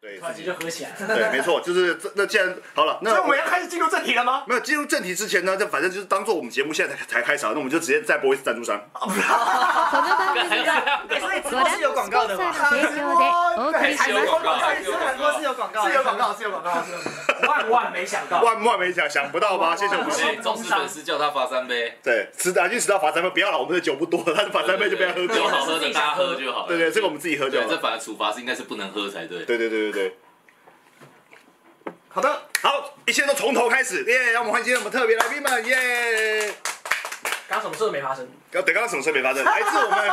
对突然间就和起来了。 对，没错，就是这那既然好了， 那那我们要开始进入正题了吗？没有进入正题之前呢，这反正就是当做我们节目现在才才开始啊，那我们就直接再播一次赞助商。この番組は哎所以ご覧のスポンサーの提供で哦お送韩りします国广告，还是有广告是有广告，是有广告，是有广告，是有广万万没想到，万万没想想不到吧？谢谢我们不是。是忠实粉丝叫他罚三杯，对，迟打就迟到罚三杯，不要了，我们的酒不多了，但是罚三杯就不要喝酒有好了。喝的大家喝就好了。对对，这个我们自己喝就对好，这了。反而处罚是应该是不能喝才对。对对对对对。告。好的，好，一切都从头开始，耶！让我们欢迎今天我们特别来宾们，耶！刚刚什么事都没发生。刚等刚刚什么事没发生？来自我们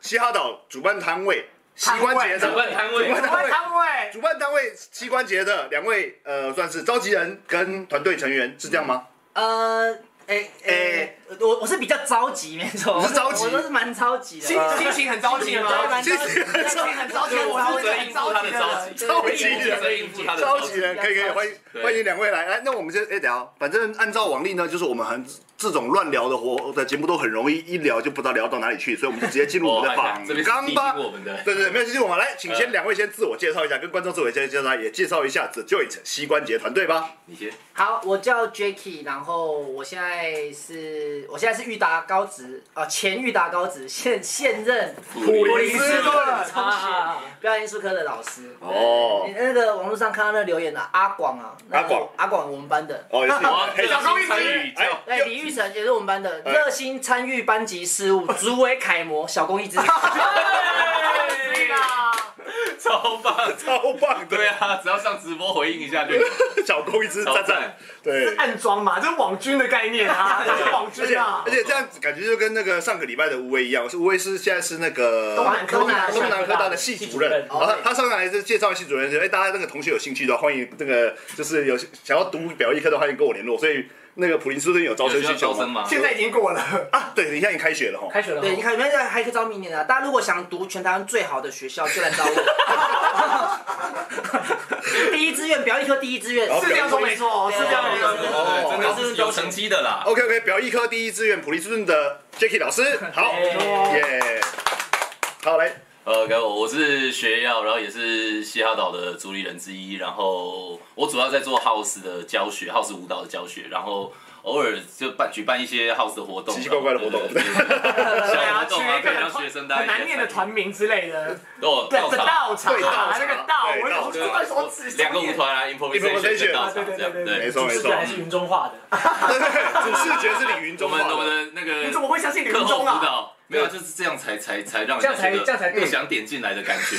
西哈岛主办摊位膝关节主的办摊位主办我们摊位主办单位膝关节的两位呃，算是召集人跟团队成员是这样嗯吗？呃，哎、哎、我我是比较着急，没错，你是着急呃我都是蛮着急的。心心情很着急吗？谢谢，很着急，我负是责很应付他着急的的着人召集急，负责人。应付他的召着集急。人可以可以，欢迎对欢迎两位来。哎，那我们就哎等一下，反正按照往例呢，就是我们很这种乱聊的活的节目都很容易一聊就不知道聊到哪里去，所以我们就直接进入我们的 哦访，这边是纲提吧醒。我们的。对对对，没有继续我们来，嗯请先两位先自我介绍一下，跟观众自我介绍一下，也介绍一下 The Joint 膝关节团队吧。你先，好，我叫 Jacky，然后我现在是，我现在是裕达高职，哦、前裕达高职，现现任普林斯顿啊中学表演艺术科的老师。哦你那个网络上看到那留言的、啊、阿广啊，那阿广阿广我们班的，哦，也哇是，小公益参之与旅教对，哎李玉成也是我们班的，哎热心参与班级事务，主委楷模，小公益之。啊超棒，超棒的，对啊，只要上直播回应一下就有，小公一只超赞赞赞，，对。 暗装嘛，这是网军的概念啊，这是网而且军啊哦而。且这样子感觉就跟那个上个礼拜的吴威一样，是吴威是现在是那个东南科大东南科大的系主任，系然主后他他上来是介绍系主任，哎，大家那个同学有兴趣的话，欢迎那个就是有想要读表艺课的，欢迎跟我联络。所以那个普林斯顿有招生有需需要求招生吗？现在已经过了，啊，对，你现在已经开学了哈。开学了，对，你，看，那在还可以招明年的啊。大家如果想读全台湾最好的学校，就来找我。 第一志愿，表演科第一志愿。然后是这样说没错，是这样没错。啊哦，真的是有成绩的啦。 OK OK，表艺科第一志愿普林斯顿的 Jacky 老师，好，耶耶，好来，呃，各位，我是学耀，然后也是嘻哈岛的主理人之一，然后我主要在做 house 的教学，house 舞蹈的教学，然后偶尔就办举办一些 house 的活动，奇奇怪怪的活动对对对对对小啊，活取动啊，一可个以让很学生大家很一起来难念的参团名之类的，与哦，对，这场道场啊，那个道，我有对这啊段手指，两个舞团啊，improvisation 跟道场这样，对对对对没对，错没视错角，还是云中 画的，对 主视觉是李云我中画们的，我们的那个你哎怎么会相信课林后中舞啊？蹈没有，就是这样才才才让人这家样才觉得这样才对不想点进来的感觉，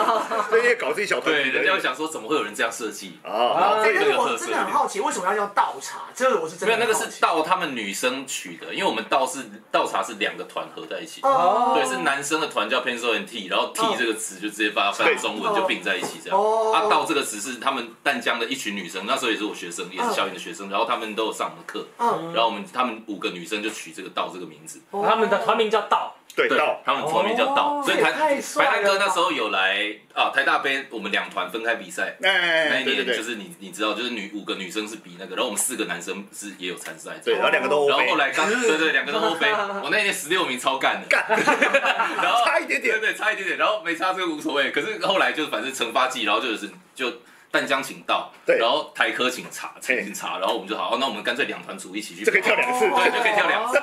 对，因为搞自己小团对，体的人家会想说怎么会有人这样设计，啊，哎，但是我真的很好奇，为什么要叫倒茶？这个我是真没的有，很那好个奇是道他们女生取的，因为我们道是道茶是两个团合在一起，哦对，是男生的团叫 Pencil and T，然后 T 这个词就直接把它翻中文哦就并在一起这样。哦啊，道这个词是他们淡江的一群女生，那时候也是我学生，也是校园的学生，然后他们都有上我们的课，嗯然后我们他们五个女生就取这个道这个名字，他们的团名嗯叫道，哦对对到，他们团名叫道，哦所以这台也太帅白了汉哥吧那时候有来啊台大杯，我们两团分开比赛。那哎，一对对年对，就是你你知道，就是女五个女生是比那个，然后我们四个男生是也有参赛，对，然后两个都欧然后美后，来 刚对对，两个都欧飞，我那一年十六名超干的，干，然 后差一点点对对，差一点点，然后没差这个无所谓。可是后来就是反正惩罚季，然后就是就淡江请到，对然后台科请茶，对请茶，然后我们就好，哦那我们干脆两团组一起去，这可以跳两次，哦对，就可以跳两次，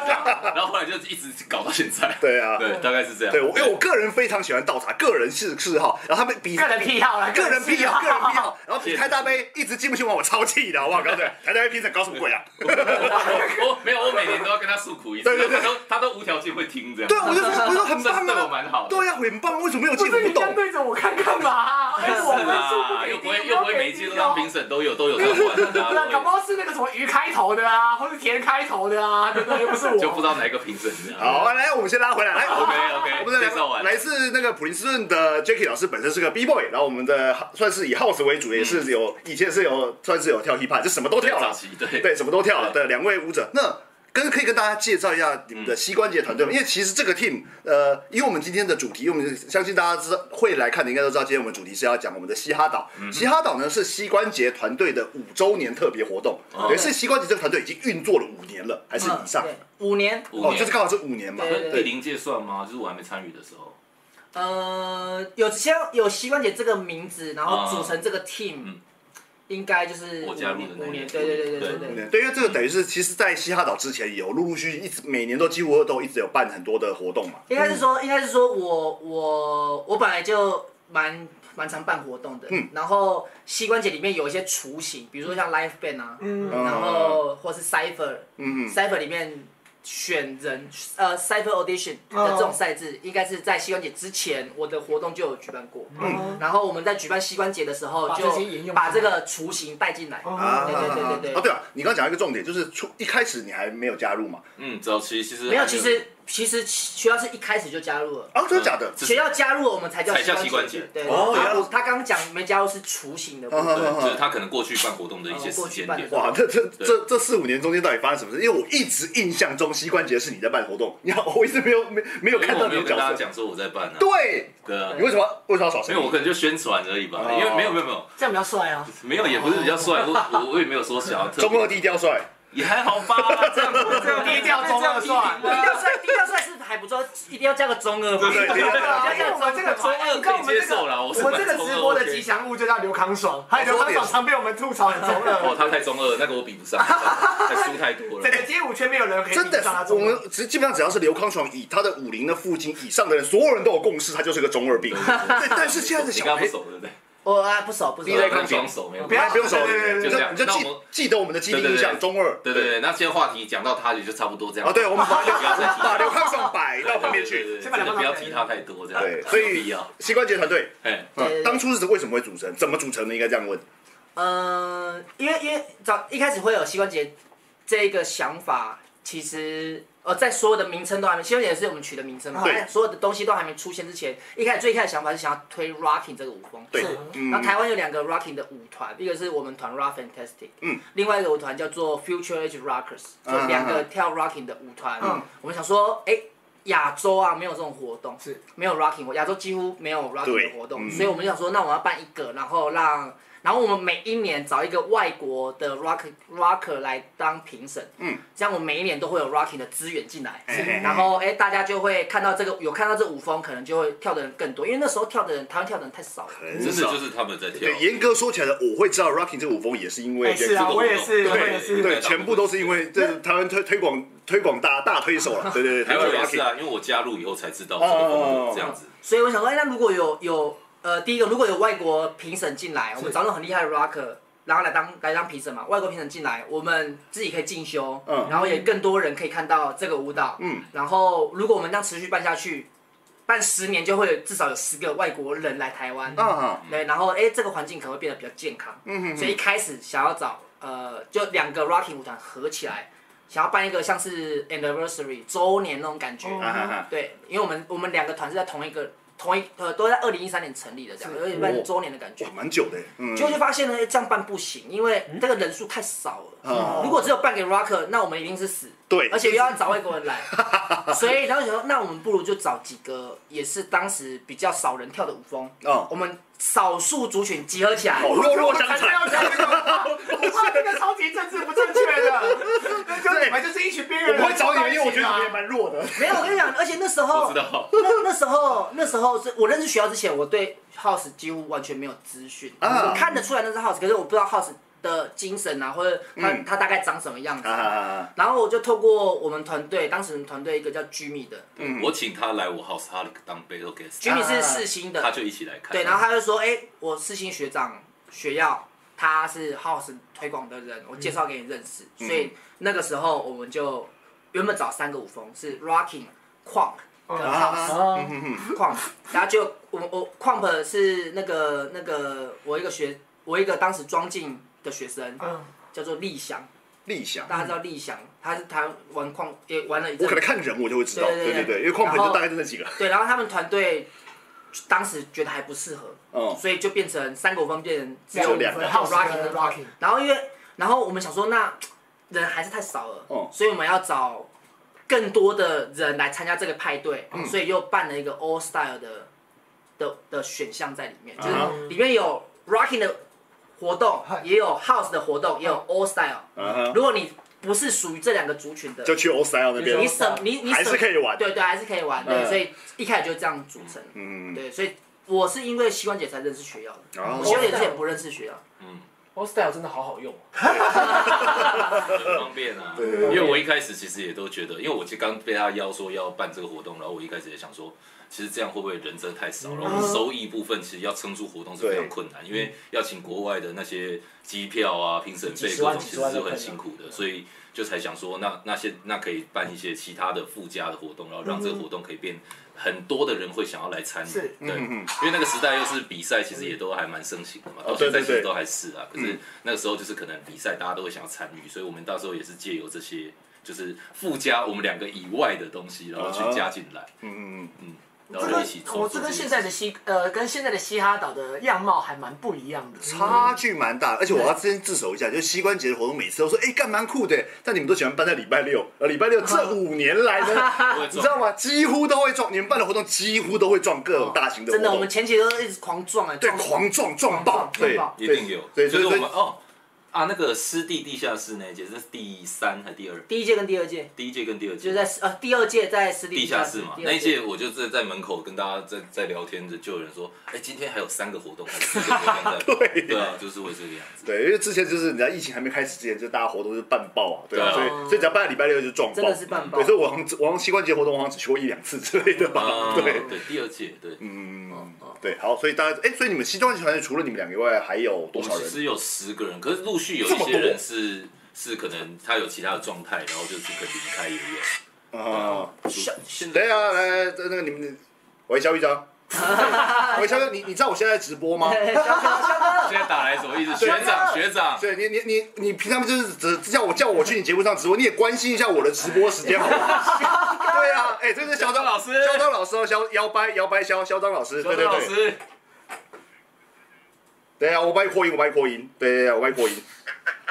然后后来就一直搞到现在， 对啊，对，大概是这样，对，我因为我个人非常喜欢倒茶，个人是嗜好，然后他们比个人癖好啦，个人癖好，个人癖 好，然后比谢谢开大杯一直进不去玩，我超气的，好不好？刚才台大杯评审搞什么鬼 啊？我我没有，我每年都要跟他诉苦一次，对对对他都他都无条件会听这样， 对，我就说我就很这棒对我啊，蛮好的，对呀，很棒，为什么没有不进是不你这样懂？对着我看干嘛？哎我 是啦，又分数不给低，不会又不会每一季都哦当评审啊都有都有当官 的对啊，搞不啊，好是那个什么鱼开头的啊，或是田开头的啊，对不对？又不是就不我。知道哪一个评审这样。好，来，我们先拉回来，来， OK 我 OK，们的介绍完了来自那个普林斯顿的 Jacky 老师本身是个 B boy，然后我们的算是以 house 为主，也嗯是有以前是有算是有跳 hip hop，就什么都跳早了，期对对，什么都跳了的两位舞者。那跟可以跟大家介绍一下你们嗯的膝关节团队吗？因为其实这个 team，呃，因为我们今天的主题，因为我们相信大家知道会来看的，应该都知道，今天我们主题是要讲我们的嘻哈岛。嗯嘻哈岛呢是膝关节团队的五周年特别活动，也是膝关节这个团队已经运作了五年了，还是以上？哦嗯对，五年。五哦，年就是刚好是五年嘛。对第零届算吗？就是我还没参与的时候，呃，有像有膝关节这个名字，然后组成这个 team，、嗯应该就是我五加入年的那五一年年，对对对对对对对对。对，因为这个等于是，其实，在嘻哈岛之前有陆陆续续一直每年都几乎都一直有办很多的活动嘛。应该是嗯说，应该是说我我我本来就蛮蛮常办活动的，嗯然后膝关节里面有一些雏形，比如说像 l i f e band 啊，嗯然后或是 cipher，嗯嗯 cipher 里面选人，呃，cipher audition 哦的这种赛制，应该是在膝关节之前，我的活动就有举办过。嗯然后我们在举办膝关节的时候，把这些沿就用把这进来个雏形带进来。啊，嗯对对对对对哦对了，你刚刚讲一个重点，就是初一开始你还没有加入嘛？嗯，早期其实没有，其实其实学校是一开始就加入了。啊，真的假的？嗯学校加入了我们才叫才叫膝膝关节节，对，哦原来他不他刚讲没加入是雏形的部嗯分，对，就是他可能过去办活动的一些时间哦过去办的点时，候哇，这这这这四五年中间到底发生什么事？因为我一直印象中膝关节是你在办活动，你看我一直没有没没有因为看我到没你有的跟大家角色。讲说我在办啊，对，对啊你。为什么为什么要耍因声为我音？可能就宣传而已吧，哦因为没有没有没有这样比较帅啊。没有，也不是比较帅，我我我也没有说 想要特中别，二低调帅，也还好吧，这样 这样低调中啊二帅。低调帅，低调帅是还不错，一定要加个中二嘛。对啊低调 帅一定要加个我这个中中二二中二可以接受啦，我是我这蛮个中直二播的 OK 吉祥物就叫刘康爽，还有刘康爽常被我们吐槽很中哦，二。他太中二了，那个我比 不上，他输太多了整。个街舞圈没有人可以真比的上他是，我中们二。只基本上只要是刘康爽以他的五零的附近以上的人，所有人都有共识，他就是个中二病。 对，但是现在的你小刚孩不，熟对不对？我啊不熟不熟低，调不用熟，没有。不要不用熟，对对对你对就你就那我记们记得我们的既定印象，对对对中二。对对对，那现在话题讲到他也就差不多这样。啊，对，我们把 不要再提把刘康爽摆到旁边 去。对对对真的不要提他太多这样。对，所没有必以要。膝关节团队，哎，对对对嗯，当初是为什么会组成？怎么组成的？应该这样问。嗯，因为因为早一开始会有膝关节这个想法，其实呃，在所有的名称都还没，膝关节是我们取的名称嘛，对在所有的东西都还没出现之前，一开始最一开始想法是想要推 rocking 这个舞风，对是，嗯然后台湾有两个 rocking 的舞团，一个是我们团 Rock Fantastic，嗯，另外一个舞团叫做 Future Age Rockers，就两个嗯跳 rocking 的舞团。嗯，我们想说，哎，亚洲啊没有这种活动，是没有 rocking，活亚洲几乎没有 rocking 对的活动，嗯所以我们就想说，那我要办一个，然后让，然后我们每一年找一个外国的 rock rocker 来当评审，嗯，这样我们每一年都会有 rocking 的资源进来，是然后哎，大家就会看到这个，有看到这舞风，可能就会跳的人更多，因为那时候跳的人，台湾跳的人太少了。很真的少就是他们在跳对，。严格说起来的，我会知道 Rocking 这个舞风也是因为哎是啊，这个我也是，活我动也是。对，全部都是因为这是台湾推推广推广大大推手了，对对对，台台湾湾也是 Rocking 啊，因为我加入以后才知道这个风格这样子。所以我想说，哎、那如果有有呃，第一个如果有外国评审进来，我们找那种很厉害的 rocker，然后来当来当评审嘛，外国评审进来，我们自己可以进修，嗯然后也更多人可以看到这个舞蹈，嗯，然后如果我们这样持续办下去，办十年就会有至少有十个外国人来台湾，啊，对，然后哎，这个环境可能会变得比较健康，嗯所以一开始想要找呃，就两个 rocking 舞团合起来，想要办一个像是 anniversary 周年那种感觉，啊哈哈，对，因为我们我们两个团是在同一个同一呃都在二零一三年成立的，这样有点半周年的感觉哇，。蛮久的，嗯结，果就发现呢，哎诶这样办不行，因为这个人数太少了。啊，如果只有办给 Rocker，那我们一定是死，对，而且又要找外国人来， 所以然后想说，那我们不如就找几个也是当时比较少人跳的舞风，啊我，们少数族群集合起来，好哦弱弱相才残，哎要讲这个，我怕这个超级政治不正确的，就你们就是一群边我缘人。不会找你们，因为我觉得啊你们也们蛮弱的，啊没有，我跟你讲，而且那时候我知道，那那时候那时候是我认识学校之前，我对 House 几乎完全没有资讯，啊我看得出来那是 House，可是我不知道 House 的精神啊，或者他、嗯他大概长什么样子。啊啊然后我就透过我们团队，当时我们团队一个叫 Jimmy 的嗯我请他来我 house，他当 battle guest， ，Jimmy 啊是世新的，他就一起来看。对，然后他就说，哎、我世新学长学耀，他是 House 推广的人，我介绍给你认识。嗯所以那个时候我们就原本找三个舞风是 Rocking、Quank 啊跟嗯 House。哦，矿，然后就我我矿 u 是那个那个我一个学我一个当时装进的学生嗯，叫做立翔，立翔，大家知道立翔，他是他玩矿也玩了一我阵可子能，看人我就会知道，对对对，因为矿盆就大概就那几个，对，然后他们团队当时觉得还不适合，嗯，所以就变成三个方变成只只有有两个个 House rocking 跟跟 Rocking rocking，然后因为然后我们想说那人还是太少了，哦所以我们要找更多的人来参加这个派对，嗯所以又办了一个 all style 的的的选项在里面，就啊是里面有 rocking 的活动，也有 house 的活动，也有 all style。啊哈，如果你不是属于这两个族群的，就去 O 三 L 那边你，什你你还是什可以玩对对，还是可以玩，对，嗯所以一开始就这样组成，嗯，哦对，所以我是因为膝关节才认识学药的，然后我先也之前不认识学药， o s t y l e 真的好好用哦，很方便啊。对因为我一开始其实也都觉得，因为我就刚被他邀说要办这个活动，然后我一开始也想说，其实这样会不会人真的太少？然后我们收益部分其实要撑住活动是非常困难，因为要请国外的那些机票啊、评审费几十各万种，其几实十万是很辛苦的，所以就才想说，那那些那可以办一些其他的附加的活动，然后让这个活动可以变很多的人会想要来参与。是对，因为那个时代又是比赛，其实也都还蛮盛行的嘛，到对现在其对实对都还是啊。可是嗯那个时候就是可能比赛大家都会想要参与，所以我们到时候也是借由这些就是附加我们两个以外的东西，然后去加进来，嗯嗯然这后就一起跟做。我这跟现在的嘻呃跟现在的嘻哈岛的样貌还蛮不一样的。嗯，差距蛮大，而且我要先自首一下，就是膝关节的活动每次都说，哎，干蛮酷的，但你们都喜欢办在礼拜六，而礼拜六啊这五年来 呢，不会啊你撞知道吗？几乎都会撞，你们办的活动几乎都会撞各种大型的活哦真的，我动们，前期都一直狂撞啊，对，撞狂撞撞爆，对撞爆，一定有，对，就是所我以们哦啊那个湿地地下室那一届这是第三还是第二？第一届跟第二届第一届跟第二届就在呃第二届在私立地下室嘛，第那二一届我就在在门口跟大家在在聊天的，就有人说，哎、今天还有三个活动，还是四个活动在 对对啊，就是会这个样子。对，因为之前就是你知道疫情还没开始之前，就大家活动是办爆啊，对啊，所对以啊所以只要办在礼拜六就撞爆，真的是办爆 对，所以我好像只我好像膝关节活动我好像只去过一两次之类的吧，啊， 对，对，第二届对，嗯，对，好，所以大家哎，所以你们西装集团队除了你们两个以外，还有我多们少其人？实有十个人，可是陆续有这一么多些人是是可能他有其他的状态，然后就是可能离开也有。啊，现现对啊，来来，那个你们，喂，肖一章，喂，肖哥，你你知道我现在在直播 吗？ 现在打来什么意思？学长学长，对你你你你平常就是只只叫我叫我去你节目上直播，你也关心一下我的直播时间好吗？对啊，哎，这是小小张张老师，肖张老师哦，肖摇摆摇摆肖肖张老师，对小对张老对。师，对啊，我帮你扩音，我帮你扩音。对对对，我帮你扩音。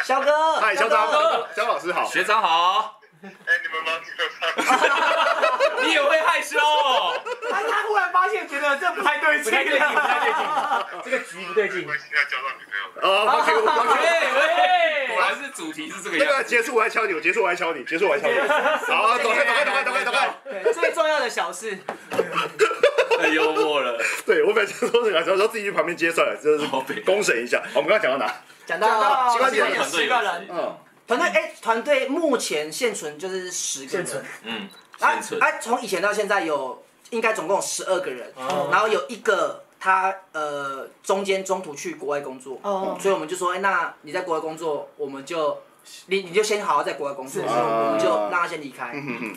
肖哥，嗨，肖肖张哥，哥，肖老师好。学长好，哎，你们忙，你们忙。 你也会害羞哦。 他他忽然发现，觉得这不太对不劲太对劲，不了。太 对劲，这个局不对劲。关系要交到女朋友了。啊，OK，我喂喂，果然是主题是这个那样个子。结束我还敲你，我结束我还敲你，结束我还敲你。好啊，走开，走开，走开，走开，走开。对最重要的小事，太幽默了，对我本来想说这个，然后自己去旁边接算了，就是好北公审一下。好我们刚刚 讲到哪？讲到讲到关节团队十有个人谁，嗯，团队哎，团队目前现存就是十个人，现存嗯，啊现存啊！从以前到现在有应该总共有十二个人，哦然后有一个他呃中间中途去国外工作，哦所以我们就说，哎，那你在国外工作，我们就你你就先好好在国外工作，所以我们就让他先离开。嗯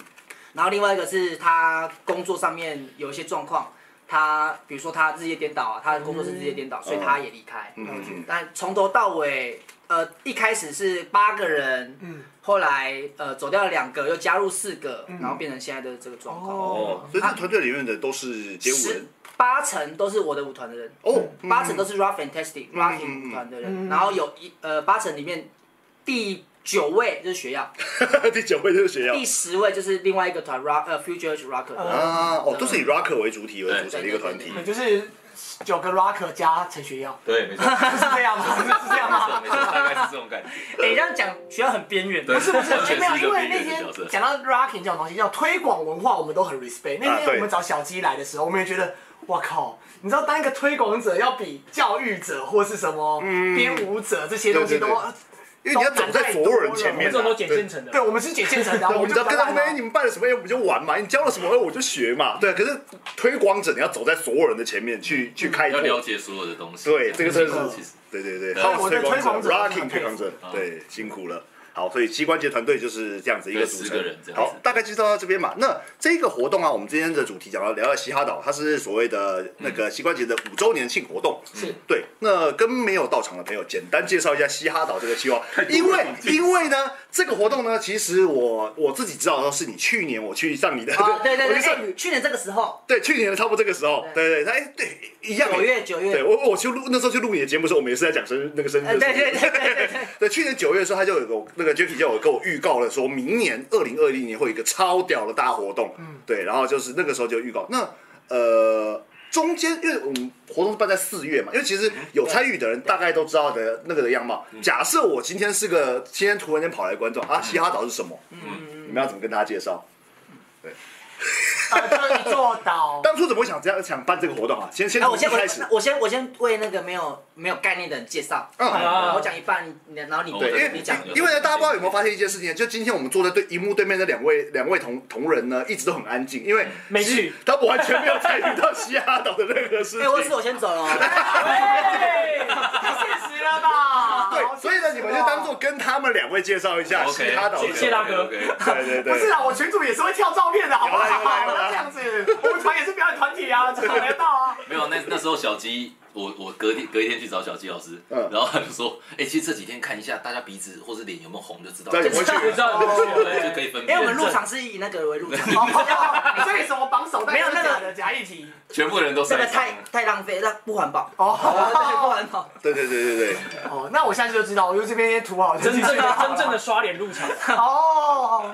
然后另外一个是他工作上面有一些状况，他比如说他日夜颠倒啊，他的工作是日夜颠倒，所以他也离开。嗯嗯但从头到尾，呃，一开始是八个人，后来呃走掉了两个，又加入四个，然后变成现在的这个状况。嗯哦，所以这团队里面的都是街舞十人八成都是我的舞团的人，哦，八成都是 Rough Fantastic 嗯 Rocking 嗯舞团的人，然后有一呃八成里面第九位就是学 耀， 第九位就是啊学校第十位就是另外一个团 Rock 呃 Future Rocker，啊，哦，都是以 rocker 为主体为组成的一个团体对。也就是九个 rocker 加陈学耀，对，没错，没是这样吗？是这 样吗？错，没错，大概是这种感觉。哎，这样讲学校很边缘，啊 对，是不是？完哎全没有，是一因个为边那缘的角天色。讲到 rocking 这种东西，叫推广文化，我们都很 respect。啊那天对我们找小鸡来的时候，我们也觉得，哇靠！你知道，当一个推广者要比教育者或是什么编舞者这些东西都嗯啊对对，因为你要走在所有人前我面们啊，这种都捡现对成的，对我们是捡现成 的啊，对，我们们只就要跟比较他们，烂哎，啊你们办了什么？哎，我们就玩嘛。你教了什么？哎，我就学嘛。对，可是推广者你要走在所有人的前面去去开拓要。了解所有的东西。对，这个真样的子其是实，对对对，对 House 我的推广广者者，Rocking 我很佩服推广者，嗯对，辛苦了。好，所以膝关节团队就是这样子一个对组十成个人这。样子好，大概介绍到这边嘛。那这个活动啊，我们今天的主题讲到聊到嘻哈岛，它是所谓的那个膝关节的五周年庆活动。是对，那跟没有到场的朋友，简单介绍一下嘻哈岛这个计划，因为因为呢，这个活动呢，其实我我自己知道的是你去年我去上你的，啊，对 对我对，去上你哎，去年这个时候对去年的差不多这个时候，对对，对哎对一样，九月九对月，我我去录那时候去录你的节目的时候，我们也是在讲生日那个生日的呃事情。对对对对对对，对，去年九月的时候，他就有个那个 Jacky 就有跟我预告了，说明年二零二零年会有一个超屌的大活动。嗯，对，然后就是那个时候就预告。那呃，中间，因为我们活动是办在四月嘛，因为其嗯实有参与的人大概都知道的那个的样貌。假设我今天是个今天突然间跑来观众啊，嘻哈岛是什么？嗯，你们要怎么跟大家介绍？呃，就是一座 岛，当初怎么会想这样想办这个活动啊？先先哎，从我一先我开始先，我先我先为那个没有没有概念的人介绍，嗯，哦啊我讲一半，你然后你对，因嗯为你讲，因为呢，大家不知道有没有发现一件事情，就今天我们坐在对荧幕对面的两位两位同同仁呢，一直都很安静，因为没去，他们完全没有参与到嘻哈岛的任何事 哎，我情。是我先 走了哦，太现实了吧？好哦对，所以呢，你们就当做跟他们两位介绍一下嘻 OK，哈岛的。谢谢大哥对对对，不是啊，我群主也是会跳照片的，好不有啦好？有啦有不啦要这样子，我们团也是表演团体啊，这场得到啊。没有，那那时候小鸡，我我隔天隔一天去找小鸡老师，嗯然后他就说，哎、其实这几天看一下大家鼻子或是脸有没有红就知道，对就我去知道你去了对就可对以分因辨。为我们入场是以那个为入场，哦，所以什么绑手带没有都是那个假的假议题，全部人都晒这个伤太太浪费，那不环保，哦对不环保。对对对对对， 哦，那我下次就知道，我用这边土豪真正的真 正的刷脸入场，哦，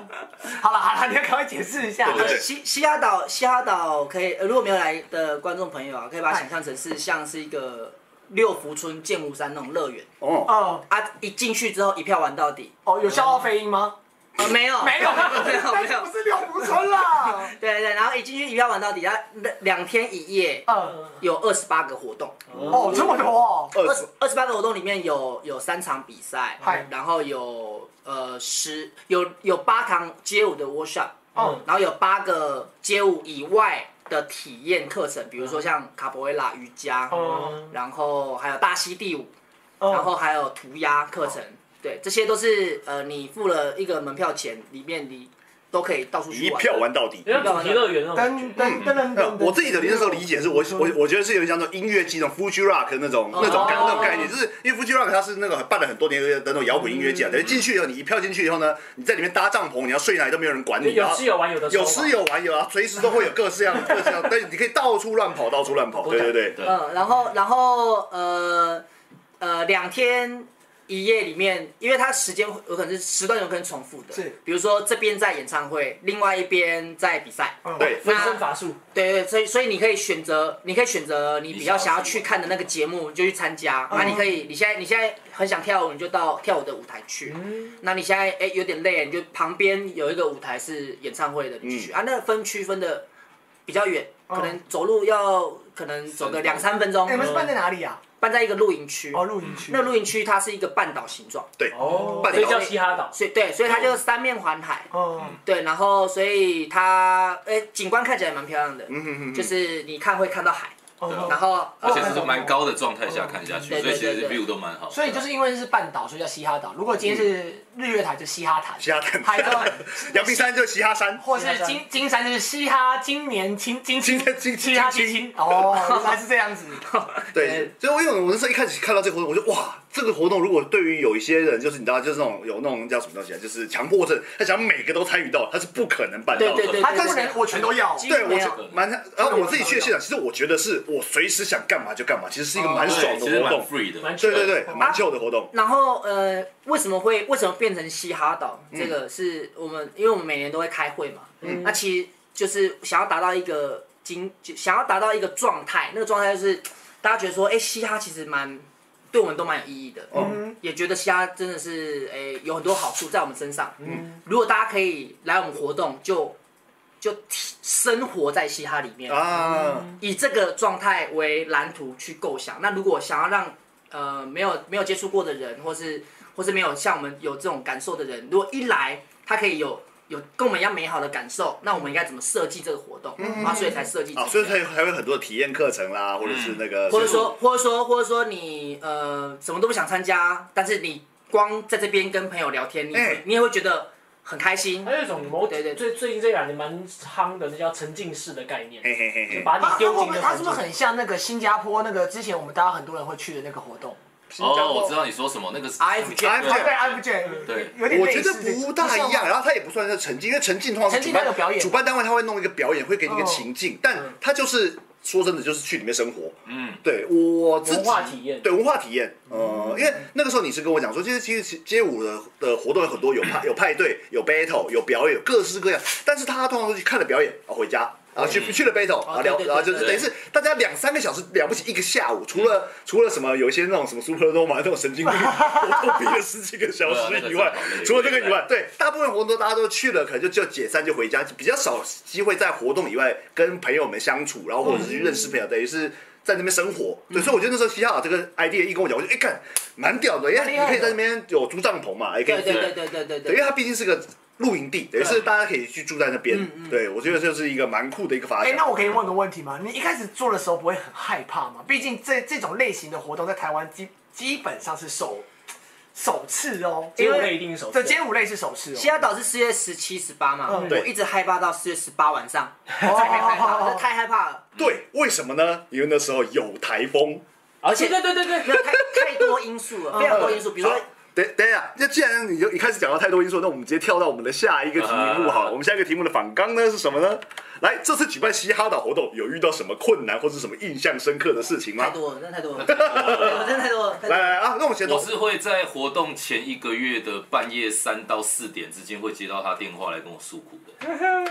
好了好了，你要赶快解释一下。对对呃西西哈岛，西哈岛可以，呃如果没有来的观众朋友啊，可以把它嗨想象成是像是一个六福村剑湖山那种乐园哦，哦啊，一进去之后一票玩到底，哦，有消耗飞鹰吗？啊， 没有，没 有，没有，但没是有不，是六福村啦。对对，对然后一进去一票玩到底，然后两两天一夜嗯，有二十八个活动，哦，这么多哦，二二十十二十八个活动里面有有三场比赛嗨，然后有呃十有有八堂街舞的 workshop，嗯哦然后有八个街舞以外的体验课程，比如说像卡博维拉、瑜伽，哦嗯然后还有大溪地舞，然哦，后还有涂鸦课程，对，这些都是呃你付了一个门票钱，里面你都可以到处一去玩。票玩到底。人家主题乐园那种感噔觉。噔噔噔那噔，嗯我自己的那时候理解是我嗯我我觉得是有点像那种音乐季那种 Fuji Rock 那种那种概那种概念，就是因为 Fuji Rock 它是那个办了很多年的那种摇滚音乐季啊，等于进去以后你一票进去以后呢，你在里面搭帐篷，你要睡哪里都没有人管你，然有后吃有玩有的收有嘛吃有玩有啊，随时都会有各式样各式样，但是你可以到处乱跑，到处乱跑，对对对，对嗯，然后然后呃呃两天一夜里面，因为它时间有可能是时段有可能重复的，是比如说这边在演唱会，另外一边在比赛，哦嗯对分身乏术，对对，所以所以你可以选择，你可以选择你比较你想想要要去看的那个节目就去参加，那你可以你现在你现在很想跳舞，你就到跳舞的舞台去，嗯那你现在哎有点累，你就旁边有一个舞台是演唱会的，你就去啊，那个分区分的比较远，可能走路要可能走个两三分钟哎，你，们是办在哪里啊？搬在一个露营区。哦，露营区。那露营区它是一个半岛形状，对，哦啊半所以岛叫嘻哈岛。所以对，所以它就是三面环海，哦，对，然后所以它哎景观看起来蛮漂亮的，嗯哼哼，就是你看会看到海，哦然后呃而且是蛮高的状态下看下去，对所对以其实对对 view 都蛮好的。所以就是因为是半岛，所以叫嘻哈岛。如果今天是日月潭，就嘻哈潭；嘻哈滩，台中， 阳明山就嘻哈山，或是金金山，就是嘻哈今年青金青今今嘻哈今青青。哦，原来是这样子。对，所以我因为我那时候一开始看到这个活动，我就哇，这个活动如果对于有一些人，就是你知道，就是那种有那种叫什么东西啊，就是强迫症，他想每个都参与到，他是不可能办到对的。对对，他根本我全都要。对对，对我没觉有得蛮，然后我自己去的现场，其实我觉得是我随时想干嘛就干嘛，其实是一个蛮爽哦的对，其实活蛮动。 free 的，蛮对对对，蛮 chill 的活动。然后呃，为什么会为什么变成嘻哈岛？这个是我们因为我们每年都会开会嘛，那其实就是想要达到一个经，就想要达到一个状态，那个状态就是大家觉得说，哎，嘻哈其实蛮对我们都蛮有意义的，嗯也觉得嘻哈真的是哎有很多好处在我们身上。嗯，如果大家可以来我们活动，就就体生活在嘻哈里面啊，以这个状态为蓝图去构想。那如果想要让呃没有没有接触过的人，或是或是没有像我们有这种感受的人，如果一来他可以有有跟我们一样美好的感受，那我们应该怎么设计这个活动？嗯啊，所以才设计这啊，个。所以才还有很多的体验课程啦，或者是那个，或者说，或者说，或者说你呃什么都不想参加，但是你光在这边跟朋友聊天，你、哎你也会觉得很开心。哎还有一种某对对对最最近这两年蛮夯的，那叫沉浸式的概念，嘿嘿嘿就嘿，他把你他丢会进不一会个啊他环是境不是很像那个新加坡那个之前我们大家很多人会去的那个活动？哦，我知道你说什么，那个是啊 RFJ 对 F J，对有点我类觉似得不大一样，。然后它也不算是沉浸，因为沉浸通常是沉浸主办它有表演主办单位他会弄一个表演，会给你一个哦情境，但它就是说真的，就是去里面生活。嗯，对我自己文化体验对文化体验，呃，因为那个时候你是跟我讲说，其实其实街舞的的活动有很多，有派有派对，有 battle，有表演，有各式各样，但是大家通常都去看了表演，啊回家。然后去去了 battle，然后聊，对对对然后就是对等于是大家两三个小时，了不起一个下午，除了除了什么有一些那种什么 super nova 那种神经病 活动逼了十几个小时以外对啊那个真的好累，除了这个以外，对，大部分活动大家都去了，可能就就解散就回家，比较少机会在活动以外跟朋友们相处，然后或者是去认识朋友，等于是。在那边生活，对，所以我觉得那时候西哈岛这个 idea 一跟我讲，我就哎干，蛮屌的，因为蛮厉你害的可以在那边有租帐篷嘛，也可以对对对对对对对，因对为。它毕竟是个露营地，等于是大家可以去住在那边。对，我觉得这是一个蛮酷的一个发哎、展。那我可以问个问题吗？你一开始做的时候不会很害怕吗？毕竟这这种类型的活动在台湾基基本上是首首次哦，街因舞为类一定是首次这街舞类是首次哦西。雅岛是四月十七、十八嘛，嗯我对一直害怕到四月十八晚上，才开害怕，这太害怕了，对，为什么呢？因为那时候有台风。而且对对对对对，没有太太多因素了，非常多因素，比如好说等等一下，那既然你就一开始讲到太多因素，那我们直接跳到我们的下一个题目好了。啊我们下一个题目的反纲呢是什么呢？来，这次举办嘻哈岛活动有遇到什么困难或是什么印象深刻的事情太吗？多了，真的太多了，真的太多了，太来多了来来啊，那我们先我从是会在活动前一个月的半夜三到四点之间会接到他电话来跟我诉苦的。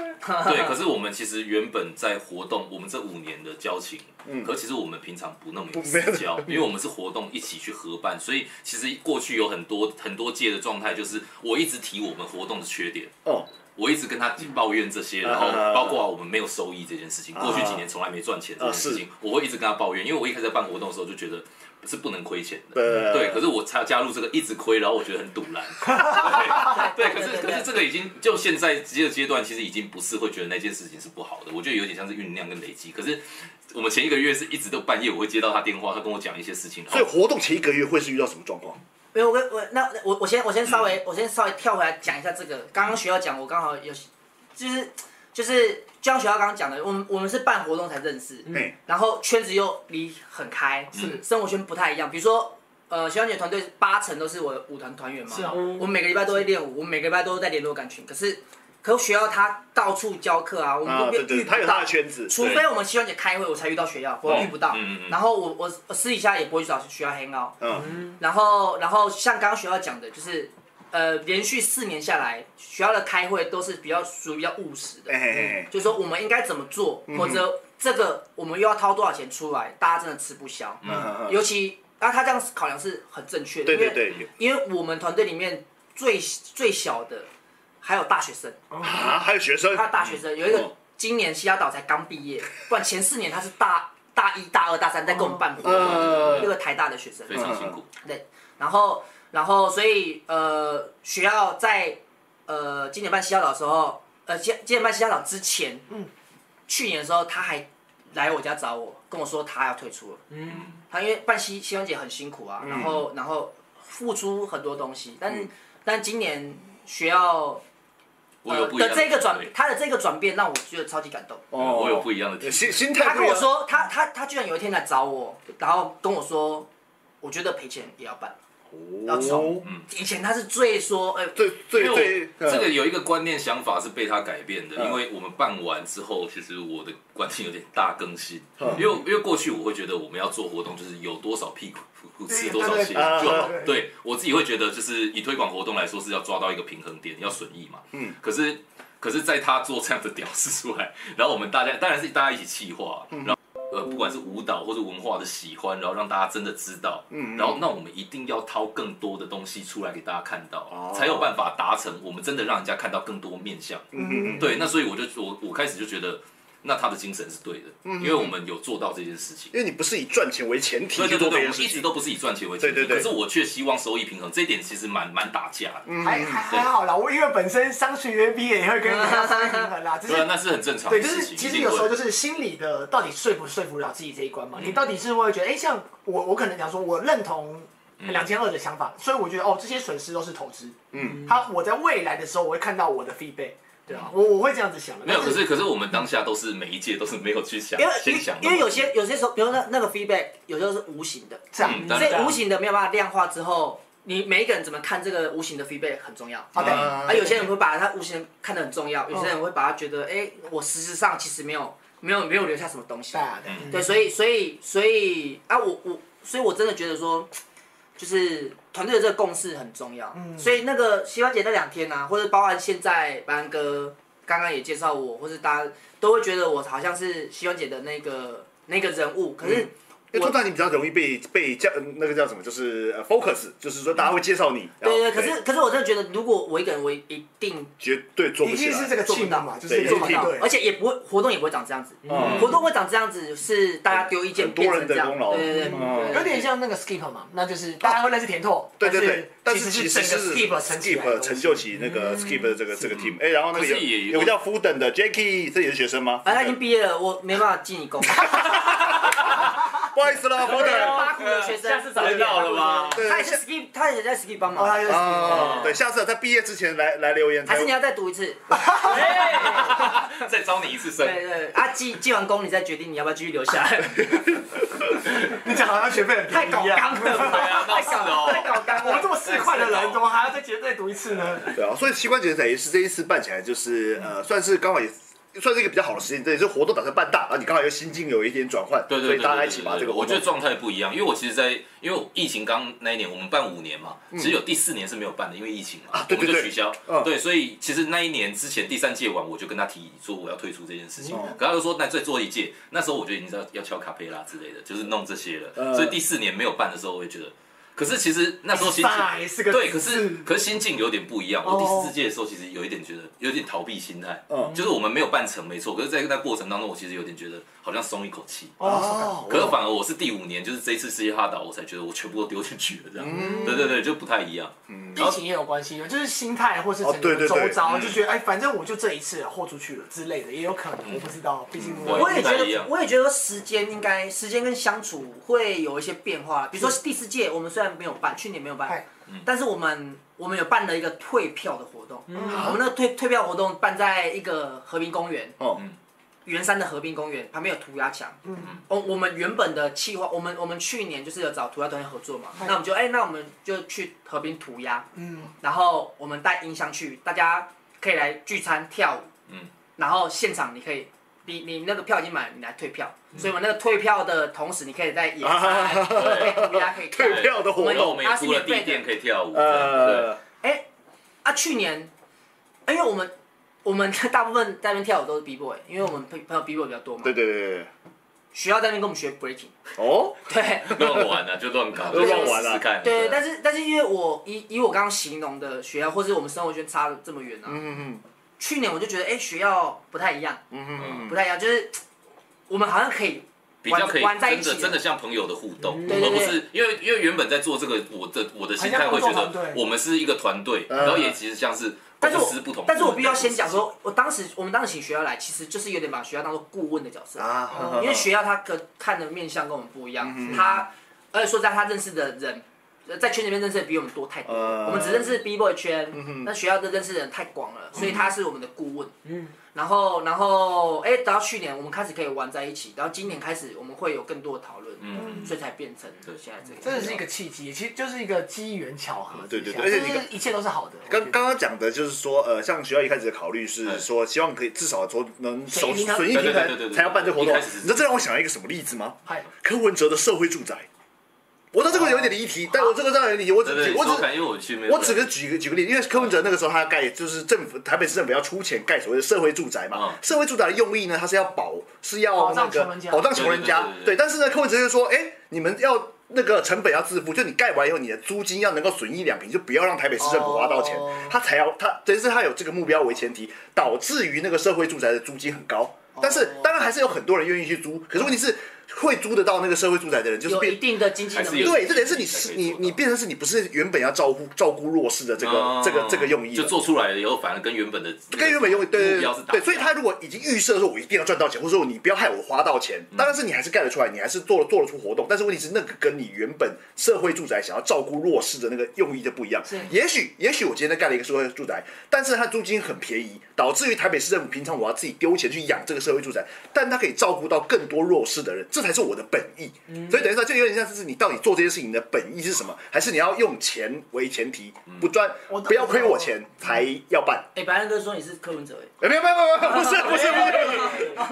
对，可是我们其实原本在活动，我们这五年的交情，可其实我们平常不那么有私交，因为我们是活动一起去合办，所以其实过去有很多很多届的状态，就是我一直提我们活动的缺点。哦，我一直跟他抱怨这些，然后啊包括我们没有收益这件事情，过去几年从来没赚钱这件事情，我会一直跟他抱怨，因为我一开始在办活动的时候就觉得是不能亏钱的，对嗯对，可是我才加入这个一直亏，然后我觉得很堵然，对，可是可是这个已经就现在这个阶段，其实已经不是会觉得那件事情是不好的，我觉得有点像是酝酿跟累积，可是我们前一个月是一直都半夜我会接到他电话，他跟我讲一些事情，然所以后活动前一个月会是遇到什么状况？没有，我跟我那我我先我先稍嗯微、我先稍微跳回来讲一下这个。刚刚学校讲，我刚好有，就是就是就像学校刚刚讲的，我们我们是办活动才认嗯识，嘿然后圈子又离很开，是生活圈不太一样。比如说，呃，学长姐团队八成都是我的舞团团员嘛，是啊嗯我们每个礼拜都会练舞，我们每个礼拜都在联络感情。可是，可是学校他到处教课啊，我们啊，都对遇对，不到他有他的圈子，除非我们希望姐开会，我才遇到学校，我遇不到。嗯嗯嗯然后我我我私底下也不会去找学校 hang out。嗯然后然后像刚刚学校讲的，就是呃，连续四年下来，学校的开会都是比较属于比较务实的，哎嘿嘿，嗯就是说我们应该怎么做，或者这个我们又要掏多少钱出来，大家真的吃不消。嗯嗯，尤其，然后他这样考量是很正确的，对对因为对，因为我们团队里面最最小的还有大学生。啊，还有学生，他大学生有一嗯个今年西雅岛才刚毕业，不然前四年他是大大一、大二、大三在跟我们办活嗯动，一个台大的学生。非常辛苦，对，然后然后所以呃，学校在呃今年办西雅岛的时候，呃今今年办西雅岛之前，嗯，去年的时候他还来我家找我，跟我说他要退出了。嗯，他因为办西西湾节很辛苦啊，然后然后付出很多东西，但是、但今年学校。呃我有不一样的这个转对，他的这个转变让我觉得超级感动。哦嗯我有不一样的体心心他态不跟一样我说，他他他居然有一天来找我，然后跟我说，我觉得赔钱也要办，要冲。以前他是最说，哎、哦最最嗯因为最我嗯这个有一个观念想法是被他改变的，嗯因为我们办完之后，其实我的观念有点大更新，嗯因为因为过去我会觉得我们要做活动就是有多少屁股吃多少对啊对钱对就好对，对我自己会觉得就是以推广活动来说是要抓到一个平衡点，要损益嘛，嗯，可是可是在他做这样的屌事出来，然后我们大家当然是大家一起气化，嗯然后。呃，不管是舞蹈或者文化的喜欢，然后让大家真的知道，嗯，然后那我们一定要掏更多的东西出来给大家看到，才有办法达成我们真的让人家看到更多面相。嗯嗯对，那所以我就我我开始就觉得，那他的精神是对的，因为我们有做到这件事情。因为你不是以赚钱为前提对去对做这对对，我件们事一直情，都不是以赚钱为前提，嗯对对对可是我却希望收益平衡，这一点其实蛮蛮打架的。还还还好啦，我因为本身商学院毕业也会跟人家商业平衡啦，只对啊，是那是很正常的对，就是事情。其一实定有时候会就是心理的到底说服不说服了自己这一关嘛，你到底是会觉得，哎，像我我可能讲说我认同两千二的想法，所以我觉得哦这些损失都是投资，嗯，他我在未来的时候我会看到我的 feedback，对啊，我我会这样子想的，没有，但可是可是我们当下都是每一届都是没有去想因为，因先为想那因么为有多，些有些时候，比如说那那个 feedback，有时候是无形的，是啊，嗯当所然以无形的没有办法量化之后，你每一个人怎么看这个无形的 feedback 很重要。好的，啊，有些人会把它无形的看得很重要，有些人会把它觉得，哎、我实质上其实没有没有没有留下什么东西对。啊，对嗯啊，对，所以所以所以啊，我我所以我真的觉得说，就是团队的嗯这个共识很重要。所以那个西欢姐那两天啊，或者包含现在班哥刚刚也介绍我，或是大家都会觉得我好像是希望姐的那个那个人物，可嗯是因为通常你比较容易被被叫那个叫什么，就是呃 focus，就是说大家会介绍你。然后对对，可是可是我真的觉得，如果我一个人，我一定绝对做不一起定来。是这个做不气到氛嘛，就对是做一不定到对，，而且也不会活动也不会长这样子，活动会长这样子是大家丢意见很多变人成这样，的功劳对对对嗯对，有点像那个 skip 嘛，那就是大家会认识甜透，对对对，但是其整实个是 skip 撑起来的 skip 东西成就起那个 skip 的这个这个 team。哎，然后那个可是也有有个叫 Fuden 的 Jacky，这也是学生吗？反哎正他已经毕业了，我没办法进你宫，不好意思啦，Fuden。啊八股呃的学生呃下，次找一到了吗？对他也是 skip，他也在 skip 帮哦，忙，他就是啊，对，下次在毕业之前来来留言。还是你要再读一次？ 再招你一次生，对对，啊，进进完宫你再决定你要不要继续留下来， 你讲好像学费很太便搞宜啊，纲了吧，对啊闹太事搞哦太搞纲我们这了。么市侩的人，怎么还要再结再读一次呢？对啊，所以膝关节等于是这一次办起来，就是呃，算是刚好也算是一个比较好的时间，对，就活动打算办大，然后你刚好又心境有一点转换，对对对，所对以大家一起把对这对个我活觉动得。状态不一样，因为我其实在，因为我疫情刚那一年我们办五年嘛，其实有第四年是没有办的，因为疫情嘛，我嗯对们对就对取消嗯。对，所以其实那一年之前第三届完，我就跟他提说我要退出这件事情，嗯可他就说那再做一届，那时候我就已经知道要敲卡佩拉之类的，就是弄这些嗯了。所以第四年没有办的时候，我也觉得。可是其实那时候心哎四个境对，字可是可是心境有点不一样。我第四届的时候，其实有一点觉得有点逃避心态，哦嗯就是我们没有办成，没错。可是，在那过程当中，我其实有点觉得好像松一口气，哦可是反而我是第五年，就是这一次世界哈岛，我才觉得我全部都丢进去了，这样。嗯对对对，就不太一样。疫情也有关系，啊就是心态或是整哦对对个对周遭，就觉得哎，反正我就这一次了豁出去了之类的，也有可能，我不知道，毕竟嗯对我也觉不太一样得，我也觉得时间应该，时间跟相处会有一些变化。比如说第四届，我们虽然没有办，去年没有办嗨，但是我们我们有办了一个退票的活动。我们那个退退票活动办在一个和平公园，哦圆山的和平公园旁边有涂鸦墙。嗯，我我们原本的计划，我们我们去年就是有找涂鸦团队合作嘛，那我们就哎、那我们就去和平涂鸦。嗯，然后我们带音箱去，大家可以来聚餐跳舞。嗯嗯，然后现场你可以。你你那个票已经买了，你来退票，所以我们那个退票的同时，你可以在野 餐，对，涂鸦可 以退跳。票的活然后我动，们也出了地垫可以跳舞。对，呃，啊，去年，因为我们我们大部分在那边跳舞都是 B boy，因为我们朋朋友 B boy 比较多嘛，对对对对，学校在那边跟我们学 breaking，哦， 对，乱玩啊，就乱搞，就乱玩啊试试看。对，但是是但是因为我以以我刚刚形容的学校，或是我们生活圈差的这么远啊，嗯嗯去年我就觉得哎、学校不太一样，嗯嗯不太一样，就是我们好像可以比较可以玩在一真起嗯的真的像朋友的互动，对对而不对是因为因为原本在做这个，我的我的心态会觉很像工作得团队我们是一个团队，嗯然后也其实像是但是公我司不同。但是我必须要先讲，说，我当时我们当时请学校来，其实就是有点把学校当做顾问的角色嗯 啊，因为学校他可看的面相跟我们不一样，他而且说实在他认识的人。呃在圈里面认识的比我们多太多了，嗯我们只认识 B boy 圈，那、学校的认识的人太广了，所以他是我们的顾问。嗯，然后然后哎，等到去年我们开始可以玩在一起，然后今年开始我们会有更多的讨论，嗯所以才变成现在这个。真的是一个契机，其实就是一个机缘巧合之下。对对对而且你就是一切都是好的。我觉刚得刚刚讲的就是说，呃，像学校一开始的考虑是嗯说，希望可以至少说能水守平衡损益平对对对对对衡对才要办这个活动。一开始是你知道这让我想到一个什么例子吗？嗨，柯文哲的社会住宅，我知道这个有一点离题，但我这个当然离题，我只哦对对，我我只只因为我去没有，我只是举个举个例，因为柯文哲那个时候他盖就是政府台北市政府要出钱盖所谓的社会住宅嘛，嗯社会住宅的用意呢，它是要保是要保那障个穷人家保障穷人家，对对对对对但是呢，柯文哲就说，哎，你们要。那个成本要自负，就你盖完以后，你的租金要能够损益两平，就不要让台北市政府花到钱，哦他才要他等于是他有这个目标为前提，导致于那个社会住宅的租金很高。但哦是当然还是有很多人愿意去租，可是问题是会租得到那个社会住宅的人，就是有变一定的经济还能是力，有对，这等于是你才是可以你做到你变成是你不是原本要照顾照顾弱势的这个、嗯这个这个用意就了，做出来了以后，反而跟原本的跟原本用意对目对标是对打对，所以他如果已经预设说我一定要赚到钱，或者说你不要害我花到钱，嗯当然是你还是盖得出来，你还是做了做得出活动，但是问题是那个跟你原本社会住宅想要照顾弱势的那个用意就不一样。也许也许我今天盖了一个社会住宅，但是它租金很便宜，导致于台北市政府平常我要自己丢钱去养这个社会住宅，但它可以照顾到更多弱势的人，这才是我的本意。嗯所以等于说，就有点像是你到底做这些事情的本意是什么，还是你要用钱为前提，嗯不赚我懂不要亏我钱才要办。哎，白兰哥说你是柯文哲，哎，哎，没有没有没有没有，不是不是不是，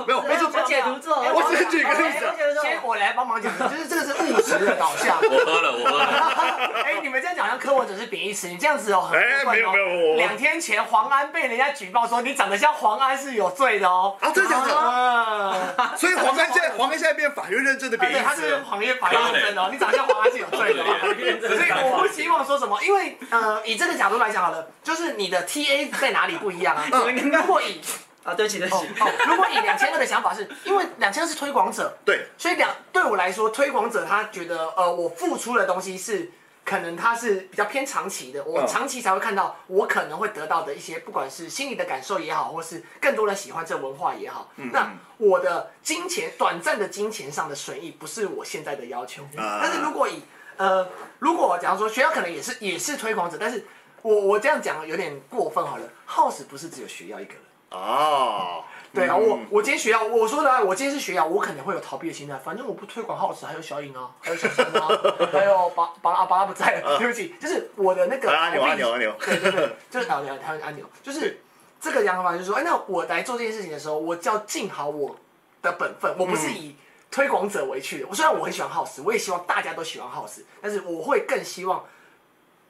没有，我哎解读错，我只是举个例子。先哎我来帮忙讲，就是这个是务实的导 向。我喝了，我喝了，哎，你们这样讲像柯文哲是贬义词，你这样子哦，很哎过分哦没有没有我两天前黄安被人家举报说你长得像黄安是有罪的哦。啊，真的假的？ 嗯，所以黄安现在黄安现在变法院认证的哎对贬义，他词是了。行业法院真的哦，你长得像黄安是有罪的哦。所以我不希望说什么，因为呃，以这个角度来讲好了，就是你的 TA 在哪里不一样啊？嗯如果以啊，对不起对不哦起，哦，如果以两千二的想法是，因为两千二是推广者，对，所以两对我来说，推广者他觉得呃，我付出的东西是可能他是比较偏长期的，我嗯长期才会看到我可能会得到的一些，不管是心理的感受也好，或是更多的喜欢这文化也好，嗯那我的金钱短暂的金钱上的损益不是我现在的要求，啊但是如果以呃，如果假如说学校可能也是也是推广者，但是我我这样讲有点过分好了，House 不是只有学校一个人。哦，对啊，嗯我我今天学校，我说的啊，我今天是学校，我可能会有逃避的心态。反正我不推广耗时，还有小颖啊，还有小新 啊，还有巴巴拉巴拉不在了，对不起，就是我的那嗯个好啦阿牛逃避阿牛阿牛，对对对，就是啊，对，台湾按钮，就是这个想法，就是说，哎，那我来做这件事情的时候，我就要尽好我的本分，我不是以推广者为去的。我虽然我很喜欢耗时，我也希望大家都喜欢耗时，但是我会更希望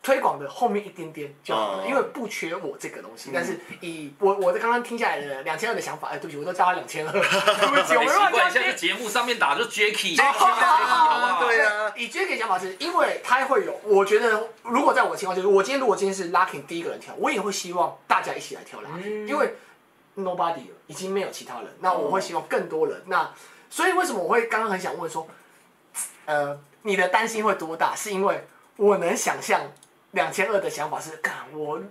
推广的后面一点点就好了，哦因为不缺我这个东西。但是以我我的刚刚听下来的两千二的想法，哎，对不起，我都叫他两千二，对不起，我哎没习办惯法一下叫在他。节目上面打就 Jacky，啊 对啊，以 j a 的想法是，因为他会有，我觉得如果在我的情况就是，我今天如果今天是 Lucky 第一个人跳，我也会希望大家一起来跳 Lucky，、因嗯为 Nobody 了已经没有其他人，那我哦会希望更多人。那所以为什么我会刚刚很想问说，呃，你的担心会多大？是因为我能想象两千二的想法是，干我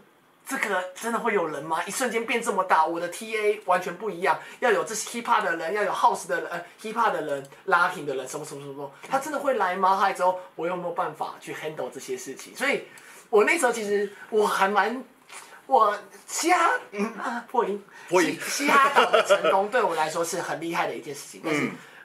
这个真的会有人吗？一瞬间变这么大，我的 TA 完全不一样，要有这些 hip hop 的人，要有 house 的人、呃、，hip hop 的人，locking 的人，什么什么什么，他真的会来吗？还之后我有没有办法去 handle 这些事情？所以，我那时候其实我还蛮。我嘻哈，嗯啊，破音，破音嘻嘻哈岛的成功对我来说是很厉害的一件事情，但是，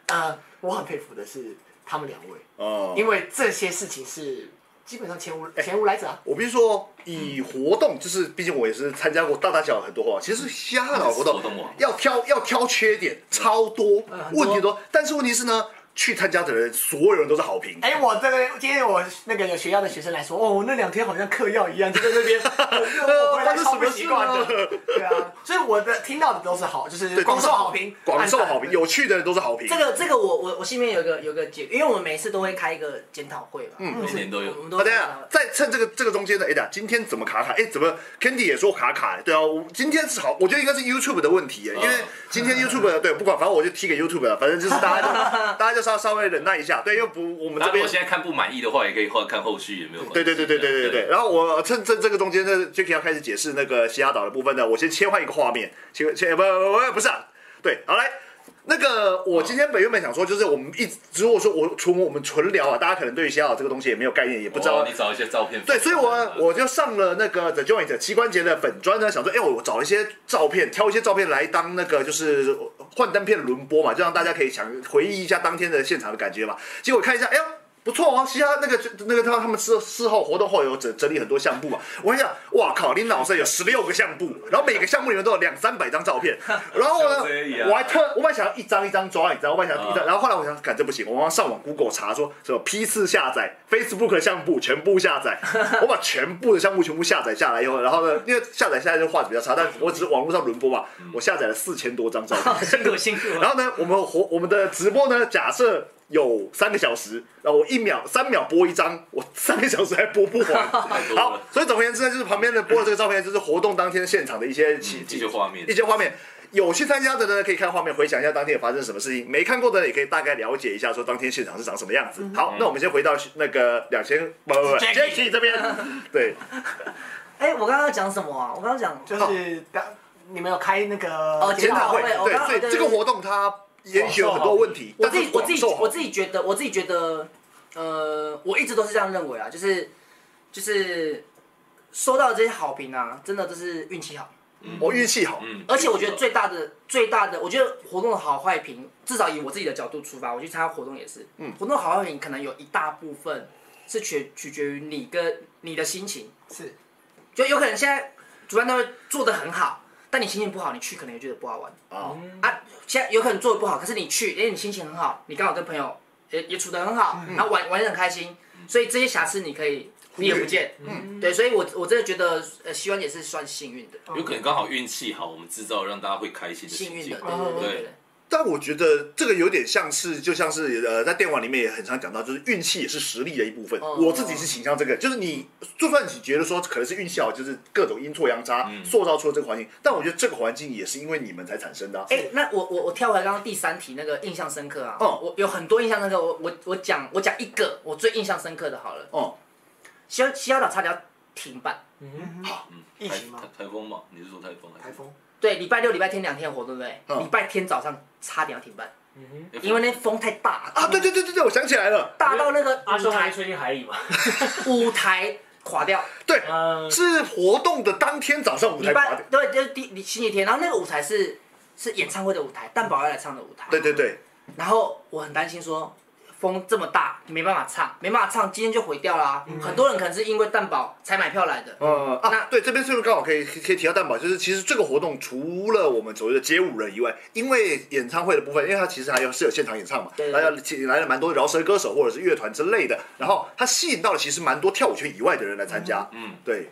呃，我很佩服的是他们两位，嗯哦，哎因为这些事情是基本上前无前无来者啊。我必须说，以活动就是，毕竟我也是参加过大大小小很多活动，其实虾老活活动动网要挑要挑缺点超多，问题多，但是问题是呢，去参加的人所有人都是好评，哎，我这个今天我那个有学校的学生来说，哦，我那两天好像嗑药一样，就在 那边，我我回来超不习惯发生什的，对啊，所以我的听到的都是好，就是对，广受好评，广受按赞好评，有趣的人都是好评，这个这个我我我心里面有一个有一个解，因为我们每次都会开一个检讨会嘛，嗯，每年都我有。们好都的，等一下在趁这个这个中间的，哎呀，今天怎么卡卡？哎，怎么 Candy 也说卡卡？对啊，我今天是好，我觉得应该是 YouTube 的问题耶，因为今天 YouTube 对，不管，反正我就踢给 YouTube 了，反正就是大家就大家就稍稍微忍耐一下，对，又不我们那这如果边。现在看不满意的话，也可以换看后续也没有关系。哦对对对对对对对。然后我趁趁这个中间呢，Jacky 要开始解释那个西雅岛的部分呢，我先切换一个画面，切切不不不不是、啊，对，好来。那个，我今天本原本想说，就是我们一直如果说我除我们纯聊啊，大家可能对于西雅岛这个东西也没有概念，也不知道哦你找一些照片。对，所以我我就上了那个 The Joint 膝关节的粉砖呢，想说，哎、我找一些照片，挑一些照片来当那个就是幻灯片轮播嘛，就让大家可以想回忆一下当天的现场的感觉嘛。结果看一下，哎呦。不错哦，嘻哈那个那个他他们事事后活动后有整整理很多项目嘛，我想，哇靠，林老师有十六个项目，然后每个项目里面都有两三百张照片，然后 呢像这啊样，我还特我本来想要一张一张抓，你知道，我本来想要一张，然后后来我想，干这不行，我要上网 Google 查说什么批次下载 Facebook 的项目全部下载，我把全部的项目全部下载下来以后，然后呢，因为下载下来就画质比较差，但我只是网络上轮播嘛，我下载了四千多张照片，辛苦辛苦，然后呢，我们活我们的直播呢，假设有三个小时，然后我一秒三秒播一张，我三个小时还播不完。 多了好，所以总而言之呢，就是旁边的播的这个照片，就是活动当天现场的一些起、一些画面一些画面。有去参加的呢，可以看画面回想一下当天发生什么事情；没看过的呢，也可以大概了解一下，说当天现场是长什么样嗯子。好，那我们先回到那个两千不不不 Jackie Jackie 这边，对， 哎，我刚刚讲什么啊？我刚刚讲就是刚你们有开那个哦检检讨讨会会我对，刚所以对这个活动它也许有很多问题，我但自是己我自广己受啊好我自己觉得我自己觉得，呃，我一直都是这样认为啊，就是就是收到这些好评啊，真的都是运气好。我运气好，嗯，而且我觉得最大的最大的，我觉得活动的好坏评，至少以我自己的角度出发，我去参加活动也是，嗯，活动的好坏评可能有一大部分是取取决于你跟你的心情，是就有可能现在主办单位做的很好，但你心情不好，你去可能也觉得不好玩啊啊。现在有可能做的不好，可是你去，哎、你心情很好，你刚好跟朋友哎也也处得很好，然后玩玩得很开心，所以这些瑕疵你可以你也不见，嗯，哦对，所以我我真的觉得呃，希湾也是算幸运的，有可能刚好运气好，我们制造让大家会开心的幸情运境的，。对哦对对对对对。但我觉得这个有点像是，就像是呃，在电玩里面也很常讲到，就是运气也是实力的一部分。哦我自己是倾向这个，就是你就算你觉得说可能是运气好，就是各种阴错阳差、塑造出了这个环境，但我觉得这个环境也是因为你们才产生的、啊。哎、那我我我跳回来刚刚第三题那个印象深刻啊，哦我有很多印象深刻，我我我讲我讲一个我最印象深刻的好了，哦，西澳西澳岛差点要停办，疫嗯台情吗？台台风嘛？你是说台风还是？台风对，礼拜六、礼拜天两天活动，对不对？礼、拜天早上差点要停办，哎因为那风太大了，啊，对对对对对，我想起来了，大到那个阿舞修还台吹进海里嘛？舞台垮掉。对， 呃，是活动的当天早上舞礼台拜滑对，就是第第星期天，然后那个舞台是是演唱会的舞台，蛋宝要来唱的舞台。对对对，然后我很担心说，风这么大，没办法唱，没办法唱，今天就毁掉啦、很多人可能是因为蛋宝才买票来的，呃啊那，对，这边是不是刚好可以可以提到蛋堡？就是其实这个活动除了我们所谓的街舞人以外，因为演唱会的部分，因为它其实还有是有现场演唱嘛，对然后请来了蛮多饶舌歌手或者是乐团之类的，然后它吸引到了其实蛮多跳舞圈以外的人来参加。嗯，对，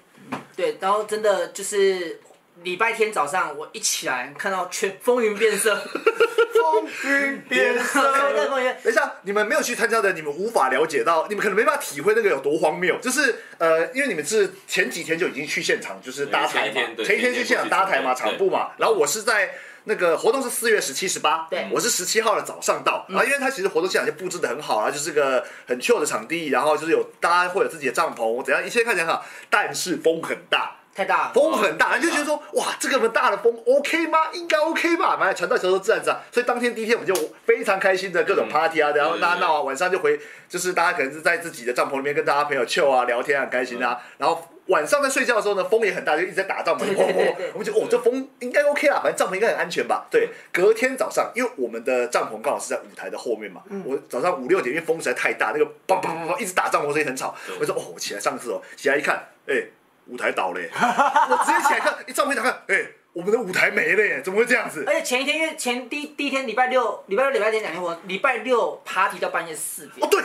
对，然后真的就是礼拜天早上我一起来看到全风云变色， 风云变看到色，风云等一下，你们没有去参加的，你们无法了解到，你们可能没办法体会那个有多荒谬。就是呃，因为你们是前几天就已经去现场，就是搭台对嘛前一天，对前一天去现场搭台嘛，前一场天部嘛。然后我是在那个活动是四月十七、十八，对我是十七号的早上到。啊然后因为它其实活动现场就布置的很好啊，就是个很 chill 的场地，然后就是有大家会有自己的帐篷，怎样一切看起来很好，但是风很大。太大了。风很大，你就觉得说，哇，这个么大的风 OK 吗？应该 OK 吧？反正传到球都自然自然。所以当天第一天我们就非常开心的各嗯种 party 啊，然后大家闹啊，晚上就回，就是大家可能是在自己的帐篷里面跟大家朋友 chill 啊，聊天啊，很开心嗯啊。然后晚上在睡觉的时候呢，风也很大，就一直在打帐篷，对哇对对哇对我们就哦，这风应该 OK 啦，反正帐篷应该很安全吧？对。隔天早上，因为我们的帐篷刚好是在舞台的后面嘛，嗯我早上五六点，因为风实在太大，那个梆梆梆梆一直打帐篷声音很吵，我说哦，我起来上厕所，起来一看，哎、舞台倒了耶。我直接起来看，一照片打开，哎、我们的舞台没了耶，怎么会这样子？而且前一天，因为前第第一天礼拜六、礼拜六、礼拜天两天活，礼拜六 party 到半夜四哦点，对，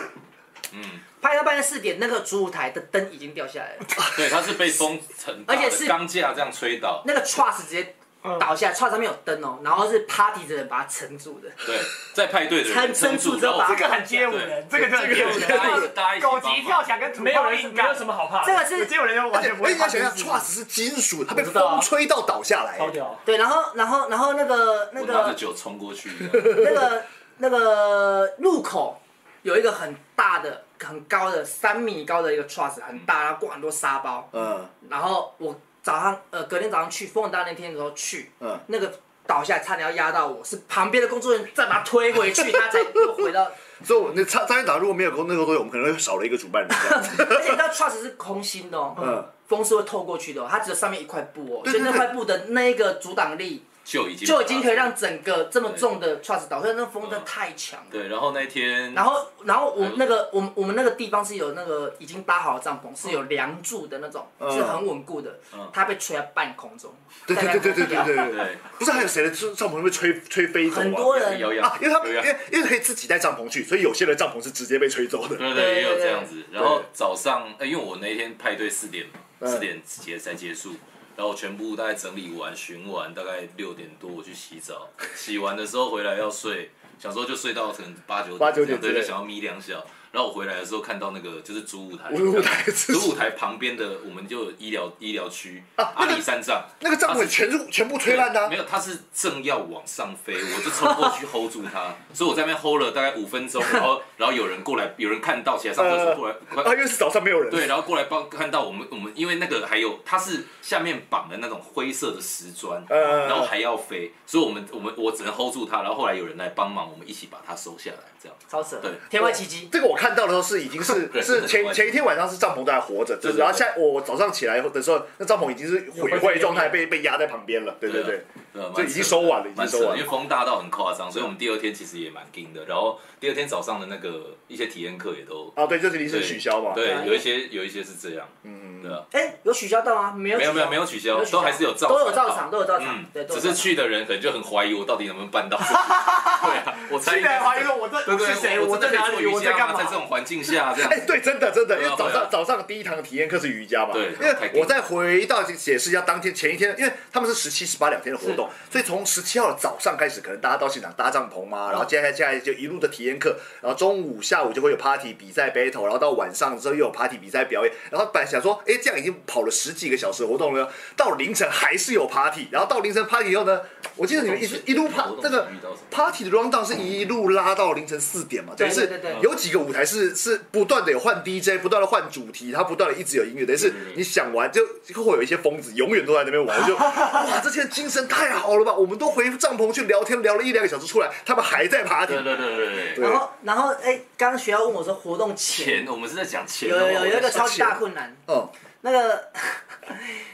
party 到半夜四点，那个主舞台的灯已经掉下来了， 对，它是被风层，而且是钢架这样吹倒。那个 truss 直接倒下来，truss 上面有灯哦，然后是 party 的人把它撑住的，对，在派对的人撑撑撑住，住然之后后我把这个很街舞人，这个真的很街舞大家一起人，大家一起狗帮急忙跳墙跟土没有炮人硬没啊有干什，么好怕的。这个有是街舞人就而完且全不会哎而且发你想现想事情。 ，trust 是金属，它被我知道啊风吹到倒下来耶，超屌，对，然后然后然后那个那拿着个酒冲过去， 那个那个路口有一个很大的、很高的三米高的一个 truss，很大，然后挂很多沙包，嗯然后我早上呃隔天早上去风很大那天的时候去，嗯那个倒下来差点要压到我，是旁边的工作人员再把他推回去，他才又回到。所以我那参参与党如果没有工那个东西，我们可能会少了一个主办人这样子。 而且你知道 trust 是空心的哦，嗯风是会透过去的、哦，它只有上面一块布哦，对就对那块布的那一个阻挡力就已经就已经可以让整个这么重的 trust 倒，所以那风真的太强了。对。然嗯后那天，然后，然后我们那个，我们我们那个地方是有那个已经搭好的帐篷，是有梁柱的那种，嗯是很稳固的。它被吹在半空中，对对对对对对对对对，对，不是还有谁的帐帐篷被吹吹飞走啊？很多人摇啊摇，，因为他们因对啊为因为可以自己带帐篷去，所以有些人帐篷是直接被吹走的。对对对，也有这样子。然后对早上，呃因为我那天派对四点嘛，嗯四点结才结束，然后我全部大概整理完、巡完，大概六点多我去洗澡，洗完的时候回来要睡，想说就睡到可能八九八九点这样之类对，就想要眯两小。然后我回来的时候看到那个就是主舞台，我的舞台是主舞台旁边的我们就有医疗医疗区，啊那阿个里山藏那个帐它篷啊是全部全部吹烂的啊没，有，他是正要往上飞，我就冲过去 hold 住他， 所以我在那边 hold 了大概五分钟，然后然后有人过来，有人看到起来上厕所，呃过来，啊，因为是早上没有人。 对，然后过来帮看到我们我们，因为那个还有它是下面绑的那种灰色的石砖，呃然后还要飞，所以我们我们我只能 hold 住它，然后后来有人来帮忙，我们一起把它收下来，这样。超扯对。天外奇迹，这个我看到的时候是已经是 对是对前前一天晚上是帐篷都还活着，对对然后下我早上起来的时候，那帐篷已经是毁坏状态，被被压在旁边了。对对对啊对，对啊就已经收完了已经蛮扯收的完了因为风大到很夸张，所以我们第二天其实也蛮惊的。然后第二天早上的那个一些体验课也都啊对，就是临时对取消嘛。对对啊，有一些有一些是这样，嗯，对啊。哎，有取消到吗？没有没取有消，没有没有取消没，有取消都还是有照都有照照常，都有照常嗯，对，，只都有是照常。去的人可能就很怀疑我到底能不能办到。 对啊，我猜去应年该是华就说我在对对，是谁，我我真在的哪可以做里，瑜我在伽干吗？啊在这嘛？种环境下这样哎，，对，真的真的，因为对啊早对上啊早上第一堂体验课是瑜伽嘛，对因为太我再回到解释一下当天前一天，因为他们是十七、十八两天的活动，所以从十七号的早上开始，可能大家到现场搭帐篷啊嗯嘛，然后接下来接下来就一路的体验课，然后中午、下午就会有 party 比赛 battle，然后到晚上之后又有 party 比赛表演，然后本来想说，哎，这样已经跑了十几个小时的活动了，到凌晨还是有 party，然后到凌晨 party 以后呢，我记得你们一直一路活 part 动那个遇到什么 party 的 round down 是一路拉到凌晨四点嘛，等于对是对对对有几个舞台是是不断的有换 DJ，不断的换主题，它不断的一直有音乐，等于是你想玩就会有一些疯子永远都在那边玩，我就哇，这些人精神太好了吧！我们都回帐篷去聊天，聊了一两个小时出来，他们还在 party，对对对对对。对然后然后哎，刚刚学校问我说活动前钱，我们是在讲钱有哦。有有有一个超级大钱困难，嗯，那个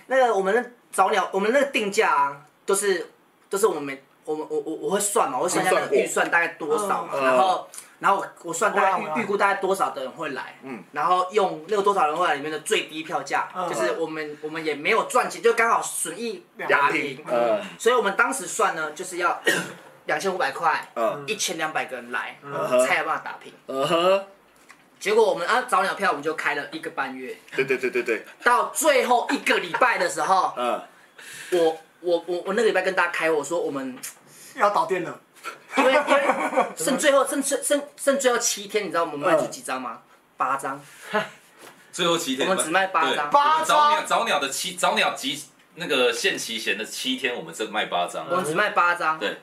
那个我们那早鸟，我们那个定价啊，都是都是我们我们我我我会算嘛，我会算一下那个预算大概多少嘛，嗯然后然后我我算大概我来我来预预估大概多少的人会来，嗯然后用那个多少人会来里面的最低票价，嗯就是我们我们也没有赚钱，就刚好损益打杨婷平，，呃所以我们当时算呢，就是要 两千五百块，嗯一千两百个人来哼才有办法打平。呃呵，结果我们按早鸟票，我们就开了一个半月，对对对对对，到最后一个礼拜的时候，嗯，我我我我那个礼拜跟大家开，我说我们要导电了，因为因为 剩最后剩剩剩剩最后七天，你知道我们卖出嗯几张吗？八张，最后七天，我们只卖八张对八张早鸟早鸟的七早鸟集那个限期前的七天，我们只卖八张啊我。们只卖八张，对，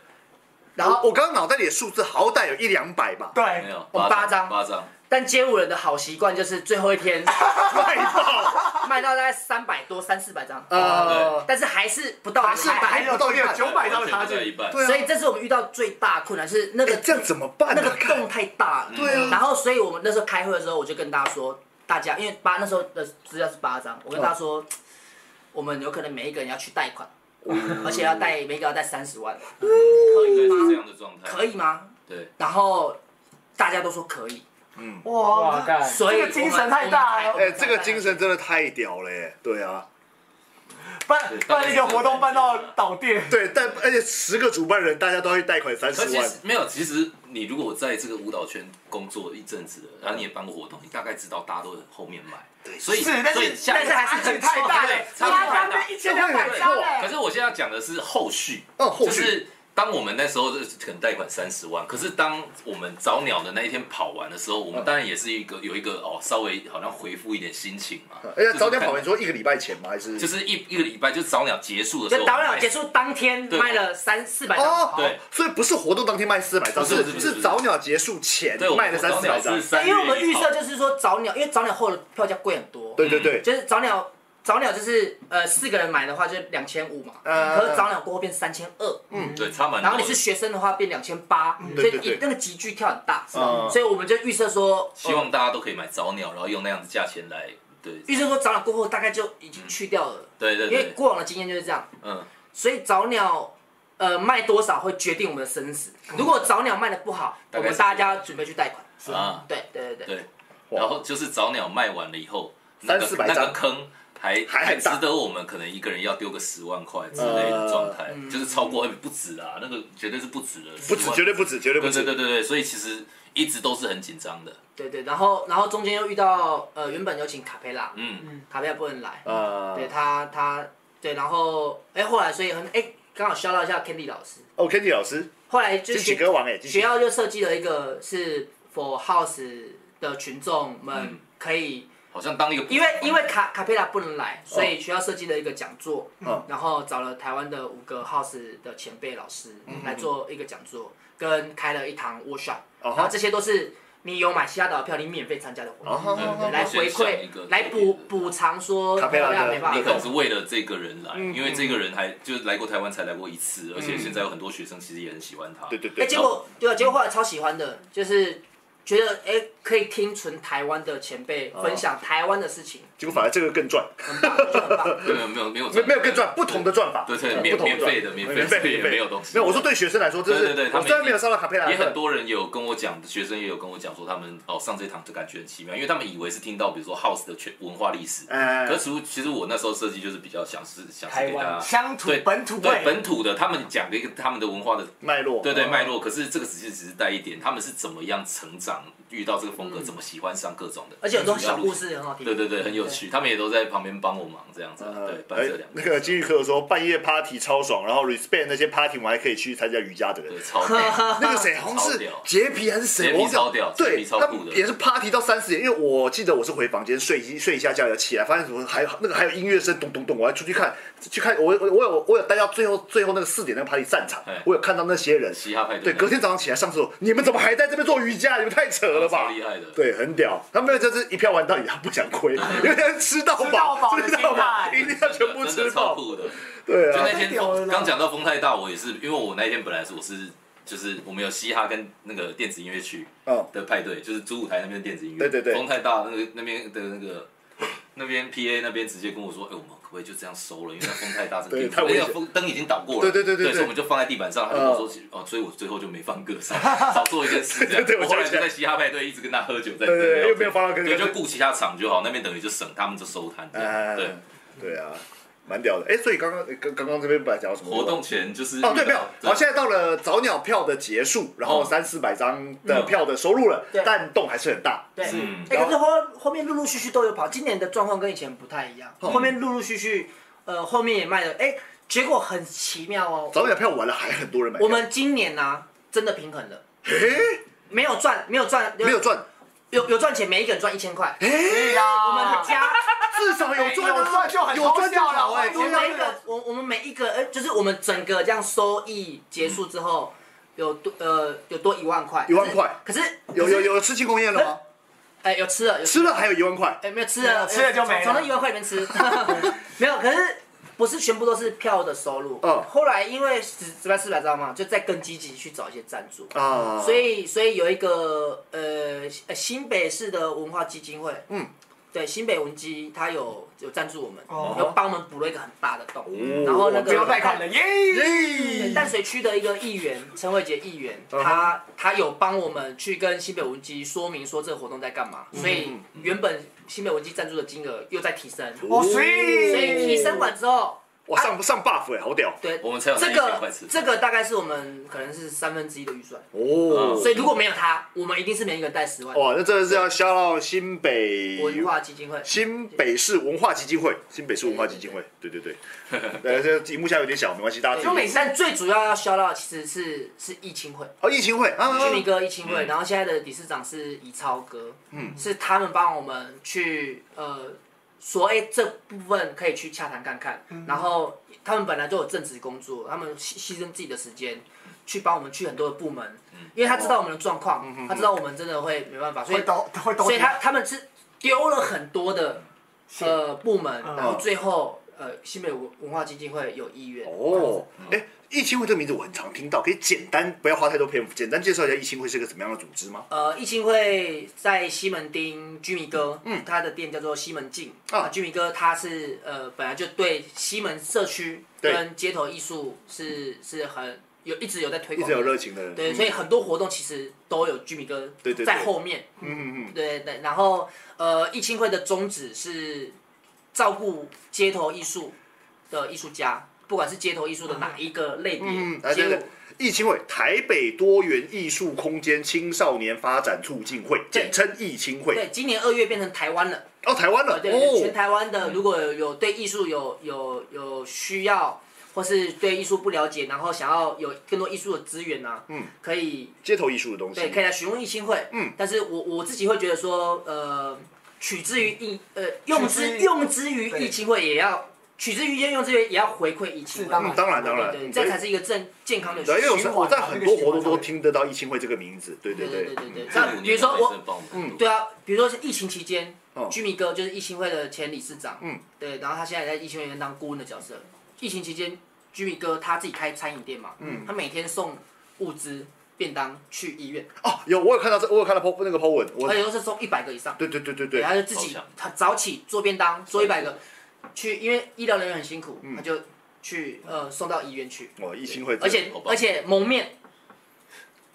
然后我刚刚脑袋里的数字好歹有一两百吧，没对，有我们八张八张。但街舞人的好习惯就是最后 一天卖爆，卖到大概三百多三四百张，呃，但是还是不到还是还有到一半九百张的差完全不在一距，半。对所啊，以这是我们遇到最大困难是那个哎这样怎么办 那呢？个洞太大了，对啊然后，所以我们那时候开会的时候，我就跟大家说，大家因为八那时候的资料是八张，我跟大家说，哦我们有可能每一个人要去贷款，嗯而且要贷每一个要贷三十万，可应以该是这吗？样的状态。可以吗？对，然后大家都说可以，哇，哇，干，所以这个精神太大了我们哎，这个精，神真的太屌了耶！对啊，办办一个活动办到导电， 对，但而且十个主办人大家都要去贷款三可十其万实，没有，其实你如果在这个舞蹈圈工作一阵子了，然后你也办过活动，你大概知道大家都很后面买，对，所以是，但所以是下但一是个还是太大了对，差距八太张大变一千两百张对嘞，可是我现在讲的是后续，嗯后续就是当我们那时候就是可能贷款三十万，可是当我们早鸟的那一天跑完的时候，我们当然也是一个有一个哦，稍微好像回复一点心情嘛。而且哎早点跑，完你说一个礼拜前吗？还是就是一一个礼拜，就是早鸟结束的时就候，导演结束当天卖了三四百张，哦，对，所以不是活动当天卖四百张，不是不是不是是早鸟结束前对，我卖们了三早四鸟百张是，三，因为我们预设就是说早鸟，因为早鸟后的票价贵很多，对对嗯对，就是早鸟，早鸟就是呃四个人买的话就两千五嘛，呃可是早鸟过后变三千二，对差蛮多的。然后你是学生的话变两千八，嗯所对以对对你那个集聚跳很大，嗯所以我们就预设说，哦希望大家都可以买早鸟，然后用那样子价钱来，对预设说早鸟过后大概就已经去掉了，对对因为对，过往的经验就是这样，嗯，所以早鸟。呃，卖多少会决定我们的生死。如果早鸟卖的不好，嗯大我概是们大家准备去贷款。啊，对对对对，对，然后就是早鸟卖完了以后，那个300那个张坑还还很值大得我们可能一个人要丢个十万块之类的状态，就是超过不止啦，那个绝对是不止的，不止， 10万绝对不止，绝对不对对对止。对对，所以其实一直都是很紧张的，对对。然后然后中间又遇到呃，原本有请卡佩拉，嗯，卡佩拉不能来，啊对他，他对，然后哎、后来所以很哎，刚、好 shout out 一下 Candy 老师，哦，Kenny 老师，后来就金曲学歌王哎，金学曲校就设计了一个是 for house 的群众们嗯可以，好像当一个因为因为卡卡佩拉不能来，所哦以学校设计了一个讲座，嗯然后找了台湾的五个 house 的前辈老师嗯来做一个讲座，跟开了一堂 workshop，、哦然后这些都是你有买西雅岛的票，你免费参加的活动。哦好对好对好嗯对来先回想一馈个，来补补偿说卡佩拉的没办法你那可个能是为了这个人来，因为这个人还就是来过台湾才来过一次，而且现在有很多学生其实也很喜欢他。对对哎、对，结果对啊，结果后来超喜欢的，就是觉得哎、可以听纯台湾的前辈哦分享台湾的事情，结果反而这个更赚，就很棒。没有没有没有没没有更赚，不同的赚法，对对嗯免不同的赚免费的免费免所以费也没有东西没有，我说对学生来说，就对是对对他我们虽然一没有上到卡佩拉，也很多人有跟我讲，学生也有跟我讲说，他们哦上这堂就感觉很奇妙，因为他们以为是听到比如说 House 的全文化历史，哎可是其实我那时候设计就是比较想是想是给台大湾家乡土对本土对味，本土的他们讲的一个他们的文化的脉络，嗯对对，脉络。可是这个只是只是带一点，他们是怎么样成长，遇到这嗯个风格，怎么喜欢上各种的，而且很多小故主要路事很哦好听。线。对对对，很有趣，他们也都在旁边帮我忙，这样子啊。呃对，办哎这两那个金玉科说半夜 party 超爽，然后 respect 那些 party 我还可以去参加瑜伽的人对， 超屌那个谁好像超是屌洁皮还是谁，洁皮我忘记超屌洁对，皮超他酷的也是 party 到三四点，因为我记得我是回房间睡一睡一下觉，要起来发现怎么还有那个还有音乐声咚咚咚，我还出去看去看，我我我有我有待到最后最后那个四点那个 party 散场哎，我有看到那些人，嘻哈派对，对隔天早上起来上厕所，你们怎么还在这边做瑜伽？你们太扯了吧超！厉害的。对，很屌。他们就是一票玩到底，他不想亏，因为他吃到吃到饱，饱吃的到饱， 一心定真要的，全部真吃的超爆。酷的。对就啊，那天太屌了风啦刚讲到风太大，我也是，因为我那一天本来是我是就是我们有嘻哈跟那个电子音乐区嗯，的派对，就是主舞台那边的电子音乐，对对对风太大，那个那边的那个。 那边 P A 那边直接跟我说，哎、我们可不可以就这样收了？因为那风太大，这个对地太方，危因险为哎风灯已经倒过了，对对对对对嗯所以我们就放在地板上。他就跟我说，哦、所以我最后就没放歌，少 少做一件事。这样 对对对我我后来想就起来在嘻哈派对一直跟他喝酒，在对对对在聊天又没有放到歌对，就顾其他场就好。那边等于就省，他们就收摊这样。哎对，，对啊，蛮屌的。哎，所以刚刚刚刚刚这边本来讲到什么活动？前就是哦，遇对，到没有。这好，样现在到了早鸟票的结束，然后嗯三四百张的票的收入了嗯对，但动还是很大。对，嗯哎、可是后后面陆陆续续都有跑，今年的状况跟以前不太一样。嗯后面陆陆续续，呃，后面也卖了，哎、结果很奇妙哦。早鸟票完了，还很多人买票。我们今年呢、啊真的平衡了，哎，没有赚，没有赚，没有赚，有有赚钱，每一个人赚一千块。哎，我们加，至少有赚啊，有赚就很有赚就高效了好哎，我对们啊每一个，我我们每一个，哎、就是我们整个这样收益结束之后，有多呃有多一万块，一万块可是有有，有吃庆功宴了吗？哎、有吃了，有吃了还有一万块，哎、没有吃了，吃了就没了从那一万块里面吃，没有，可是不是全部都是票的收入。嗯后来因为只只卖四百张嘛，就再更积极去找一些赞助。啊，所以，所以有一个呃呃新北市的文化基金会，嗯，对，新北文基它有有赞助我们，哦有帮我们补了一个很大的洞，哦然后那不个哦用贷款了，耶！耶淡水区的一个议员陈慧杰议员，嗯哼他他有帮我们去跟新北文基说明说这个活动在干嘛，嗯所以原本新北文基赞助的金额又在提升，嗯哦，所所以提以升完之后，哇上上 buff 哎，好屌对，我们才有这那一千块个吃这个大概是我们可能是三分之一的预算，哦嗯所以如果没有他，我们一定是每一个人带十万。哇，那真的是要销到新北文化基金会，新北市文化基金会，新北市文化基金会，对对对， 呃，这题目下有点小，没关系，大家自就己。每但最主要要销到其实是是义清会，哦，疫情会啊，俊明哥义清会，然后现在的理事长是宜超哥，嗯，是他们帮我们去呃说，哎，这部分可以去洽谈看看，然后他们本来就有正职工作，他们牺牺牲自己的时间。去帮我们去很多的部门，因为他知道我们的状况，他知道我们真的会没办法，所以会抖会抖，所以他他们是丢了很多的呃部门，然后最后呃新北文文化基金会有意愿哦，嗯哎，疫情会这个名字我很常听到，可以简单不要花太多篇幅，简单介绍一下疫情会是个怎么样的组织吗？呃，义兴会在西门町居民哥，嗯，他的店叫做西门镜啊啊。居民哥他是呃本来就对西门社区对跟街头艺术是是很有一直有在推一广直有，热情的人，嗯哦对，所以很多活动其实都有居民哥对对对在后面，嗯嗯对对。然后呃，义兴会的宗旨是照顾街头艺术的艺术家，不管是街头艺术的哪一个类别，嗯嗯嗯，哎街对对舞。，疫情会台北多元艺术空间青少年发展促进会，对简称疫情会。对，今年二月变成台湾了。哦，台湾了对对，哦全，台湾的如果有有对艺术有有有需要，或是对艺术不了解，然后想要有更多艺术的资源呢、嗯，可以街头艺术的东西，对可以来询问艺兴会，嗯，但是我我自己会觉得说，呃，取之于艺呃取用之之于用之于对艺兴会也要。取之于用之于也要回馈艺兴是会，当嗯，当然当然对，，所这以才是一个正健康的对，因为循我环在我在很多活动都听得到“疫情会”这个名字，对对对对对对，对对，这像比如说我，嗯，对啊，比如说是疫情期间哦，居民哥就是义兴会的前理事长，嗯嗯，对，然后他现在在义兴会里面当顾问的角色。疫情期间，居民哥他自己开餐饮店嘛，嗯，他每天送物资便当去医院，哦，有我有看到这，我有看到 po 那个 po 文，我而且都是送一百个以上。对对对对哦对对，他，就自己超强他早起做便当，做一百个，去因为医疗人员很辛苦，嗯他就去呃送到医院去，我哦一心会，而且好吧而且蒙面，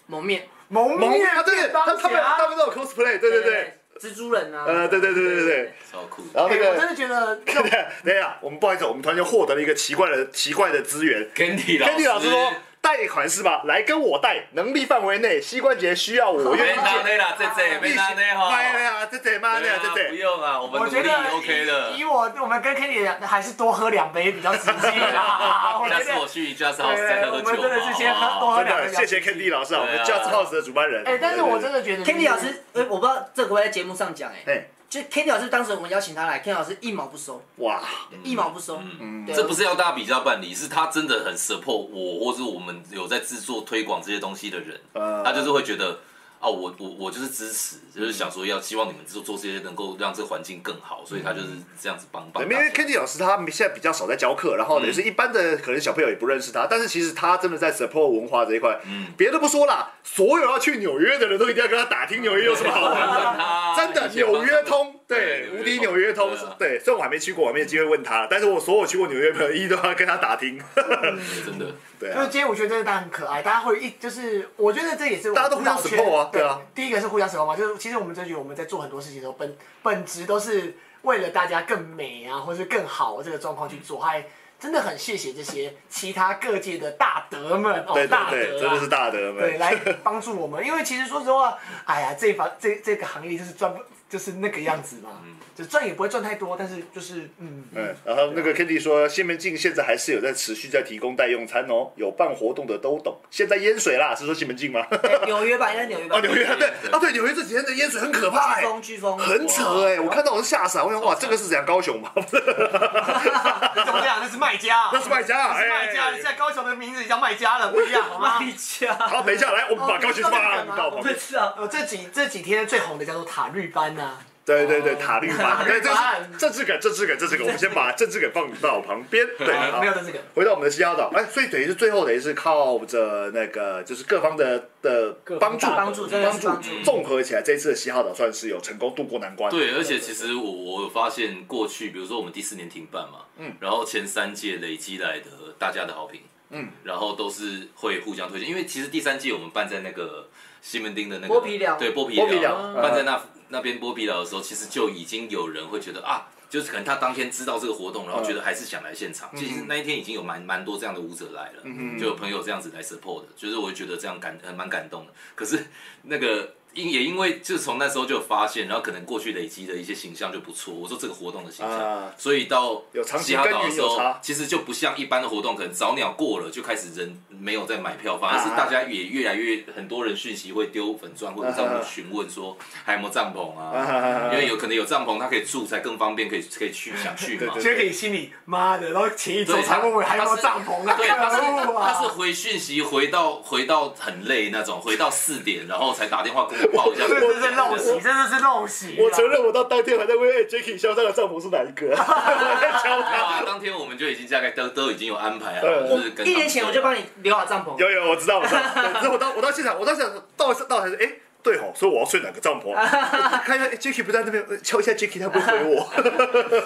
蒙面，蒙蒙面啊，对，便当他他们侠他们都有 cosplay，对对对，，蜘蛛人啊，呃，对对对对对，超酷的。然后那哎我个真的觉得这 种等一下，等一下，我们不好意思，我们突然间获得了一个奇怪的奇怪的资源。 Gandy 老 Kandy 老师说，贷款是吧？来跟我贷，能力范围内，膝关节需要 我愿别意拿借。那啦，这这别拿哎那哈，妈呀，这这妈对呀，啊这不这。用啊，我们我努觉力得 OK 的以。以我我们跟 Kenny 的还是多喝两杯比较实际 啦。我觉下得次我去 Just House 再对，喝我个酒吧们真的是先喝多喝哦真两的，杯。谢谢 Kandy 老师啊，我们对啊 Just House 的主办人。哎，但是我真的觉得 Kenny 老师，呃，我不知道这个会不会在节目上讲，哎哎，就 Kenny 老师当时我们邀请他来，Kenny 老师一毛不收，哇，一毛不收，嗯对这不是要大家比较办理，是他真的很 support 我，或者我们有在制作推广这些东西的人，呃他就是会觉得啊，我我我就是支持，就是想说要希望你们做做这些能够让这个环境更好，所以他就是这样子帮帮对大因家。为 Kandy 老师他现在比较少在教课，然后呢，也是一般的可能小朋友也不认识他，但是其实他真的在 support 文化这一块，别的不说啦，所有要去纽约的人都一定要跟他打听纽约有什么好玩的。他真的以前帮纽约他通，对，啊对无敌纽约通对啊，对，虽然我还没去过，我还没有机会问他，但是我所有去过纽约的朋友一都要跟他打听，对真的， 对就是啊，街舞圈真的大家很可爱，大家会一就是，我觉得这也是我大家都互相舞蹈圈 support 啊对啊。第一个是互相 support 嘛，就是其实我们这局我们在做很多事情的时候，本本质都是为了大家更美啊，或是更好这个状况去做，还真的很谢谢这些其他各界的大德们哦，对对大德对，啊真的是大德对，们，来帮助我们。因为其实说实话，哎呀，这一行这这个行业就是赚不就是那个样子嘛，嗯就赚也不会赚太多，但是就是嗯，嗯，然后那个 Kandy 说，西门庆现在还是有在持续在提供代用餐哦，有办活动的都懂，现在淹水啦，是说西门庆吗？哎纽约吧，应该是纽约吧啊，，纽约对啊，对，纽约这几天的淹水很可怕哎飓，风飓风，很扯哎，我看到我是吓傻，我想哇，这个是怎样高雄 吗？怎么讲？那是卖家， 那是卖家啊，是卖家，哎现，在高雄的名字叫卖家了，不一样好 吗？家，好，等一下来，我们把哦高雄你知道骂这个吗到我旁啊我边们，知道，呃，这几这几天最红的叫做塔绿班啊呐、对对对，哦塔绿班，对，这是塔绿班政治梗，政治梗，政治梗，我们先把政治梗放到旁 边，对，哎啊，好没有。的这个，回到我们的西澳岛，哎，所以等于是最后等于是靠着那个就是各方的的各帮方助大帮助真的帮是助帮助，综合起来，这一次的西澳岛算是有成功渡过难关。，对，而且其实我我有发现过去，比如说我们第四年停办嘛，嗯，然后前三届累积来的大家的好评，嗯，然后都是会互相推荐，因为其实第三届我们办在那个西门町的那个剥皮寮对剥皮剥皮寮寮嗯办在那那边剥皮寮的时候，其实就已经有人会觉得啊。就是可能他当天知道这个活动，然后觉得还是想来现场。其实那一天已经有蛮蛮多这样的舞者来了，就有朋友这样子来 support 的，就是我觉得这样感呃蛮感动的。可是那个因也因为就从那时候就有发现，然后可能过去累积的一些形象就不错。我说这个活动的形象，啊所以到有长期嘻哈岛耕的耘时有候差，其实就不像一般的活动，可能早鸟过了就开始人没有在买票，反而啊是大家也越来越很多人讯息会丢粉钻或者在我啊们询问说还有没有帐篷啊，因为有可能有帐篷，他可以住才更方便，可以可以去想去嘛。杰克心里妈的，然后前一周对才问我还有没有他是帐篷啊，对，他 是可恶 他是啊！回讯息回到回到很累那种，回到四点然后才打电话跟我报 一下。这真是陋习，真的是陋习啊。我承认我到当天还在问哎 Jacky 肖战的帐篷是哪一个，啊 我在敲 没有啊他。，当天我们就已经大概都都已经有安排好嗯了，就是跟一年前我就帮你留好帐篷，有有，我知道， 我知道。然后我到我到现场，我到现场到到还是哎。对哦，所以我要睡哪个帐篷？ 哎看一下哎 Jacky 不在那边，呃敲一下 Jacky，他不会回我，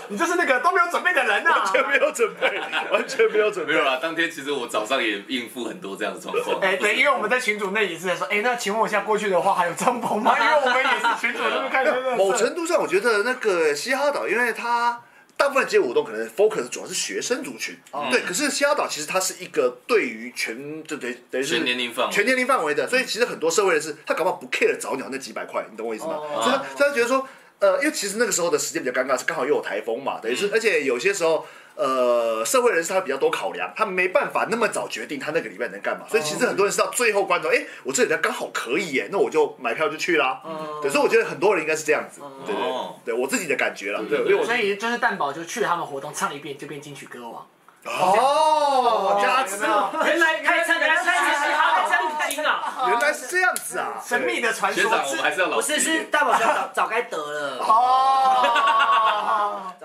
你就是那个都没有准备的人呐、啊。没有准备，完全没有准备没。有啦。当天其实我早上也应付很多这样的状况。哎，对，因为我们在群组内也是在说，哎，那请问我现在过去的话还有帐篷吗？因为我们也是群主那边开始在 那 某程度上，我觉得那个嘻哈岛，因为它大部分街舞活动可能 focus 主要是学生族群，哦对。可是嘻哈岛其实它是一个对于全就等于等于是全年龄范围全年龄范围的，所以其实很多社会人士他搞不好不 care 早鸟那几百块，你懂我意思吗？哦所以他所以他觉得说，呃，因为其实那个时候的时间比较尴尬，是刚好又有台风嘛，等于是，而且有些时候。呃，社会人士他比较多考量，他没办法那么早决定他那个礼拜能干嘛，所以其实很多人是到最后关头，哎、我这礼拜刚好可以耶，那我就买票就去啦。对，所以我觉得很多人应该是这样子，对对哦对，我自己的感觉啦，对，对因为我所以就是蛋宝就去了他们活动唱一遍就变金曲歌王，哦，加持，原来开餐原来开餐是哈餐餐巾啊，原来是这样子啊，神秘的传学说长，我是们还是要老不实是一是点。大宝早早该得了，哦，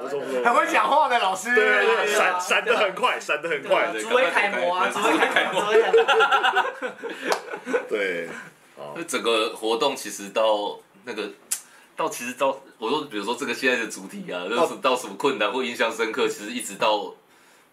我说我很会讲话的老师。对对对，闪闪的很快，闪的很快，紫薇楷模啊，紫紫薇薇楷楷模，模紫薇楷模，对，那整个活动其实到那个到其实到我说，比如说这个现在的主题哦啊，就是到什么困难或印象深刻，其实一直到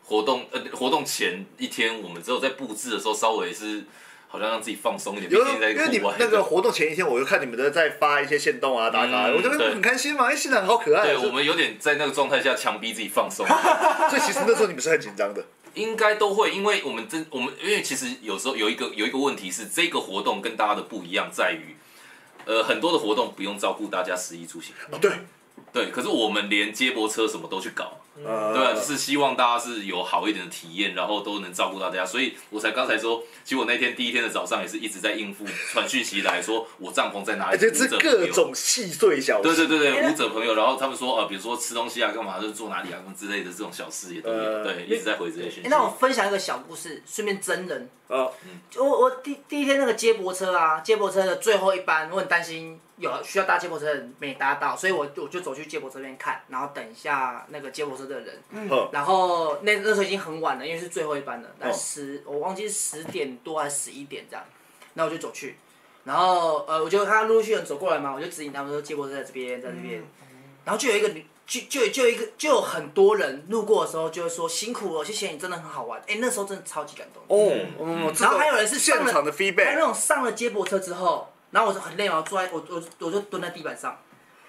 活动呃活动前一天，我们只有在布置的时候稍微是好像让自己放松一点，毕有竟在因为你们户外。那个活动前一天，我就看你们的在发一些线动啊、打卡，嗯我觉得对很开心嘛，哎，新人好可爱。对我们有点在那个状态下强逼自己 放松，所以 其实那时候你们是很紧张的，应该都会，因为我们真我们因为其实有时候有一个有一个问题是这个活动跟大家的不一样在于，呃，很多的活动不用照顾大家食衣住行，哦对，对，可是我们连接驳车什么都去搞，呃对啊，就是希望大家是有好一点的体验，然后都能照顾到大家。所以我才刚才说，其实我那天第一天的早上也是一直在应付传讯息来说我帐篷在哪里，而且是舞者朋友哎各种细碎小对事，对对对舞者朋友，然后他们说呃，比如说吃东西啊，干嘛就是坐哪里啊，什么之类的这种小事也都有，呃对，一直在回这些讯息哎诶。那我分享一个小故事，顺便真人。啊，我我第第一天那个接驳车啊，接驳车的最后一班，我很担心有需要搭接驳车的人没搭到，所以我我就走去接驳车那边看，然后等一下那个接驳车的人。哦然后那那时候已经很晚了，因为是最后一班了，大概哦十、我忘记是十点多还是十一点这样。然后我就走去，然后呃，我就看到陆陆续续有人走过来嘛，我就指引他们说接驳车在这边，在这边。然后就有一个女，就就就有一个就有很多人路过的时候就会说辛苦了，谢谢你，真的很好玩。哎，那时候真的超级感动。嗯哦，然后还有人是现上了场的还有那 feedback，种上了接驳车之后，然后我就很累嘛，我坐在我我我就蹲在地板上，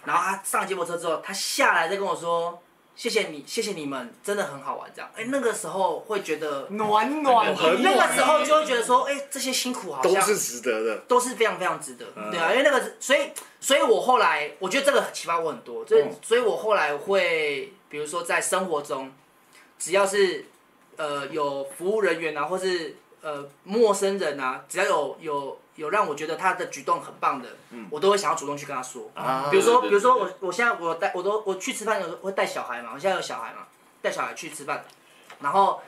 然后他上了接驳车之后，他下来再跟我说谢谢你，谢谢你们，真的很好玩这样。哎，那个时候会觉得，暖暖，很那个时候就会觉得说，哎，这些辛苦好像都是嗯值得的，都是非常非常值得，对啊，因为那个，所以，所以我后来我觉得这个启发我很多，所以，嗯所以我后来会，比如说在生活中，只要是呃有服务人员啊，或是呃陌生人啊，只要有有有让我觉得他的举动很棒的，我都会想要主动去跟他说。啊比如说，嗯对对对比如说我我现在我带我都我去吃饭，有时候会带小孩嘛，我现在有小孩嘛，带小孩去吃饭，然后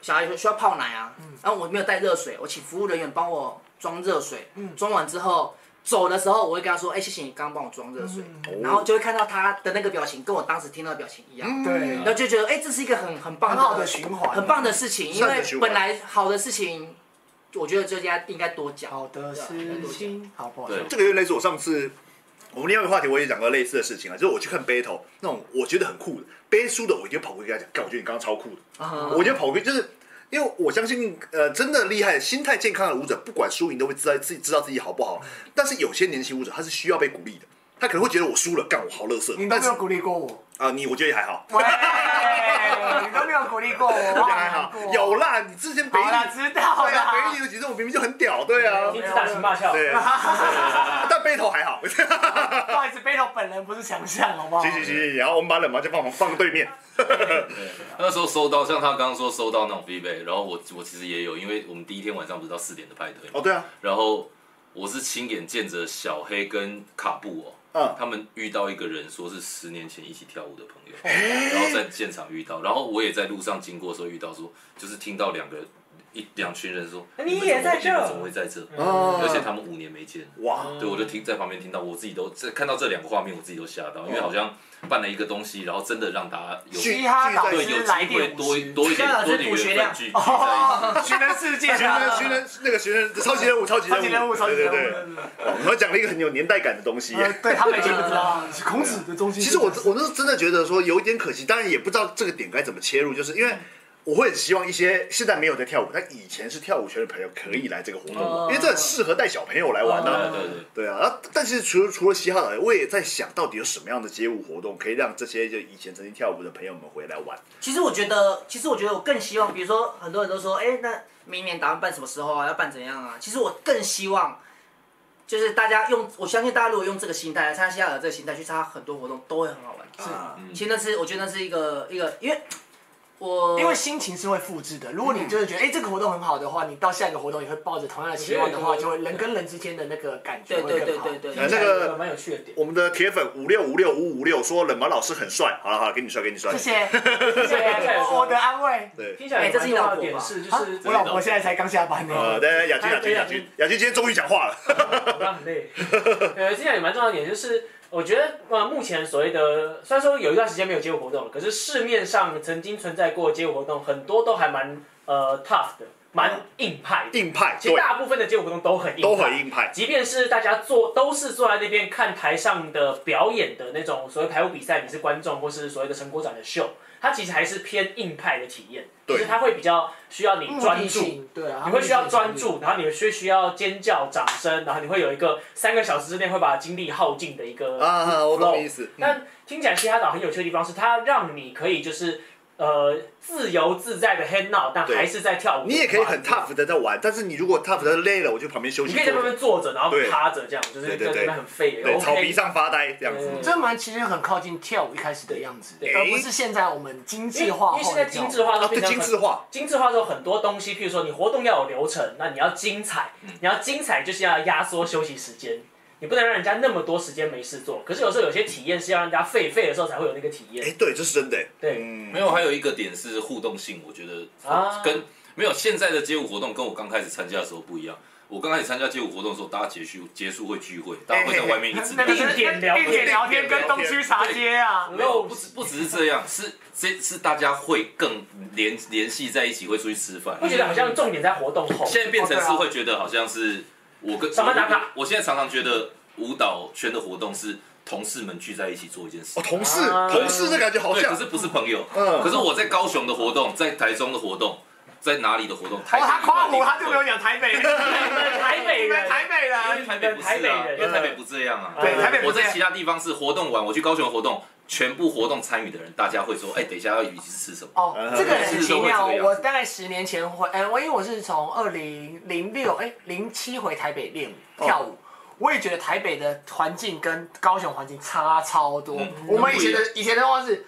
小孩需要泡奶啊，然后我没有带热水，我请服务人员帮我装热水，装完之后走的时候，我会跟他说，哎，谢谢你刚刚帮我装热水，然后就会看到他的那个表情跟我当时听到的表情一样，对，然后就觉得，哎，这是一个很很棒很好的循环，啊很棒的事情，因善为的循环本来好的事情，我觉得这家应该多讲。好的事情，好不好？对这个就类似我上次我们另外一个话题，我也讲过类似的事情啊，就是我去看 battle 那种我觉得很酷的，背书的我一定跑过去跟他讲，干，我觉得你刚刚超酷的，啊我就跑过去，就是因为我相信，呃，真的厉害、心态健康的舞者，不管输赢都会知道自己知道自己好不好。嗯但是有些年轻舞者，他是需要被鼓励的，他可能会觉得我输了，干我好乐色你，都但没是有啊、鼓励过我，你我觉得也还好，喂，你都没有鼓励过我，我我觉得还好，有啦，你之前北好影，啦，知道对啊，北啦影，有几次我明明就很屌，对 啊一，直大情骂俏，对，但背头还好。 不好意思，贝头本人不是强项，好不好？行行行行，然后我们把冷麻将放放对面，那时候收到，像他刚刚说收到那种 feedback，然后我我其实也有，因为我们第一天晚上不是到四点的派对，哦对啊，然后我是亲眼见着小黑跟卡布哦。嗯，他们遇到一个人，说是十年前一起跳舞的朋友，然后在现场遇到，然后我也在路上经过的时候遇到说就是听到两个一两群人说，你们怎么也在这你们怎么会在这？哦而且他们五年没见，哇，对我就听在旁边听到，我自己都这看到这两个画面，我自己都吓到，因哦为好像办了一个东西，然后真的让大家有聚嘻哈导对有师机来会电舞多师，多一 徐老点师多一点补学缘量分聚聚哦在一起。寻人世界学啊，人学人那个学人超级人物超级超级人人物，物，超级对对对哦人，物，我们讲了一个很有年代感的东西。呃，对他们已经不知道了，是孔子的中心。其实我我那时候真的觉得说有一点可惜，当然也不知道这个点该怎么切入，就是因为我会很希望一些现在没有在跳舞，但以前是跳舞圈的朋友可以来这个活动哦玩，因为这很适合带小朋友来玩对啊。对对，对啊，啊但是除了除了嘻哈以外，我也在想到底有什么样的街舞活动可以让这些就以前曾经跳舞的朋友们回来玩。其实我觉得，其实我觉得我更希望，比如说很多人都说，哎、那明年打算办什么时候啊？要办怎样啊？其实我更希望，就是大家用，我相信大家如果用这个心态，参加西雅尔这个心态去参加很多活动，都会很好玩。是嗯啊其实那是我觉得那是一个一个，因为我因为心情是会复制的。如果你真的觉得，哎、这个活动很好的话，你到下一个活动也会抱着同样的期望的话，对就会人跟人之间的那个感觉对会对更对好。对对呃对，那个蛮有趣的点。我们的铁粉五六五六五五六说冷毛老师很帅，好了好了，给你帅给你帅谢。谢，谢谢我我的安慰。对，听起来有蛮重要的点是，就啊是我老婆现在才刚下班呢、呃，大家雅君雅君雅君雅君今天终于讲话了， 我刚很累。呃，听起来也蛮重要的点就是，呃我觉得呃，目前所谓的虽然说有一段时间没有街舞活动了，可是市面上曾经存在过街舞活动，很多都还蛮呃 tough 的，蛮硬派的。硬派，其实对，大部分的街舞活动都很硬派，都很硬派，即便是大家坐都是坐在那边看台上的表演的那种所谓排舞比赛，你是观众或是所谓的成果展的秀，它其实还是偏硬派的体验，对就是它会比较需要你专注，性，对啊，你会需要专注，然后你需需要尖叫、掌声，然后你会有一个三个小时之内会把精力耗尽的一个啊，我懂 flow 你意思。那听起来嘻哈岛很有趣的地方是，它让你可以就是呃自由自在的 hang out，但对还是在跳舞。你也可以很 tough 的在玩，但是你如果 tough 的累了，我就旁边休息你坐可着。以在那边坐着，然后对趴着这样，就是对对在那边对很废的。对，草 OK 皮上发呆这样子。对这蛮其实很靠近跳舞一开始的样子，对而不是现在我们精因为致化因后为现在的跳精舞。致化啊，对，都变成精致很化，精致化之后，很多东西，譬如说你活动要有流程，那你要精彩，嗯你要精彩就是要压缩休息时间，你不能让人家那么多时间没事做。可是有时候有些体验是要让人家废废的时候才会有那个体验，哎，对，这是真的。对，嗯，没有，还有一个点是互动性，我觉得啊跟没有现在的街舞活动跟我刚开始参加的时候不一样。我刚开始参加街舞活动的时候，大家结束结束会聚会，大家会在外面一直那聊个天。是定点聊天定点聊天跟东区茶街啊，没有，不只不只是这样，是这是大家会更联联系在一起，会出去吃饭。会觉得好像重点在活动后，现在变成是哦对啊会觉得好像是我跟上班打卡我我现在常常觉得舞蹈圈的活动是同事们聚在一起做一件事哦，。同事，啊同事这感觉好对，可像是不是朋友。嗯可是我在高雄的活动，在台中的活动，在哪里的活动？台哦，中他夸一我，万他就没有讲台北， 台北你们人，台北因为人，台北不台是北啊，人因为台北不这样啊。对，台北我不是在其他地方是活动完，我去高雄的活动，全部活动参与的人，大家会说，哎，等一下要一起吃什么？嗯哦，这个很奇妙。嗯我大概十年前回，哎，我因为我是从二零零六哎零七回台北练哦舞跳舞。我也觉得台北的环境跟高雄环境差超多。嗯我们以前的以前的话是，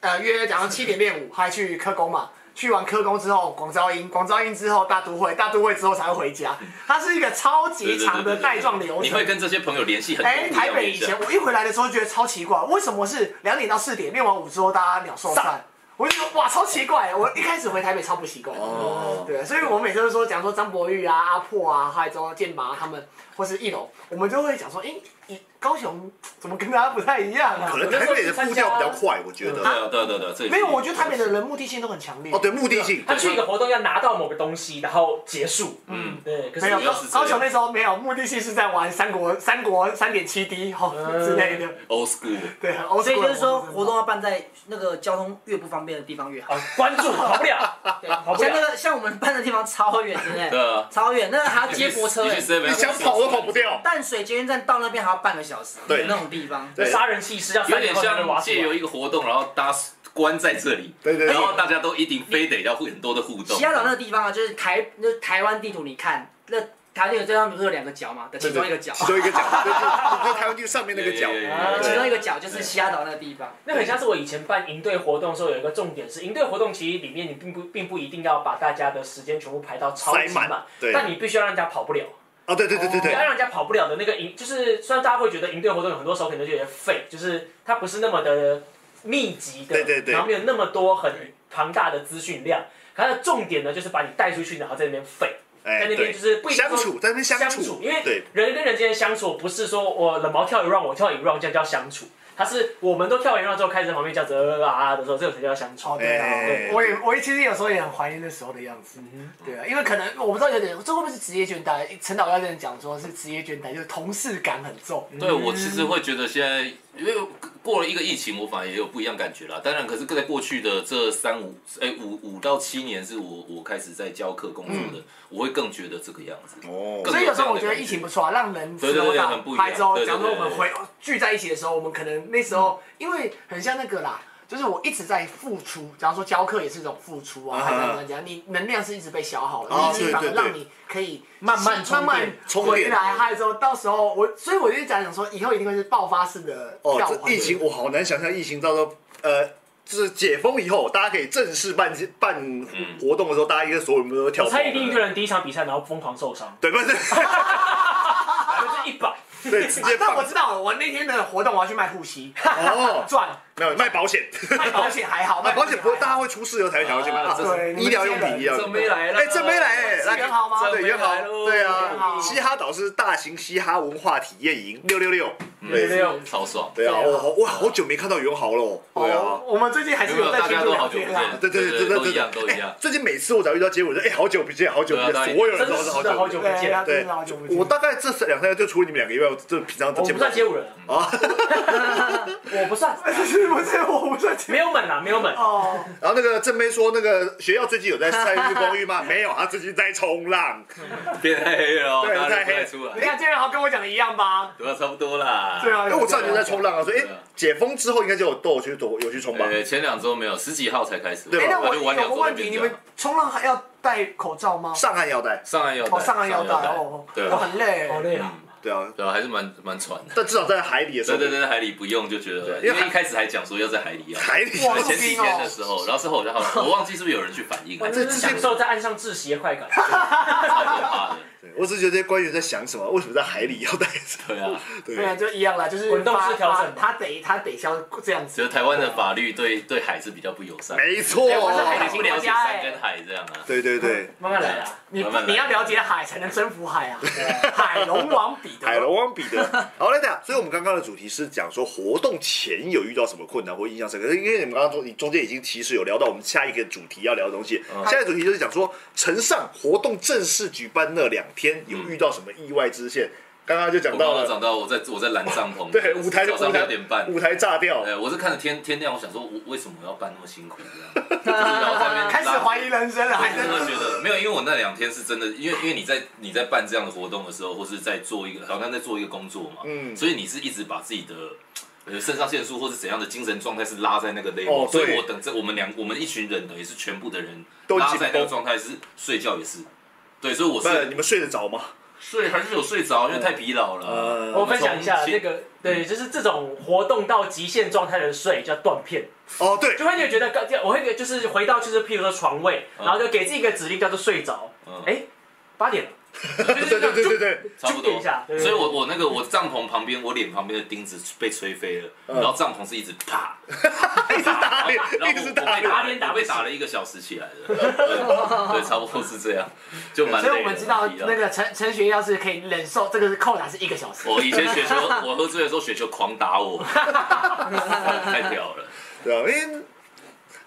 呃，约早上七点练舞，还去科工嘛。去完科工之后，广招营，广招营之后大都会，大都会之后才会回家。它是一个超对级对对长的对对带状流你程会。跟这些朋友联系很多哎，不一台样的北面以向前我一回来的时候觉得超奇怪，为什么是两点到四点练完舞之后大家鸟兽散？我就觉得哇，超奇怪！我一开始回台北超不习惯，哦对，所以我每次都说，讲说张博玉啊、阿破啊，还有周建麻他们，或是一楼，我们就会讲说，哎、你高雄怎么跟大家不太一样啊可？能台北的步调比较快，我觉对得。啊，对啊，对啊对啊，这也是没有，我觉得台北的人目的性都很强烈。哦，对，目的性，他去一个活动要拿到某个东西，然后结束，嗯，对，可没是有主要是这样高雄那时候没有目的性是在玩三国三国三点七 D 哦之类的， old school。对，很所 old 以 school 就的是说，活动活动要办在那个交通越不方便的地方越好。啊，关注跑不了， 对，跑哦不像啊那了，个像我们办的地方超远，对不对？对啊，超远，那个还要接驳车你哎去。7-Eleven 你想跑都跑不掉。淡水捷运站到那边还要半个小时，对那种地方。对杀人弃尸要有三点年后才能挖像出借由来。一个活动，然后大家关在这里，对对对然后大家都一定非得要很多的互动西。雅岛那个地方啊，就是台那台湾地图，你看那台湾地图这张不是有两个角嘛？的其中一个角，呃其中一个角，对就就台湾就上面那个角有有有有啊其对中一个角就是西雅岛那个地方。那很像是我以前办营队活动的时候，有一个重点是，营队活动其实里面你并不并不一定要把大家的时间全部排到超级塞满满，对但你必须要让人家跑不了，哦，对对对对你对要，让人家跑不了的那个营，就是虽然大家会觉得营队活动有很多时候可能就有点废，就是它不是那么的密集的，对对对然后没有那么多很庞大的资讯量，可它的重点呢就是把你带出去，然后在那边废。哎，在那边对就，是不一定相说处，在那边相处，因为对人跟人之间相处不是说我冷毛跳一 round，我跳一 round，这样叫相处。他是我们都跳完一 round 之后，开始在旁边叫着啊啊的时候，这个才叫相处哦，。对啊，哎我也我也其实有时候也很怀念那时候的样子，对啊，因为可能我不知道有点这会不会是职业倦怠？陈导要这样讲说是职业倦怠，就是同事感很重。对我其实会觉得现在，因为过了一个疫情，我反而也有不一样感觉啦。当然，可是在过去的这三五哎五五到七年，是我我开始在教课工作的，我会更觉得这个样子。哦更所以有时候我觉得疫情不错啊，让人对对对 slow down，很不一样拍之后，对对假如说我对们回聚在一起的时候，我们可能那时候因为很像那个啦，就是我一直在付出，假如说教课也是一种付出啊，啊还是怎么讲，你能量是一直被消耗的，啊疫情对反而对让对你可以慢慢充慢慢电充回电来，还有之后到时候我，所以我就讲讲说，以后一定会是爆发式的哦跳舞，这疫情我好难想象，疫情到时候呃。就是解封以后，大家可以正式办办活动的时候，大家应该所有人都跳我舞。猜一定一个人第一场比赛，然后疯狂受伤，对，不是百分之一百。哦对，直接啊但放 我知道，我那天的活动我要去卖护膝，哦，赚没有卖保险，卖保险还好，卖保险不会，还好大家会出事以后才会想要去买啊啊这是对医疗用品，医疗这用没品。来了，哎，郑没来哎，是元豪吗对，元豪郑没来，喽对元啊，豪嘻哈岛是大型嘻哈文化体验营，六六六，对六超爽。对啊，对啊我好我好久没看到元豪喽，对啊哦，，我们最近还是没有在大群家组都聊好久天不啦见，。对对对对对都一对样，都对，一哎样，。最近每次我只要遇到街舞，人，哎，好久不见，好久不见对啊对，啊所有人真都是实好的久好不久见。不对，见啊，，真对的好久不，见。我大概这三两三个就除了你们两个以外，我就平常都我见不不到算。街舞人啊， 我不算，是不是我不是没有门啊，没有门，哦，然后那个郑妹说，那个学校最近有在晒日光浴吗？没有，她最近在冲浪。变太黑了哦，对大太家认不黑太了出你来，看这人豪跟我讲的一样吧？对啊，差不多啦。对啊，因为我知道你在冲浪啊，所以哎对啊，解封之后应该就有都有去走有去冲吧？呃，前两周没有，十几号才开始，对吧哎，那然我后就晚有两个周才问变题，这你样们冲浪还要戴口罩吗？上岸腰带，上岸要哦，带，上岸要戴带哦，对我啊，很累。好累啊。对啊，对啊，还是蛮蛮喘 的。但至少在海里的时对候，对对，海里不用就觉得，对啊因为一开始还讲说要在海里要，海哦里哇对前几天的时候，然后之后我就好像，我忘记是不是有人去反映，啊我还这是是想享受在岸上窒息的快感。超可怕的。对我只是觉得这些官员在想什么，为什么在海里要带 着？对啊，对啊，对，就一样啦，就是滚动式调整嘛他他得他得像这样只子有。台湾的法律对对海是比较不友善，没错，我是海哎海里里不了解山跟海这样啊。对对对，慢慢来啊啦，你慢慢来你要了解海，才能征服海 啊！海龙王彼得，海龙王彼得。好，来讲，所以我们刚刚的主题是讲说活动前有遇到什么困难或印象深刻，因为你们刚刚中你中间已经其实有聊到我们下一个主题要聊的东西，啊下一个主题就是讲说城上活动正式举办那两天有遇到什么意外支线，刚刚就我讲刚到刚了。讲到我在我在蓝帐篷，对，舞台早舞上台六点半，舞台炸掉，呃，我是看着天天亮，我想说，我为什么要办那么辛苦 这样？然后在那边开始拉怀疑人生了，还真是的觉得没有，因为我那两天是真的，因为因为你在你在办这样的活动的时候，或是在做一个好像在做一个工作嘛，嗯所以你是一直把自己的呃肾上腺素或是怎样的精神状态是拉在那个 level，、哦对所以我等这我们两我们一群人等于是全部的人都拉紧在那个绷状态是睡觉也是，对，所以我不然是你们睡得着 吗？睡还是有睡着，因为太疲劳了。呃我分享一下从那个，对，就是这种活动到极限状态的睡叫断片，哦，对，就会觉得刚，我会就是回到就是譬如说床位，嗯然后就给自己一个指令叫做睡着嗯，哎，八点了，对对对对对，差不就点多一下，对所以我我那个我帐篷旁边，我脸旁边的钉子被吹飞了，然后帐篷是一直啪，嗯 一直打脸，然一后直我打被脸。打脸打被打了一个小时起来 的，对，差不多是这样，就蛮累所的。以我们知道疲劳那个陈陈学要是可以忍受这个是扣打是一个小时，我以前雪球， 我喝醉的时候雪球狂打我， 太屌了。对啊，因为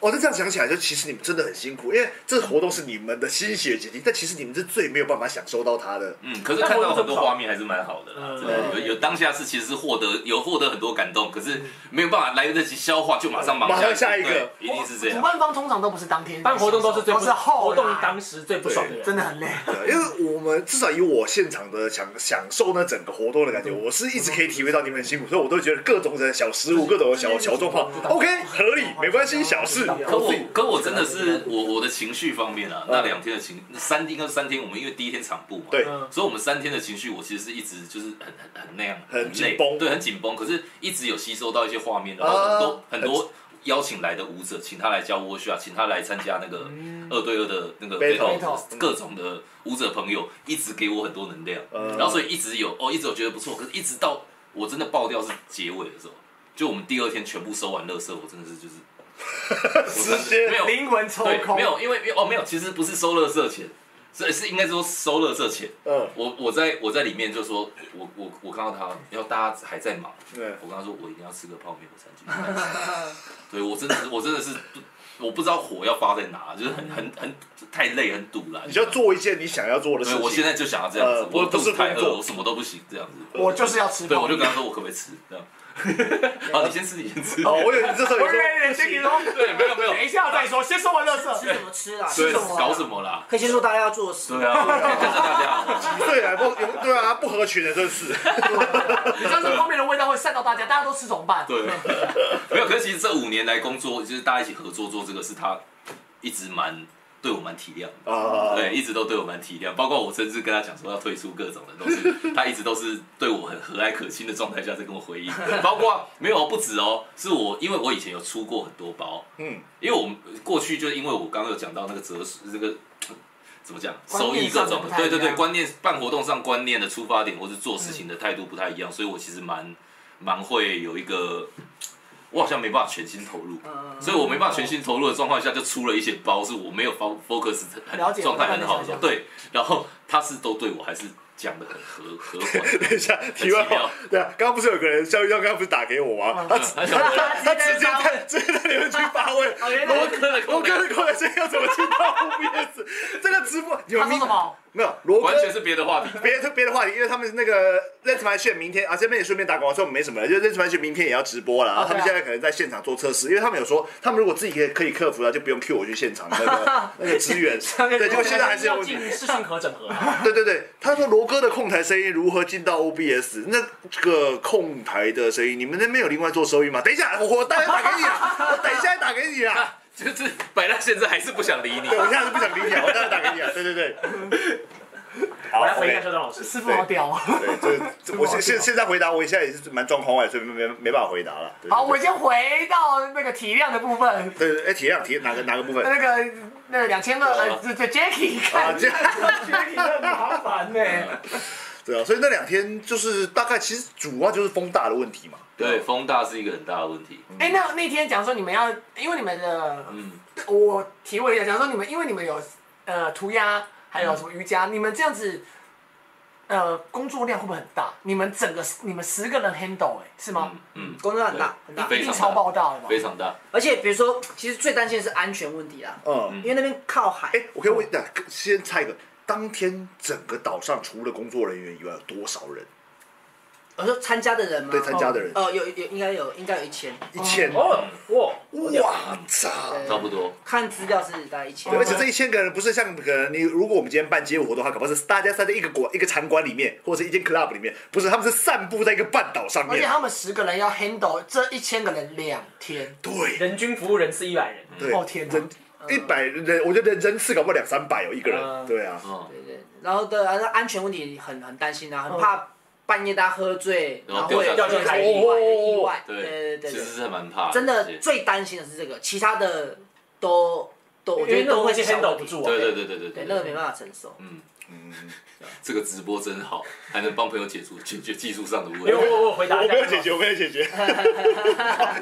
我就这样想起来，就其实你们真的很辛苦，因为这活动是你们的心血结晶，但其实你们是最没有办法享受到它的。嗯，可是看到很多画面还是蛮好的嗯啦，真的有有当下是其实是获得有获得很多感动，可是没有办法来得及消化，就马上嗯忙马上下一一个对一定是这主样。办方通常都不是当天办活动都是最都不是后活动来当时最不爽的人，真的 很累。对因为我们至少以我现场的享享受那整个活动的感觉，我是一直可以体会到你们很辛苦，所以我都觉得各种的小失误、各种的小小状况，OK，合理，没关系，小事。可我可我真的是我我的情绪方面啊，那两天的情三天跟三天，我们因为第一天场部嘛，对，所以我们三天的情绪，我其实是一直就是很很很那样，很累紧绷对，很紧绷。可是一直有吸收到一些画面，然后很多、啊很多邀请来的舞者，请他来教 w o r s h o p 请他来参加那个嗯二对二的那个 Battle battle，各种的舞者朋友一直给我很多能量，嗯然后所以一直有哦，一直有觉得不错，可是一直到我真的爆掉是结尾的时候，就我们第二天全部收完垃圾，我真的是就是。 我直真的没接有灵魂抽对，空，没有，因为因为哦没有，其实不是收乐色钱，是是应该说收乐色钱。嗯，我我在我在里面就说，我我我看到他，然后大家还在忙，对我跟他说我一定要吃个泡面，我才进去。 对我真的我真的是我不知道火要发在哪，就是很很很太累很堵了。你就要做一件你想要做的事对，我情。现在就想要这样子呃，不我肚是子太工作饿，我什么都不行这样子。我就是要吃对，我泡就面。跟他说我可不可以吃这样。好，你先吃，你先吃。哦，我以为你这时候有我说忍忍，先给你说，对，没有没有，等一下再说，先说完垃圾。吃什么吃啦？吃对什么啊？搞什么啦？可以先说大家要做事。对啊，跟着大家。对啊，不，对啊，不合群的真是。你知道这泡面的味道会散到大家，大家都吃怎么办？对，没有。可是其实这五年来工作，就是大家一起合作做这个，是他一直蛮对我蛮体谅的，啊，对，一直都对我蛮体谅。包括我甚至跟他讲说要退出各种的东西，他一直都是对我很和蔼可亲的状态下在跟我回应。包括没有不止哦，是我因为我以前有出过很多包，嗯，因为我们过去就是因为我刚刚有讲到那个哲学这个。怎么讲？观收念益各上种不的，太一样对对对，观念办活动上观念的出发点，或是做事情的态度不太一样，所以我其实蛮蛮会有一个我好像没办法全心投嗯入，所以我没办法全心投入的状况下，就出了一些包，是我没有 fo- focus 很了解状态很好的时我大概想候，对，然后他是都对我还是讲的很和和缓的，等一下，题外话，对啊，刚刚不是有个人，肖玉章刚刚不是打给我吗？他他讲我嗯他直接哦在直接在留言区发问，罗哥的罗口哥感的口袋声要怎么进到 OBS？这个直播你们他说什么？没有？罗哥完全是别的话题，别的别的话题，因为他们那个 Let's My Show 明天啊，这边也顺便打广告，说我们没什么，就是 Let's My Show 明天也要直播了，然后啊他们现在可能在现场做测试，因为他们有说，他们如果自己可以可以克服了，就不用 Q 我去现场那个那个支援，对，结果现在还是有要问题进。视讯核整合啊，对对对，他说罗哥的控台声音如何进到 OBS？那个控台的声音，你们那边有另外做收音吗？等一下，我我待会打给你啊，我等一下打给你啊，就是摆到现在还是不想理你对，。我现在是不想理你啊，我待会打给你啊，对对对。好 我来回应一 OK 下肖张老师。师傅好屌哦。对，这这我现现现在回答，我现在也是蛮状况外，所以没没没办法回答了。对好，我先回到那个体量的部分。对对，哎，体谅体哪个哪个部分？那个那两千二，呃，这这 Jacky 啊，看，这样你很麻烦呢。对啊，所以那两天就是大概，其实主要就是风大的问题嘛。对，风大是一个很大的问题。哎，那那天讲说你们要，因为你们的，嗯，我提问一下，讲说你们，因为你们有呃涂鸦，还嗯有什么瑜伽，你们这样子，呃，工作量会不会很大？你们整个你们十个人 handle 哎，是吗？嗯，工作量很大对很大，一非定常超爆大了吧？非常大。而且比如说，其实最担心的是安全问题啦，嗯，因为那边靠海，哎，我可以问一下，先猜一个，当天整个岛上除了工作人员以外，有多少人？我说参加的人吗？对，参加的人哦，有有应该有应该有一千，一千。 哦，哇，哇操！差不多。看资料是大概一千对，而且这一千个人不是像可能你，如果我们今天办街舞活动，它可能是大家塞在一个馆、一个场馆里面，或者是一间 club 里面，不是，他们是散布在一个半岛上而且面。他们十个人要 handle 这一千个人两天，对，人均服务人次一百人，对，哦天哪人一百人，我觉得人人次搞不好两三百哦，一个人。嗯对啊，嗯，对对，然后的安全问题很很担心啊，很怕半夜大家喝醉，然然后后会有掉下去意外意外，对对，对其对实，是蛮怕。真的这些最担心的是这个，其他的都都我因觉为得那都种会东是西小 handle 问不题，住啊。对对对对对对，那个没办法承受。这个直播真好，还能帮朋友解除解决技术上的 问因为题。我我回答我一下，没有解决，我没有解决。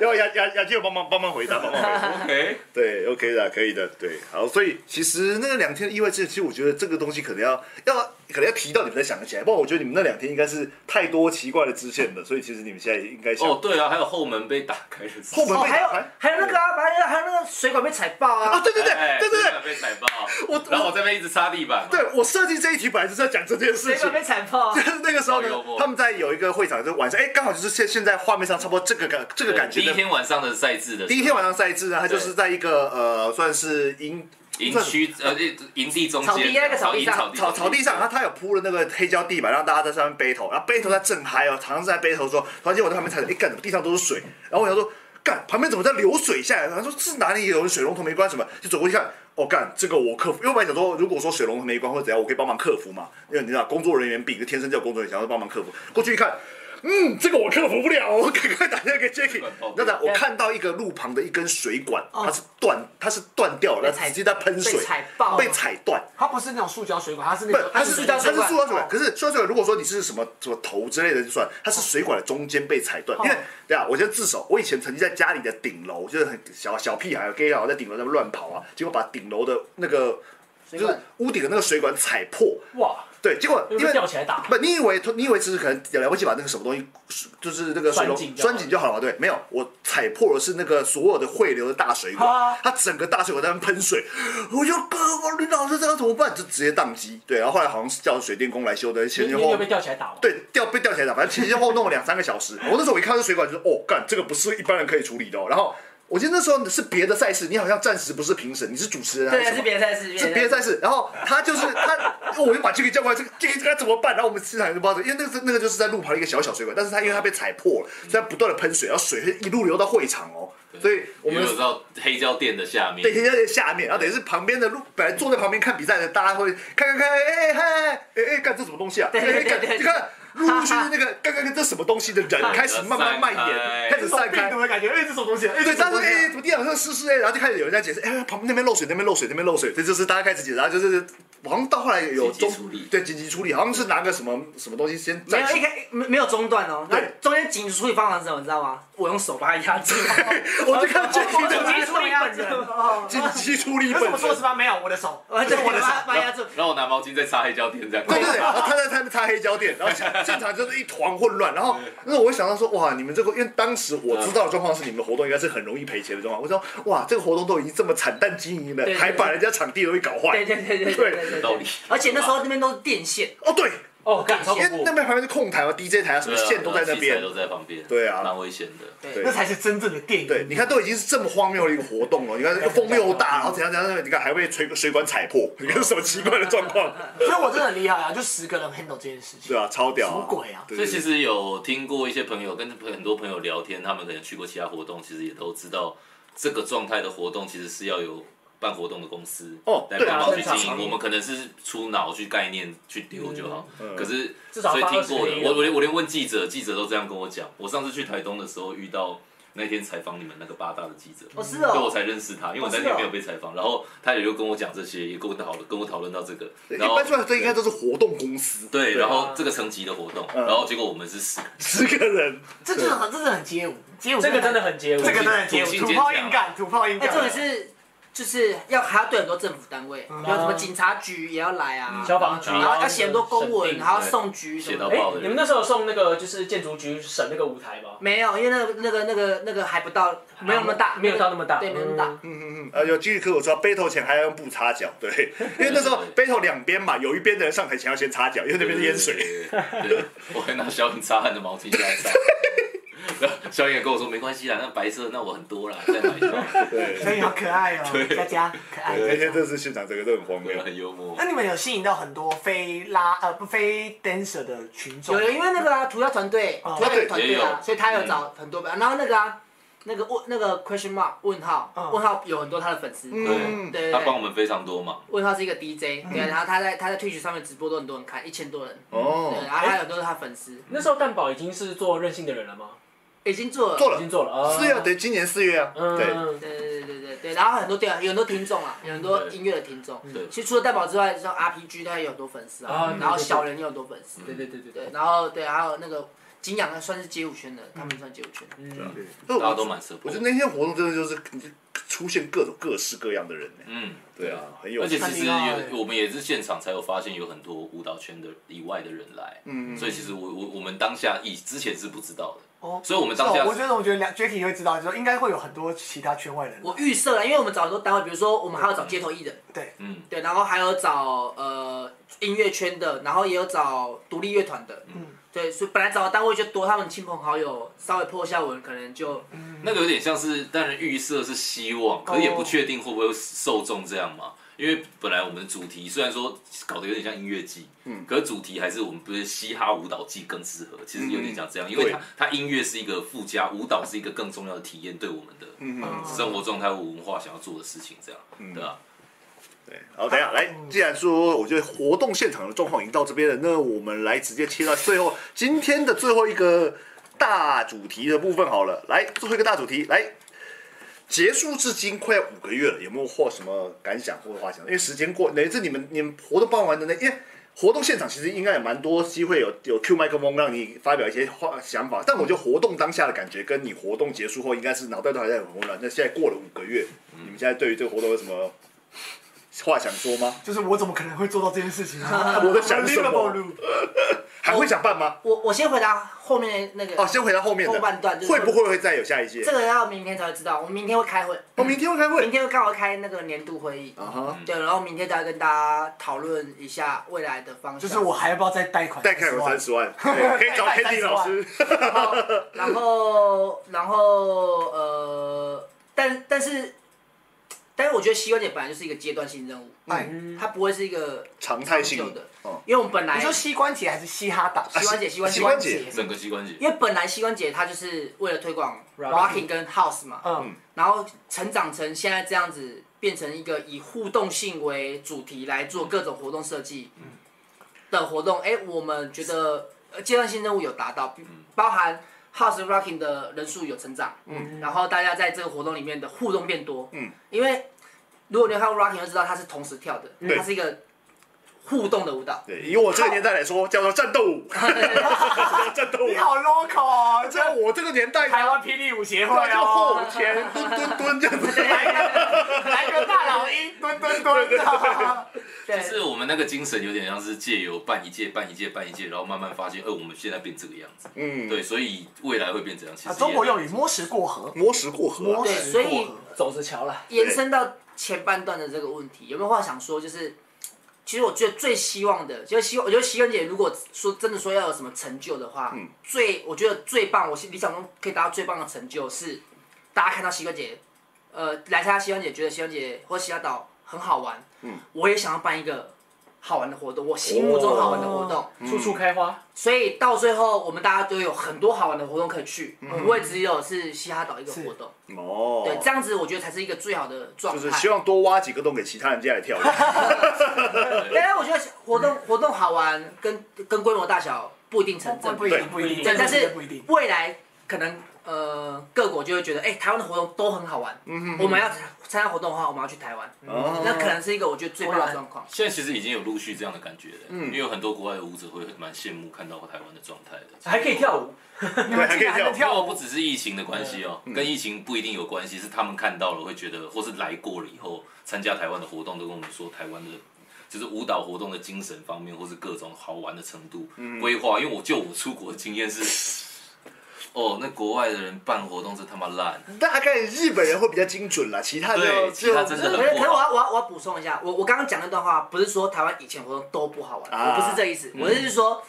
要雅雅雅静有帮忙帮忙回答，帮忙回答。 OK，对，OK 的，可以的，对，好。所以其实那两天的意外之前，其实我觉得这个东西可能要要可能要提到你们才想得起来，不然我觉得你们那两天应该是太多奇怪的支线了，所以其实你们现在应该想。哦，对啊，还有后门被打开的事情 后门哦，被还有打开还有那个啊，还有还有那个水管被踩爆啊，啊，对对对哎对对对真的被踩爆，我然后我这边一直擦地板嘛，对，我设计这一题本来就是要讲这件事 水情管。被踩爆啊就。 是那个时候呢好幽，默他们在有一个会场，就晚上，哎，刚好就是现现在画面上差不多这个感这个感觉第一的天晚上的赛制的第一天晚上赛制呢，它就是在一个呃，算是营营区呃营地中间草地那个草地上草地哎草草地上，它它有铺了那个黑胶地板，让大家在上面 battle，然后 battle 在正嗨哦，常常在 battle 的时候，突然间我在旁边踩着，哎，干什么地上都是水，然后我想说。干，旁边怎么在流水下来？然后说是哪里有人水龙头没关什么，就走过去看。哦，干，这个我克服，因为我本来想说，如果说水龙头没关或者怎样，我可以帮忙克服嘛。因为你知道，工作人员病，就天生就有工作人员，想要帮忙克服。过去一看，嗯，这个我克服不了， 我赶快打电话给 Jacky 哦。那我看到一个路旁的一根水管，它是断，它是断掉了，哦被踩直接在喷水，被踩爆被踩断。它不是那种塑胶水管，它是那不个，，它是塑胶它水是管塑胶水管哦。可是塑胶水管，如果说你是什么什么头之类的就算，它是水管的中间被踩断。哦因为对啊，我先自首，我以前曾经在家里的顶楼，就是很小小屁孩 gay 佬在顶楼在那乱跑啊，结果把顶楼的那个就水是管屋顶的那个水管踩破。哇，对，结果因因为为吊起来打，不，你以为你以为只是可能了不起把那个什么东西，就是那个水龙拴紧就好拴紧就好了嘛？对，没有，我踩破的是那个所有的汇流的大水管，它整个大水管在那边喷水，我就哥，我林老师这个怎么办？就直接宕机。对，然后后来好像是叫水电工来修的，你前你前你后有被吊起来打吗？对吊被吊起来打，反正前前后后弄了两三个小时。我那时候我一看到这水管，就说哦，干这个不是一般人可以处理的、哦。然后我记得那时候是别的赛事，你好像暂时不是评审，你是主持人还对是，什么？是别的赛事，是别的赛事，然后他就是他，我就把这个叫过来，这个这个该怎么办？然后我们市场就不知道怎么，因为那个是那个就是在路旁的一个小小水管，但是它因为它被踩破了，所以它不断的喷水，然后水是一路流到会场哦，所以我因为们我知道黑胶店的下面对，停在下面，然后等于是旁边的路，本来坐在旁边看比赛的，大家会看看看，哎哎嗨，哎哎，干这什么东西啊？哎哎，干你看。陆陆续续那个刚刚这什么东西的人开始慢慢蔓延，开始散病开，毒的感觉，哎，这什么东西啊？哎，对，这大什家么说东西啊哎，怎么地上上湿湿哎，然后就开始有人在解释，哎，旁边那边漏水，那边漏水，那边漏水，这就是大家开始解释，然后就是好像到后来有紧急中处理对紧急处理，好像是拿个什么什么东西先没暂有时一开没没有中断哦，那对中间紧急处理方法是什么，你知道吗？我用手把它压住，我就看紧急紧的急处理本人，哦紧急处理有本什么人硕士班没有？我的手， 我就我把把它压住。然后我拿毛巾再擦黑胶垫这样。对对对，然后他在他擦黑胶垫，然后现现场就是一团混乱。然后那我会想到说，哇，你们这个，因为当时我知道的状况是你们的活动应该是很容易赔钱的状况。我说，哇，这个活动都已经这么惨淡经营了对，对还把人家场地都给搞对坏。对对对对对有对道理对。。而且那时候那边都是电线，哦，对，哦，感受因为那边旁边是控台嘛，DJ 台啊，什对么啊线都在那器材边。都在旁边，对啊蛮危险的。对那才是真正的电影。对，你看都已经是这么荒谬的一个活动了，你看风又大，然后怎样怎样，你看还被水水管踩破，你看是什么奇怪的状况？所以我真的很厉害啊，就十个人 handle 这件事情。对啊，超屌、啊！什么鬼啊对对所以对其实有听过一些朋友跟很多朋友聊天，他们可能去过其他活动，其实也都知道这个状态的活动其实是要有办活动的公司哦来对帮啊忙去经正营。常我们可能是出脑去概念去丢就好，可是至少所以发听二十过的个，亿我我连我连问记者，记者都这样跟我讲。我上次去台东的时候遇到。那天采访你们那个八大的记者，哦是哦对啊我才认识他，因为我那哦是天哦没有被采访，然后他也就跟我讲这些，也跟我讨论，跟我讨论到这个，一然后般出来这应该都是活动公司，对，对啊然后这个层级的活动，嗯然后结果我们是十 十个人，这就是很，这是很街舞，街舞这个真的很街舞，这个真的很街土舞，性土坚炮强硬干，土炮硬哎，干。重点是就是要还要对很多政府单位，有什么警察局也要来啊，嗯消防局然后要写很多公文，审定然后送局什写么到的。哎爆哎的，你人们。那时候有送那个就是建筑局审那个舞台吗？没有，因为那个那个那个那个还不到，没有那么大，没有到那么大，对，没有那么大。嗯呃，有基础科我知道，battle 前还要用布擦脚，对，因为那时候 battle 两边嘛，有一边的人上台前要先擦脚，因为那边是淹水。对。对，我还拿小颖擦汗的毛巾下来 擦。然后小颖也跟我说没关系啦，那白色那我很多啦，再买一条。对，所以好可爱哦，佳佳可爱。那佳天佳这次现场整个都很荒没谬有。很幽默那。你们有吸引到很多非拉呃不非 dancer 的群众有？有，因为那个啊，涂鸦团队，哦涂鸦对团队也啊有，所以他有找很多，然后那个啊，那个问那个 question mark 问号哦嗯问号有很多他的粉丝，嗯对对对，他帮我们非常多忙。问号是一个 DJ，对，嗯然后他在他在 Twitch 上面直播都很多人看，一千多人，对，哦，然后还有很多是他粉丝，那时候蛋宝已经是做任性的人了吗？已经做做了，已经做了啊，四月啊对，今年四月啊，对，嗯，对对对对对对，然后很多对啊，有很多听众啊，有很多音乐的听众，对其实除了蛋宝之外，像 RPG 他也有很多粉丝啊啊，对然后对对小人也有很多粉丝，对对对对对，对，然后对，还有那个金阳他算是街舞圈的，他们算街舞圈的。嗯，所以大家都我蛮 support 我觉得那天活动真的就是出现各种各式各样的人呢。嗯，对啊，很有而且趣。其实很厉害有我们也是现场才有发现有很多舞蹈圈的以外的人来，嗯，所以其实我我我们当下以之前是不知道的，哦所以我们当哦下，我觉得我觉得两 Jacky 会知道，就是应该会有很多其他圈外人。我预设了，因为我们找很多单位，比如说我们还有找街头艺人，对，嗯，对，然后还有找呃音乐圈的，然后也有找独立乐团的，嗯，对，所以本来找的单位就多，他们亲朋好友稍微破一下文，可能就那个有点像是，当然预设是希望，可是也不确定会不会受众这样嘛。因为本来我们的主题虽然说搞得有点像音乐季，嗯，可是主题还是我们不是嘻哈舞蹈季更适合，其实有点像这样，因为它它音乐是一个附加，舞蹈是一个更重要的体验，对我们的嗯生活状态、文化想要做的事情，这样，对啊吧、好，等一下来，既然说我觉得活动现场的状况已经到这边了，那我们来直接切到最后今天的最后一个大主题的部分好了。来，最后一个大主题，来结束至今快要五个月了，有没有或什么感想或者话想？因为时间过，哪一次你们你们活动办完的呢？因为活动现场其实应该也蛮多机会有有 Q 麦克风让你发表一些话想法，但我觉得活动当下的感觉跟你活动结束后应该是脑袋都还在很混乱。那现在过了五个月，你们现在对于这个活动有什么话想说吗？就是我怎么可能会做到这件事情啊？我在想什 Unbelievable 么？还会想办吗？我我先回答后面那个，哦，先回到后面的后半段就是会不会会再有下一届这？个要明天才会知道，我们明天会开会，我明天会开明会。天会刚好开那个年度会议，啊哈，对，然后明天再跟大家讨论一下未来的方向， 就是我还要不要再贷款？再看有三。十万，对可以找 k 再 a 看30老师。然后，然后，呃，但但是，但是我觉得西关姐本来就是一个阶段性任务，哎它不会是一个常态性长久的哦，啊因为我们本来你说膝关节还是嘻哈岛？膝关节，膝关膝节，关节整个膝关节，因为本来膝关节它就是为了推广 Rocking rocking 跟 house 嘛，嗯，然后成长成现在这样子，变成一个以互动性为主题来做各种活动设计的活动。哎，我们觉得呃阶段性任务有达到，包含 House Rocking 的人数有成长，嗯，然后大家在这个活动里面的互动变多，嗯，因为如果你有看过 Rocking 就知道它是同时跳的，它是一个互动的舞蹈。对，以我这个年代来说，叫做战斗舞，叫战斗舞你。好 local 哦，在我这个年代，台湾霹雳舞协会那就哦，后天蹲蹲蹲这样子。来个来个大老鹰，蹲蹲蹲啊！对，就是我们那个精神有点像是借由办一届、办一届、办一届，然后慢慢发现，呃，我们现在变这个样子。嗯，对，，所以未来会变怎样？其实啊也中国用语摸石过河，磨石过河啊摸。对，石所以走着瞧啦。延伸到前半段的这个问题，有没有话想说？就是其实我觉得最希望的，就是希望，我觉得希恩姐如果说真的说要有什么成就的话，嗯最我觉得最棒，我心理想中可以达到最棒的成就是，大家看到希恩姐，呃，来参加希恩姐，觉得希恩姐或希亚岛很好玩，嗯，我也想要办一个好玩的活动，我心目中好玩的活动。哦处处开花，所以到最后，我们大家都有很多好玩的活动可以去，嗯不会只有是嘻哈岛一个活动。哦，对，这样子我觉得才是一个最好的状态。就是希望多挖几个洞给其他人进来跳。对，哎但我觉得活动活动好玩，跟跟规模大小不一定成正嗯不比。一定，不一定，对，但是不一定。未来可能呃各国就会觉得，哎、台湾的活动都很好玩。嗯我们要参加活动的话，我们要去台湾，哦那可能是一个我觉得最棒的状况。现在其实已经有陆续这样的感觉了，因为有很多国外的舞者会蛮羡慕看到台湾的状态的。还可以跳舞，你们竟然还能因为跳不舞，只是疫情的关系哦，跟疫情不一定有关系，是他们看到了会觉得，或是来过了以后参加台湾的活动，都跟我们说台湾的。就是舞蹈活动的精神方面，或是各种好玩的程度规划、因为我就我出国的经验是，哦，那国外的人办活动是他妈烂，大概日本人会比较精准啦，其他对的其就他真的可很是，可不是我好。要我要我要补充一下，我我刚刚讲那段话不是说台湾以前活动都不好玩，啊我不是这意思，嗯我是说，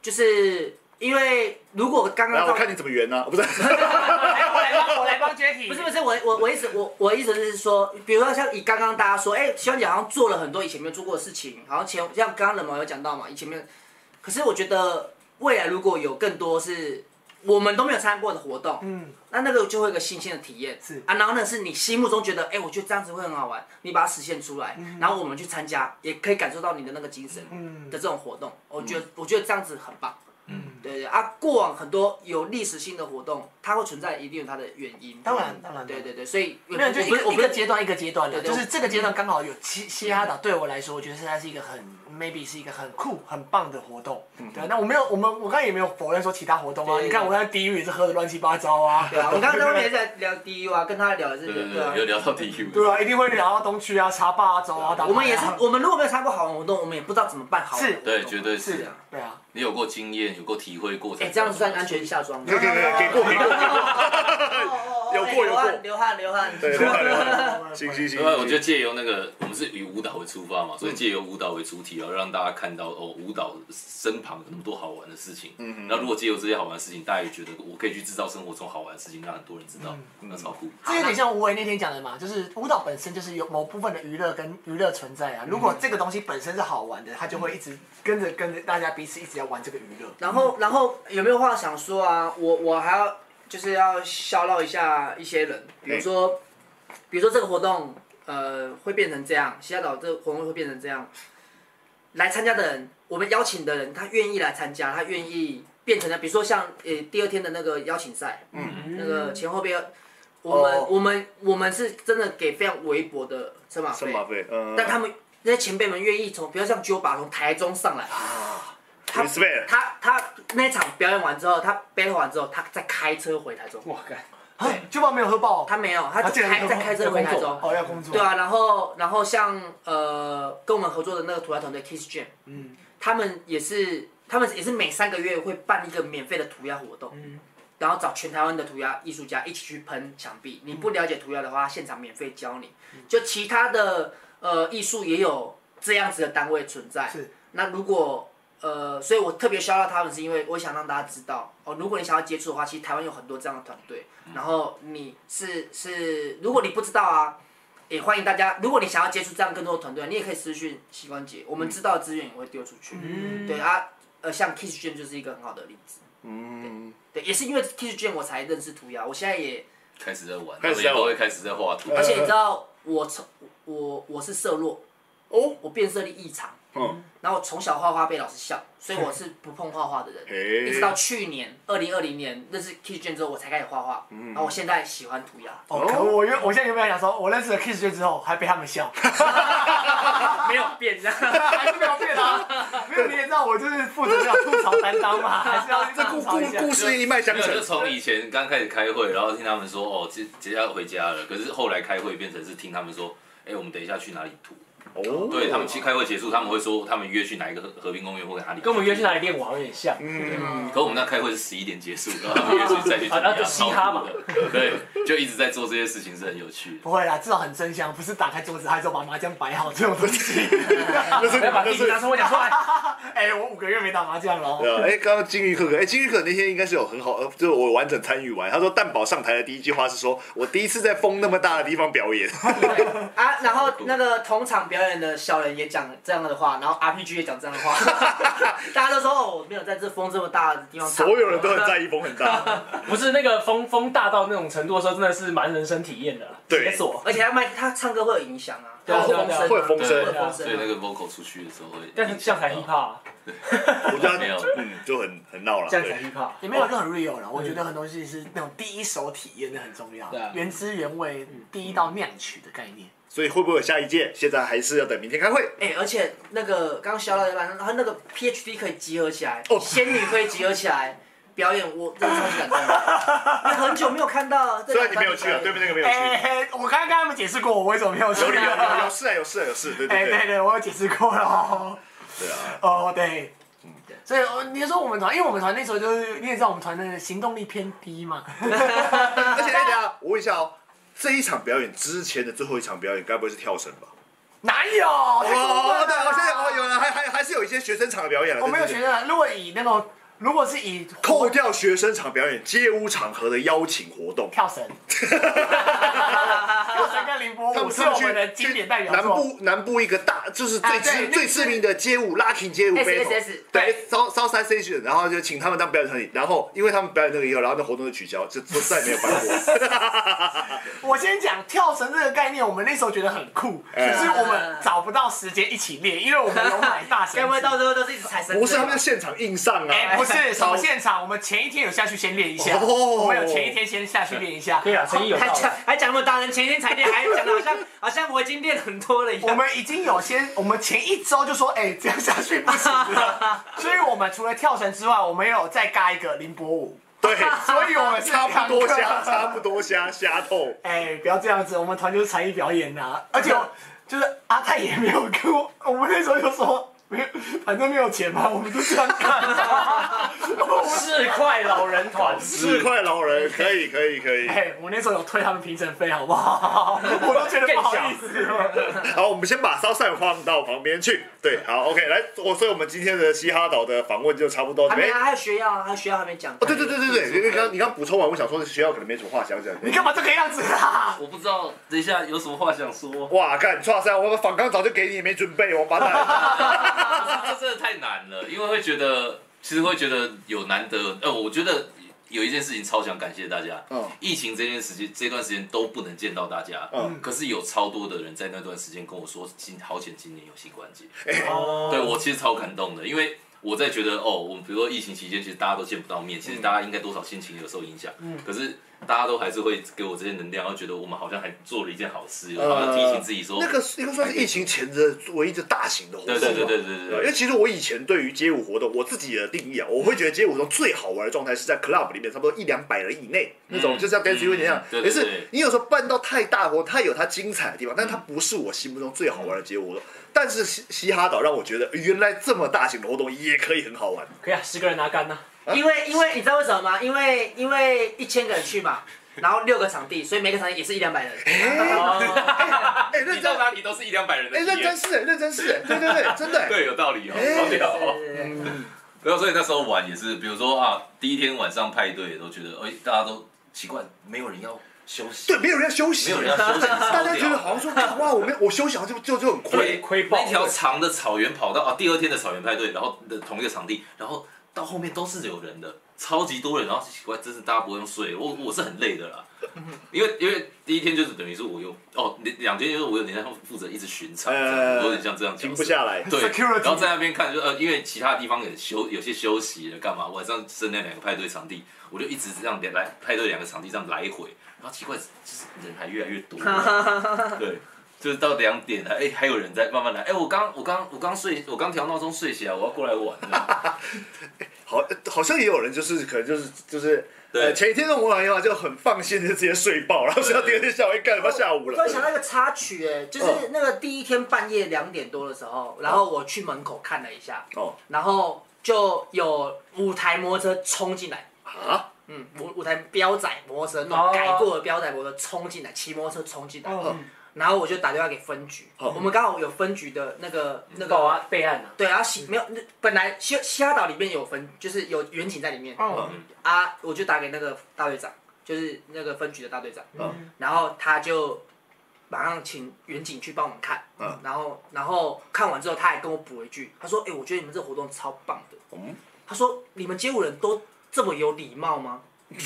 就是因为如果刚来刚我看你怎么圆呢？不是，来我来帮我来帮 Jacky，不是不是，我我我意思我我意思是说，比如说像以刚刚大家说，哎、希望姐好像做了很多以前没有做过的事情，好像前像刚刚冷毛有讲到嘛，以前没有。可是我觉得未来如果有更多是我们都没有参加过的活动，嗯，那那个就会有一个新鲜的体验，是啊，然后呢是你心目中觉得，哎、我觉得这样子会很好玩，你把它实现出来，然后我们去参加，也可以感受到你的那个精神嗯的这种活动，我觉得、我觉得这样子很棒。嗯，对对啊，过往很多有历史性的活动，它会存在一定有它的原因。当然当然对对对，所以没有，就我一不是个我一不个是阶段一个阶段的，对对就是这个阶段刚好有嘻嘻哈岛，对我来说，我觉得它是一个很 maybe 是一个很酷很棒的活动。对，那我没有，我们我刚才也没有否认说其他活动啊。对你看我刚才地狱也是喝的乱七八糟啊， 对啊，我们刚刚在外面也在聊 DU 啊，跟他聊的是对对对对，有啊。聊到地狱。对啊，一定会聊到东区啊、茶霸啊、走啊、打牌啊我们也是，我们如果没有参加过好玩活动，我们也不知道怎么办好玩活是动。对，绝对是是的。，对啊，你有过经验，有过体会过才。哎，这样子算安全下装吗？哦给给给过给过，有哎过有过流汗流汗对 流流汗。汗流汗，行行行。另外，啊我觉得借由那个，我们是以舞蹈为出发嘛，所以借由舞蹈为主体，然后让大家看到哦，舞蹈身旁有那么多好玩的事情。嗯然后如果借由这些好玩的事情，大家也觉得我可以去制造生活中好玩的事情，让很多人知道，那超酷。这有点像吴伟那天讲的嘛，就是舞蹈本身就是有某部分的娱乐跟娱乐存在啊。如嗯果这个东西本身是好玩的，它就会一直跟着跟着大家彼此一直要玩这个娱乐。然后，然后有没有话想说啊？我我还要就是要骚扰一下一些人，比如说，比如说这个活动，呃，会变成这样，西雅岛这个活动会变成这样。来参加的人，我们邀请的人，他愿意来参加，他愿意变成了，比如说像呃第二天的那个邀请赛，嗯，那个前后辈，我们、哦我们我们是真的给非常微薄的车马圣马费，嗯，但他们那些前辈们愿意从，比如像九把从台中上来，他 Respect 他他那场表演完之后，他 battle 完之后，他再开车回台中，哇，干，啊，就把没有喝爆，他没有，他竟就然喝开再爆开车回台中。哦，要工作。对啊，然后然后像呃跟我们合作的那个涂鸦团队 Kiss Jam，嗯，他们也是他们也是每三个月会办一个免费的涂鸦活动，嗯，然后找全台湾的涂鸦艺术家一起去喷墙壁。嗯你不了解涂鸦的话，现场免费教你。就其他的呃艺术也有这样子的单位存在。是，那如果呃，所以我特别需要他们，是因为我想让大家知道哦，如果你想要接触的话，其实台湾有很多这样的团队。嗯然后你是是，如果你不知道啊，也欢迎大家，如果你想要接触这样更多的团队，你也可以私讯膝关节，我们知道的资源也会丢出去。对啊，呃，像 Kiss Jam 就是一个很好的例子。嗯，对，也是因为 Kiss Jam 我才认识涂鸦，我现在也，开始在玩，开始在玩呃他呃们也都会开始在画图。而且你知道我从我我是色弱，哦，我变色力异常，嗯，然后从小画画被老师笑，所以我是不碰画画的人。嘿一直到去年二零二零年认识 K 卷之后，我才开始画画。然后我现在喜欢涂鸦，哦，可我原我现在原本想说，我认识了 Kiss 圈之后，还被他们笑， 没有变这样。还是没有变 啊。没有，你也知道我就是负责要吐槽担当嘛，还是要这故吐槽一下故故事一脉相没有，就承。从以前刚开始开会，然后听他们说哦，接接下来回家了。可是后来开会变成是听他们说，哎、我们等一下去哪里涂？哦，对他们去开会结束，他们会说他们约去哪一个和和平公园或者哪里？跟我们约去哪里练舞好啊像有点像。嗯。可我们那开会是十一点结束，然后他们约去再去好涂啊那鸦，就嘻哈嘛超酷的。 对，就一直在做这些事情是很有趣的。不会啦，至少很真香，不是打开桌子，还是要把麻将摆好这种东西。 那是不要把那地是址拿出我讲出来。哎、我五个月没打麻将了哦。对啊，哎，刚刚金鱼哥哥，哎，金鱼哥哥那天应该是有很好，呃，就是我完整参与完。他说蛋宝上台的第一句话是说，我第一次在风那么大的地方表演。啊，然后那个同场表演的小人也讲这样的话，然后 RPG 也讲这样的话，大家都说哦，我没有在这风这么大的地方唱所。有人都很在意风很大，不是那个风风大到那种程度的时候，真的是蛮人生体验 的啦。对解锁。而且他麦他唱歌会有影响啊，对啊会有风声啊，会有风声会有对啊风所以那声啊。个 vocal 出去的时候会影响到，但是这样才 hip hop，啊我觉得没有他嗯就很很闹了。这样才啊对， hip hop。也没有就很 real 了，我觉得很多东西是那种第一手体验的很重要对啊，原汁原味，第一道酿取的概念。所以会不会有下一届？现在还是要等明天开会。哎、而且那个刚刚肖老板，他那个 PhD 可以集合起来，哦仙女可以集合起来表演，我真的超级感动的。因为很久没有看到这虽两然个你班没的有去啊，表演对面那个没有去。哎、我刚刚跟他们解释过，我为什么没有处有理理有。理有事啊有事啊有事，对哎、对对对，对，我有解释过了哦。对啊，哦，对。所以哦你说我们团，因为我们团那时候就是你也知道我们团的行动力偏低嘛， 而且哎等一下我问一下哦，这一场表演之前的最后一场表演，该不会是跳绳吧？哪有？哦，哦，哦对，我现在哦有了，还还还是有一些学生场的表演了。我没有对觉得，如果以那种，如果是以扣掉学生场表演，街舞场合的邀请活动，跳绳，跳绳跟凌波他舞们是上我去们的经典代表南作。部南部一个大就是最啊知、对最知名的街舞拉丁街舞 battle， SSS 对 South South Side Station，然后就请他们当表演团体，然后因为他们表演那个以后，然后那活动就取消，就就再也没有办 过。我先讲跳绳这个概念，我们那时候觉得很酷，可是我们找不到时间一起练，因为我们有买大 绳该不会子。到时候都是一直踩绳子吧？不是他们啊在现场硬上啊，哎，不是，什么现场？我们前一天有下去先练一下，哦我们有前一天先下去练一下。可以啊，诚意有道还理讲。还讲那么大人前天才练，还讲的好像好像我已经练很多了一 我样。们已经有先，我们前一周就说，哎、这样下去不行了。所以我们除了跳绳之外，我们也有再尬一个凌波舞。 对，所以我们是差不多两 瞎，个差不多瞎瞎透。哎、不要这样子，我们团就是才艺表演呐、而且我就是阿泰也没有跟我，我们那时候就说没有，反正没有钱嘛，我 们就这样干、四块老人团，四块老人，可以可以可以。哎、我那时候有退他们评审费，好不好？我都觉得不好意思了。好，我们先把烧扇放到旁边去。对，好，OK，来，我所以我们今天的嘻哈岛的访问就差不多。还哎没啊，还有学校啊，还有学校还没讲。哦，对对对对对，因为刚你刚补充完，我想说学校可能没什么话想讲。你干嘛这个样子 啊？我不知道，等一下有什么话想说？哇，干，抓塞，我们访刚早就给你，没准备，王八蛋。 这真的太难了，因为会觉得，其实会觉得有难得。呃，我觉得有一件事情超想感谢大家。嗯疫情这件时间这段时间都不能见到大家，嗯可是有超多的人在那段时间跟我说，今好险今年有膝关节。哦对我其实超感动的，因为我在觉得哦，我们比如说疫情期间，其实大家都见不到面，嗯其实大家应该多少心情有受影响，可是大家都还是会给我这些能量，然后觉得我们好像还做了一件好事，好像提醒自己说，呃那个应该算是疫情前的唯一的大型的活动对吧。对对对对对对因为其实我以前对于街舞活动，我自己的定义啊，我会觉得街舞活动最好玩的状态是在 club 里面，差不多一两百人以内那种，嗯就像 dance u n i 那样。嗯对可对是对你有时候办到太大活动，它有它精彩的地方，但它不是我心目中最好玩的街舞活动。但是嘻嘻哈岛让我觉得，哎原来这么大型的活动也可以很好玩。可以啊，十个人拿杆呐。因为因为你知道为什么吗？因为因为一千个人去嘛，然后六个场地，所以每个场地也是一两百人。哎，认你真到，哪里都是一两百人的哎，体认真验，是，哎认真是，哎对对对，真的。哎对，有道理哦，好屌哦。对对对然后所以那时候玩也是，比如说啊，第一天晚上派对都觉得，哎、大家都奇怪，没有人要休息，对，没有人要休息，没有人要休息，大大家觉得好像说，干哇，我没我休息好像就就就很亏。亏亏爆那条长的草原跑到啊，第二天的草原派对，然后的同一个场地，然后到后面都是有人的，超级多人，然后奇怪，真是大家不用睡，我我是很累的 啦，因为因为第一天就是等于是我有哦，两两天就是我有点像负责一直巡场，这样呃我有点像这样角色停不下来对 Security 然后在那边看就呃，因为其他地方也休有些休息了，干嘛？晚上剩那两个派对场地，我就一直这样两来派对两个场地这样来回，然后奇怪，就是人还越来越多， 对。就是到两点了，哎、还有人在慢慢来，哎、我刚我刚我刚睡，我刚调闹钟睡起来，我要过来玩了。好，好像也有人就是可能就是就是。对呃，前一天弄完以后就很放心，就直接睡爆，然后睡到第二天下午，哎哦干他妈下午了突。然想到一个插曲、哎，就是那个第一天半夜两点多的时候，嗯然后我去门口看了一下，哦然后就有五台摩托车冲进来，啊，嗯，五五台标仔摩托车，那种改过的标仔摩托车冲进来，骑摩托车冲进来，然后我就打电话给分局，哦我们刚好有分局的那个那个搞啊备案啊，对，然后嗯西没有，那本来西西哈岛里面有分，就是有远景在里面、哦啊，我就打给那个大队长，就是那个分局的大队长，嗯然后他就马上请远景去帮我们看，嗯然后然后看完之后，他还跟我补了一句，他说：“哎、我觉得你们这活动超棒的。嗯他说：“你们街舞人都这么有礼貌吗？”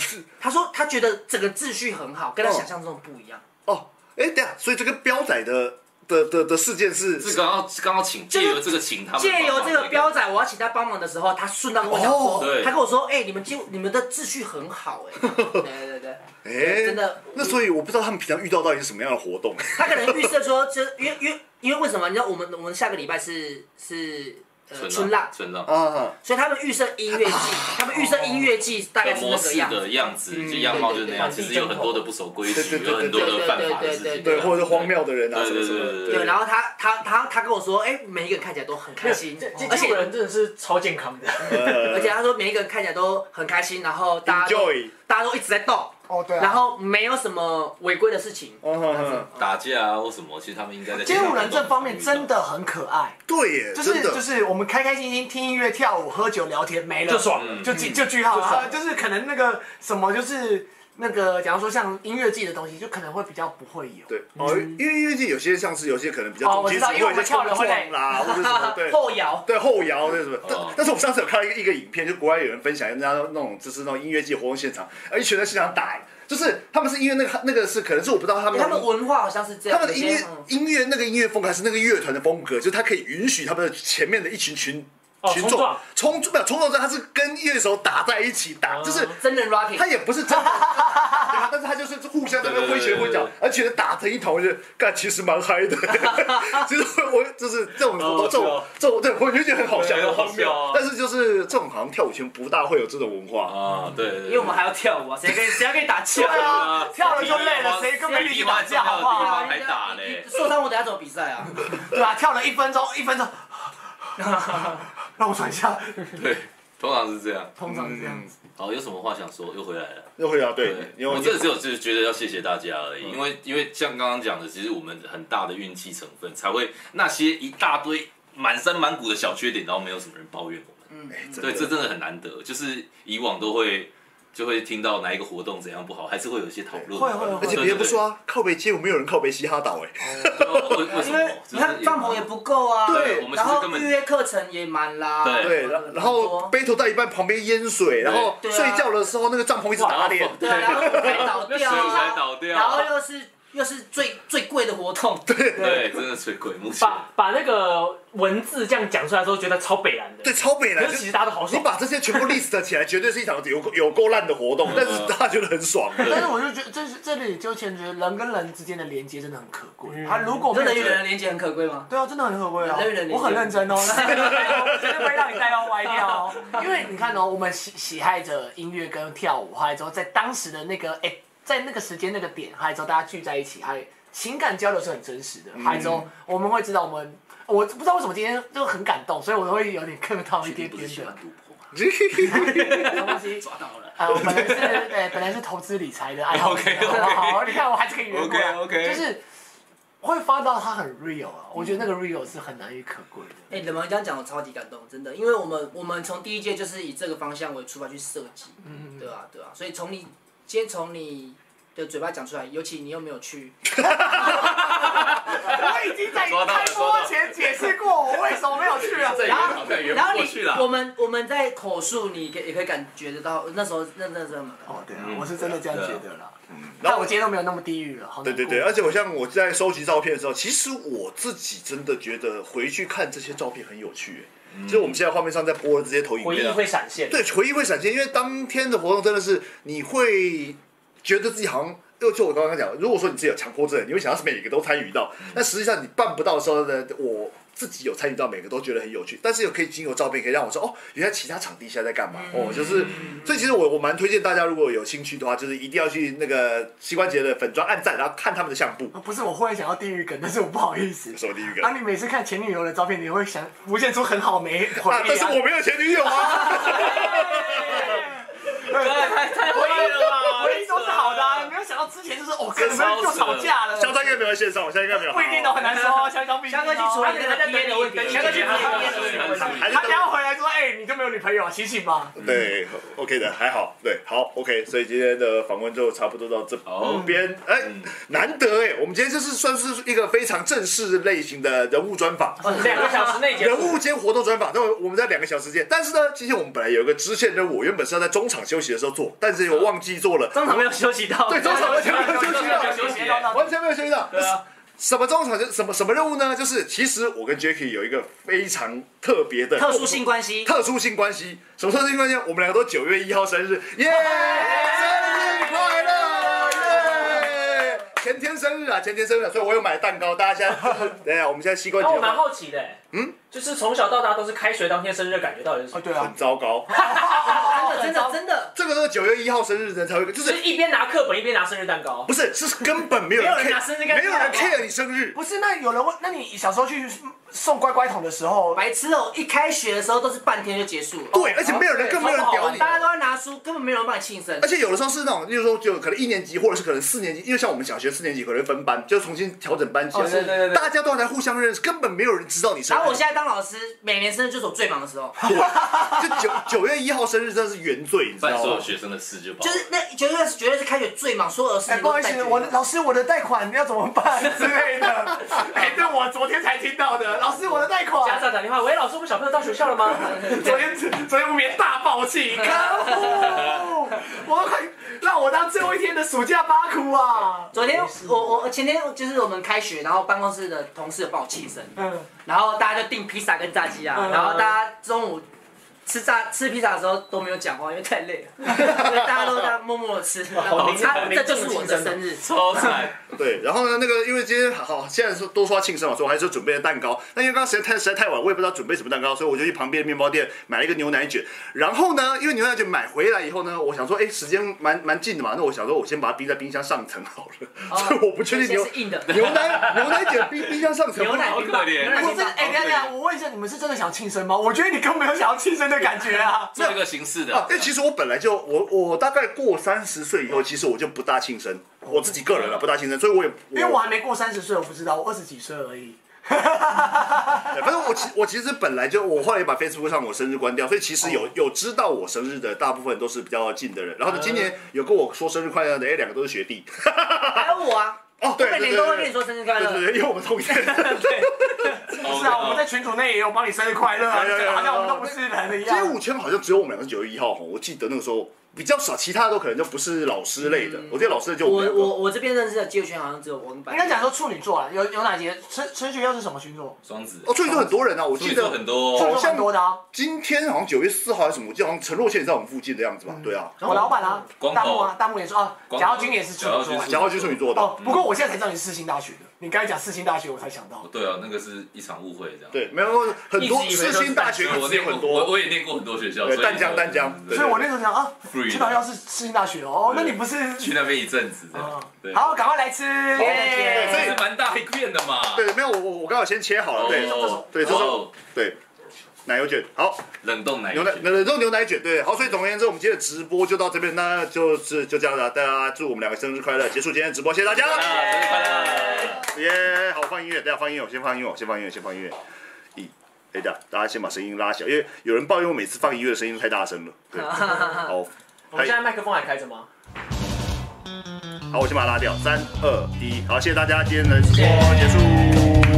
他说他觉得整个秩序很好，跟他哦想象中的不一样。哦，哎、等一下，所以这个彪仔的的的的事件是这个要刚好请借由这个请他们借由这个标标仔，我要请他帮忙的时候，他顺道跟我讲说，哦对他跟我说，哎、你们就你们的秩序很好、哎，对对对，哎、真的那所以我不知道他们平常遇到到底是什么样的活 动。他可能预设说，就是因为因为因为为什么？你知道我们我们下个礼拜是是呃春浪，春浪，啊，所以他们预设音乐季，他们预设音乐季大概跟是模那个式样的子。样子，嗯就样貌就是那样。其实有很多的不守规矩，有很多的犯法的事情，对，或者是荒谬的人啊，对什对么什对么对的。对，然后他他他他跟我说，哎、每一个人看起来都很 开心这，这而这且人真的是超健康的，而啊且他说每一个人看起来都很开心，然后大家都呃 Enjoy 大家都一直在动，哦，对啊。然后没有什么违规的事情。嗯哼哼，打架啊或什么，其实他们应该在街舞人这方面真的很可爱，对耶，就是真的，就是我们开开心心听音乐、跳舞、喝酒、聊天，没了就爽了就句就句号就爽了啊，就是可能那个什么就是。那个，假如说像音乐季的东西，就可能会比较不会有。对哦，因为因为有些像是有些可能比较嗯哦我重金知属，道因为或我者们是冲跳了会撞啦，或者什么对。后摇，对后摇那什么，但哦但是我上次有看到一个一个影片，就国外有人分享人家那种就是那种音乐季活动现场，而一群人在现场打，就是他们是因为那个那个是可能是我不知道他们他们文化好像是这他样，们的音有乐些嗯音乐那个音乐风格还是那个乐团的风格，就是他可以允许他们的前面的一群群哦群冲众撞冲没有冲撞战，他是跟乐手打在一起打，就是真人 rocking，他也不是真的，对啊但是他就是互相在那边挥拳挥脚，而且打成一团，我觉得干其实蛮嗨的。其实我我就是这种哦这种这种，对我就觉得很好笑，对很好很好笑笑。但是就是这种好像跳舞圈不大会有这种文化。啊，对，因为我们还要跳舞啊，谁跟谁要跟你打气对 啊，跳了就累了，谁跟美女去打架好不好？还打 嘞，受伤我等下怎么比赛 啊？对吧？跳了一分钟，一 分钟，让我喘一下。对，通常是这样。通常是这样子。好，有什么话想说？又回来了。又会啊，对，因为嗯我真的只有就是觉得要谢谢大家而已，因为因为像刚刚讲的，其实我们很大的运气成分才会那些一大堆满山满谷的小缺点，然后没有什么人抱怨我嗯们。哎真对，的这真的很难得，就是以往都会就会听到哪一个活动怎样不好，还是会有一些讨论。会会而会且别不说啊，靠北街舞没有人靠北嘻哈岛哎，对，对对为为什因么为？你看帐篷也不够啊，对我们其实然后根本预约课程也满啦，对对，然然后背头到一半旁边淹水，然后对啊睡觉的时候那个帐篷一直打脸，对啊，然后舞 台倒掉水舞台啊，倒掉然后又是又是最最贵的活动，对，真的是鬼目前把把那个文字这样讲出来之后，觉得超北然的，对，，超北来可是其实大家都好你爽， 把这些全部 list 起来，绝对是一场有够有够烂的活动，但是大家觉得很爽。嗯但是我就觉得，这是这里就前觉得人跟人之间的连接真的很可贵。他如果真的没与有人的连接很可贵吗？对啊，真的很可贵啊人与人连！接我很认真哦， 绝对不会让你带到歪掉 哦。因为你看哦，我们喜喜爱着音乐跟跳舞，还有之后在当时的那个哎、在那个时间那个点，还有之后大家聚在一起，还有情感交流是很真实的。还有之后我们会知道我们，我不知道为什么今天就很感动，所以我会有点看到一确定点不是点喜欢的赌博 吗？东西。抓到了。啊，我本来是呃，本来是投资理财的爱好者。 OK，OK 好，你看我还是可以圆过来 OK，OK 就是会发到它很 real 啊，我觉得那个 real 是很难以可贵的。 哎，冷萌这样讲我超级感动，真的，因为我们我们从第一届就是以这个方向为出发去设计，嗯，对啊对啊，所以从你先从你的嘴巴讲出来，尤其你又没有去。我已经在说到了开播前解释过我为什么没有有趣 啊！这也然好后像也然后不过去你啦我们我们在口述，你可也可以感觉得到，那时候那那什么，哦，对啊嗯，我是真的这样对啊觉得啦。然但后我今天都没有那么地狱了，好对难嗯对过对，而且我像我在收集照片的时候，其实我自己真的觉得回去看这些照片很有趣。欸就是我们现在画面上在播的这些投影回片忆啊，会闪现。对，回忆会闪现，因为当天的活动真的是你会觉得自己好像。又就我刚刚讲，如果说你自己有强迫症，你会想要是每个都参与到，嗯但实际上你办不到的时候呢，我自己有参与到，每个都觉得很有趣，但是又可以经由照片可以让我说，哦，原来其他场地现在在干嘛，嗯哦，就是，所以其实我我蛮推荐大家，如果有兴趣的话，就是一定要去那个膝关节的粉砖按赞，然后看他们的相簿，啊不是，我忽然想要地狱梗，但是我不好意 思。什么第一个啊，你每次看前女友的照片，你会想浮现出很好没回忆、啊啊，但是我没有前女友 啊，对，太太会了吧？回忆都是好的、啊，没有想到之前就是哦，可能又吵架了，肖战应该没有在线上，我现在应该没有，不一定都很难说哦，香港不一定哦。香港去处理那他可个能在 PA 的问题等你，香港去处理等你 PA 的问题等你等你还是他都等一下回来说，哎、你都没有女朋友啊，醒醒吧。对，OK 的，还好，对，好，OK，所以今天的访问就差不多到这好边，哎嗯，难得哎，我们今天就是算是一个非常正式类型的人物专访，哦，两个小时内结啊人束。哦物间活动专访，那我们在两个小时间，但是呢，今天我们本来有一个支线任务，我原本是要在中场休息的时候做，但是我忘记做了，嗯中场没有休息到，对，中场完全没有休息到，休 E 息完全没有休息到，对啊，什么中场就什么什么任务呢？就是其实我跟 Jacky 有一个非常特别的特殊性关系，特殊性关系。什么特殊性关系？我们两个都九月一号生日，耶、生日快乐，耶、前天生日啊，前天生日、啊，所以我有买蛋糕。大家现在，等一下，我们现在膝关哦那我节蛮好奇的，嗯，就是从小到大都是开学当天生日的感觉到底是什哦，么？对啊很，糟糕。真的真的真的，这个都是九月一号生日的人才会，就就是是一边拿课本一边拿生日蛋糕不。是是根本没有人没有人拿生日 care，蛋糕没有人 care 你生日。不是，那有人问，那你小时候去送乖乖桶的时候，白痴哦！一开学的时候都是半天就结束了，哦对，而且没有人，更没有人屌你。大家都在拿书，根本没有人帮你庆生而。且有的时候是那种，例如说，就可能一年级或者是可能四年级，因为像我们小学四年级可能分班，就重新调整班级。哦对对对对大家都还在互相认识，根本没有人知道你生日。然后我现在当老师，每年生日就是我最忙的时候， 就九九月一号生日真的是原罪，你知办道所有吗？学生的事就饱就了是那绝对是绝对是开学最忙，所有的事哎、情不都好意在思，决我定老师我的贷款要怎么办之类的？ 哎、这我昨天才听到的，老师我的贷款家。长打电话，喂，老师，我们小朋友到学校了吗？昨天昨天无眠大爆气，可恶！我快让我当最后一天的暑假巴哭啊！昨天我我前天就是我们开学，然后办公室的同事有帮我庆生，嗯，然后大家就订披萨跟炸鸡啊，嗯然后大家中午吃炸吃披萨的时候都没有讲话，因为太累了，所以大家都在默默的吃。好他好这就是我的生日，超惨，对，然后呢，那个因为今天好，现在说多说到庆生嘛，所以我还是准备了蛋糕。那因为刚刚时间太实在太晚，我也不知道准备什么蛋糕，所以我就去旁边的面包店买了一个牛奶卷。然后呢，因为牛奶卷买回来以后呢，我想说，哎，时间蛮蛮近的嘛，那我想说我先把它冰在冰箱上层好了， 所以我不确定哦有牛些是硬的，牛奶牛奶卷冰冰箱上层牛奶好冰可棒，怜牛奶我冰真棒的，。哎，等一下等一下，我问一下，你们是真的想庆生吗？我觉得你根本没有想要庆生的感觉啊！做一个形式啊哦的，因为其实我本来就我我大概过三十岁以后，其实我就不大庆生，我自己个人啊不大庆生，所以我也因为我还没过三十岁，我不知道，我二十几岁而已。对 反正我其我其实本来就我后来也把 Facebook 上我生日关掉，所以其实哦有有知道我生日的大部分都是比较近的人。然后嗯呢，今年有跟我说生日快乐的，哎，两个都是学弟。还有我啊，哦，我对，每对年对都对会跟你说生日快对对乐。啊对，因为我们 同一天。不是啊，我们在群组内也有帮你生日快乐啊，有有有有好像我们都不是人一街样。舞圈好像只有我们两个是九月一号哈，我记得那个时候比较少，其他的都可能就不是老师类的。我记得老师就我们两个嗯我我这边认识的街舞圈好像只有我跟白应。该讲说处女座啊，有有哪些？陈陈学友是什么星座？双子，哦，处女座很多人啊，我处女记座得很多处哦，女座很多的啊，今天好像九月四号还是什么，我记得好像陈若倩也在我们附近的样子吧？嗯对啊，我老板啊光，头大木啊，大木也说啊，光头贾耀军也是处女贾座耀啊军。贾浩就是处女座的。哦，不过我现在才知道你是世新大学的，你刚才讲世新大学，我才想到。对啊，那个是一场误会这样。对，没有很多一直以为世都是新大学所以也我念过很我多，我也念过很多学校，对所以淡江淡江对所以我那时候想啊， Free 去到要是世新大学哦，那你不是？去那边一阵子这啊哦样，对，好，赶快来吃。对所以还是蛮大一片的嘛。对，没有我我我刚好先切好了，对哦，对，这种哦对奶油卷，好冷冻奶牛油奶卷冷冻牛奶卷，对，好，所以总而言之，我们今天的直播就到这边，那就是就这样了，大家祝我们两个生日快乐，结束今天的直播，谢谢大家，啊生日快乐！耶，好，放音乐，大家放音乐，我先放音乐，我先放音乐，先放音乐，一，哎的，大家先把声音拉小，因为有人抱怨我每次放音乐的声音都太大声了， 对，好，我 们现在麦克风还开着吗？好，我先把它拉掉，三二一，好，谢谢大家，今天的直播结束。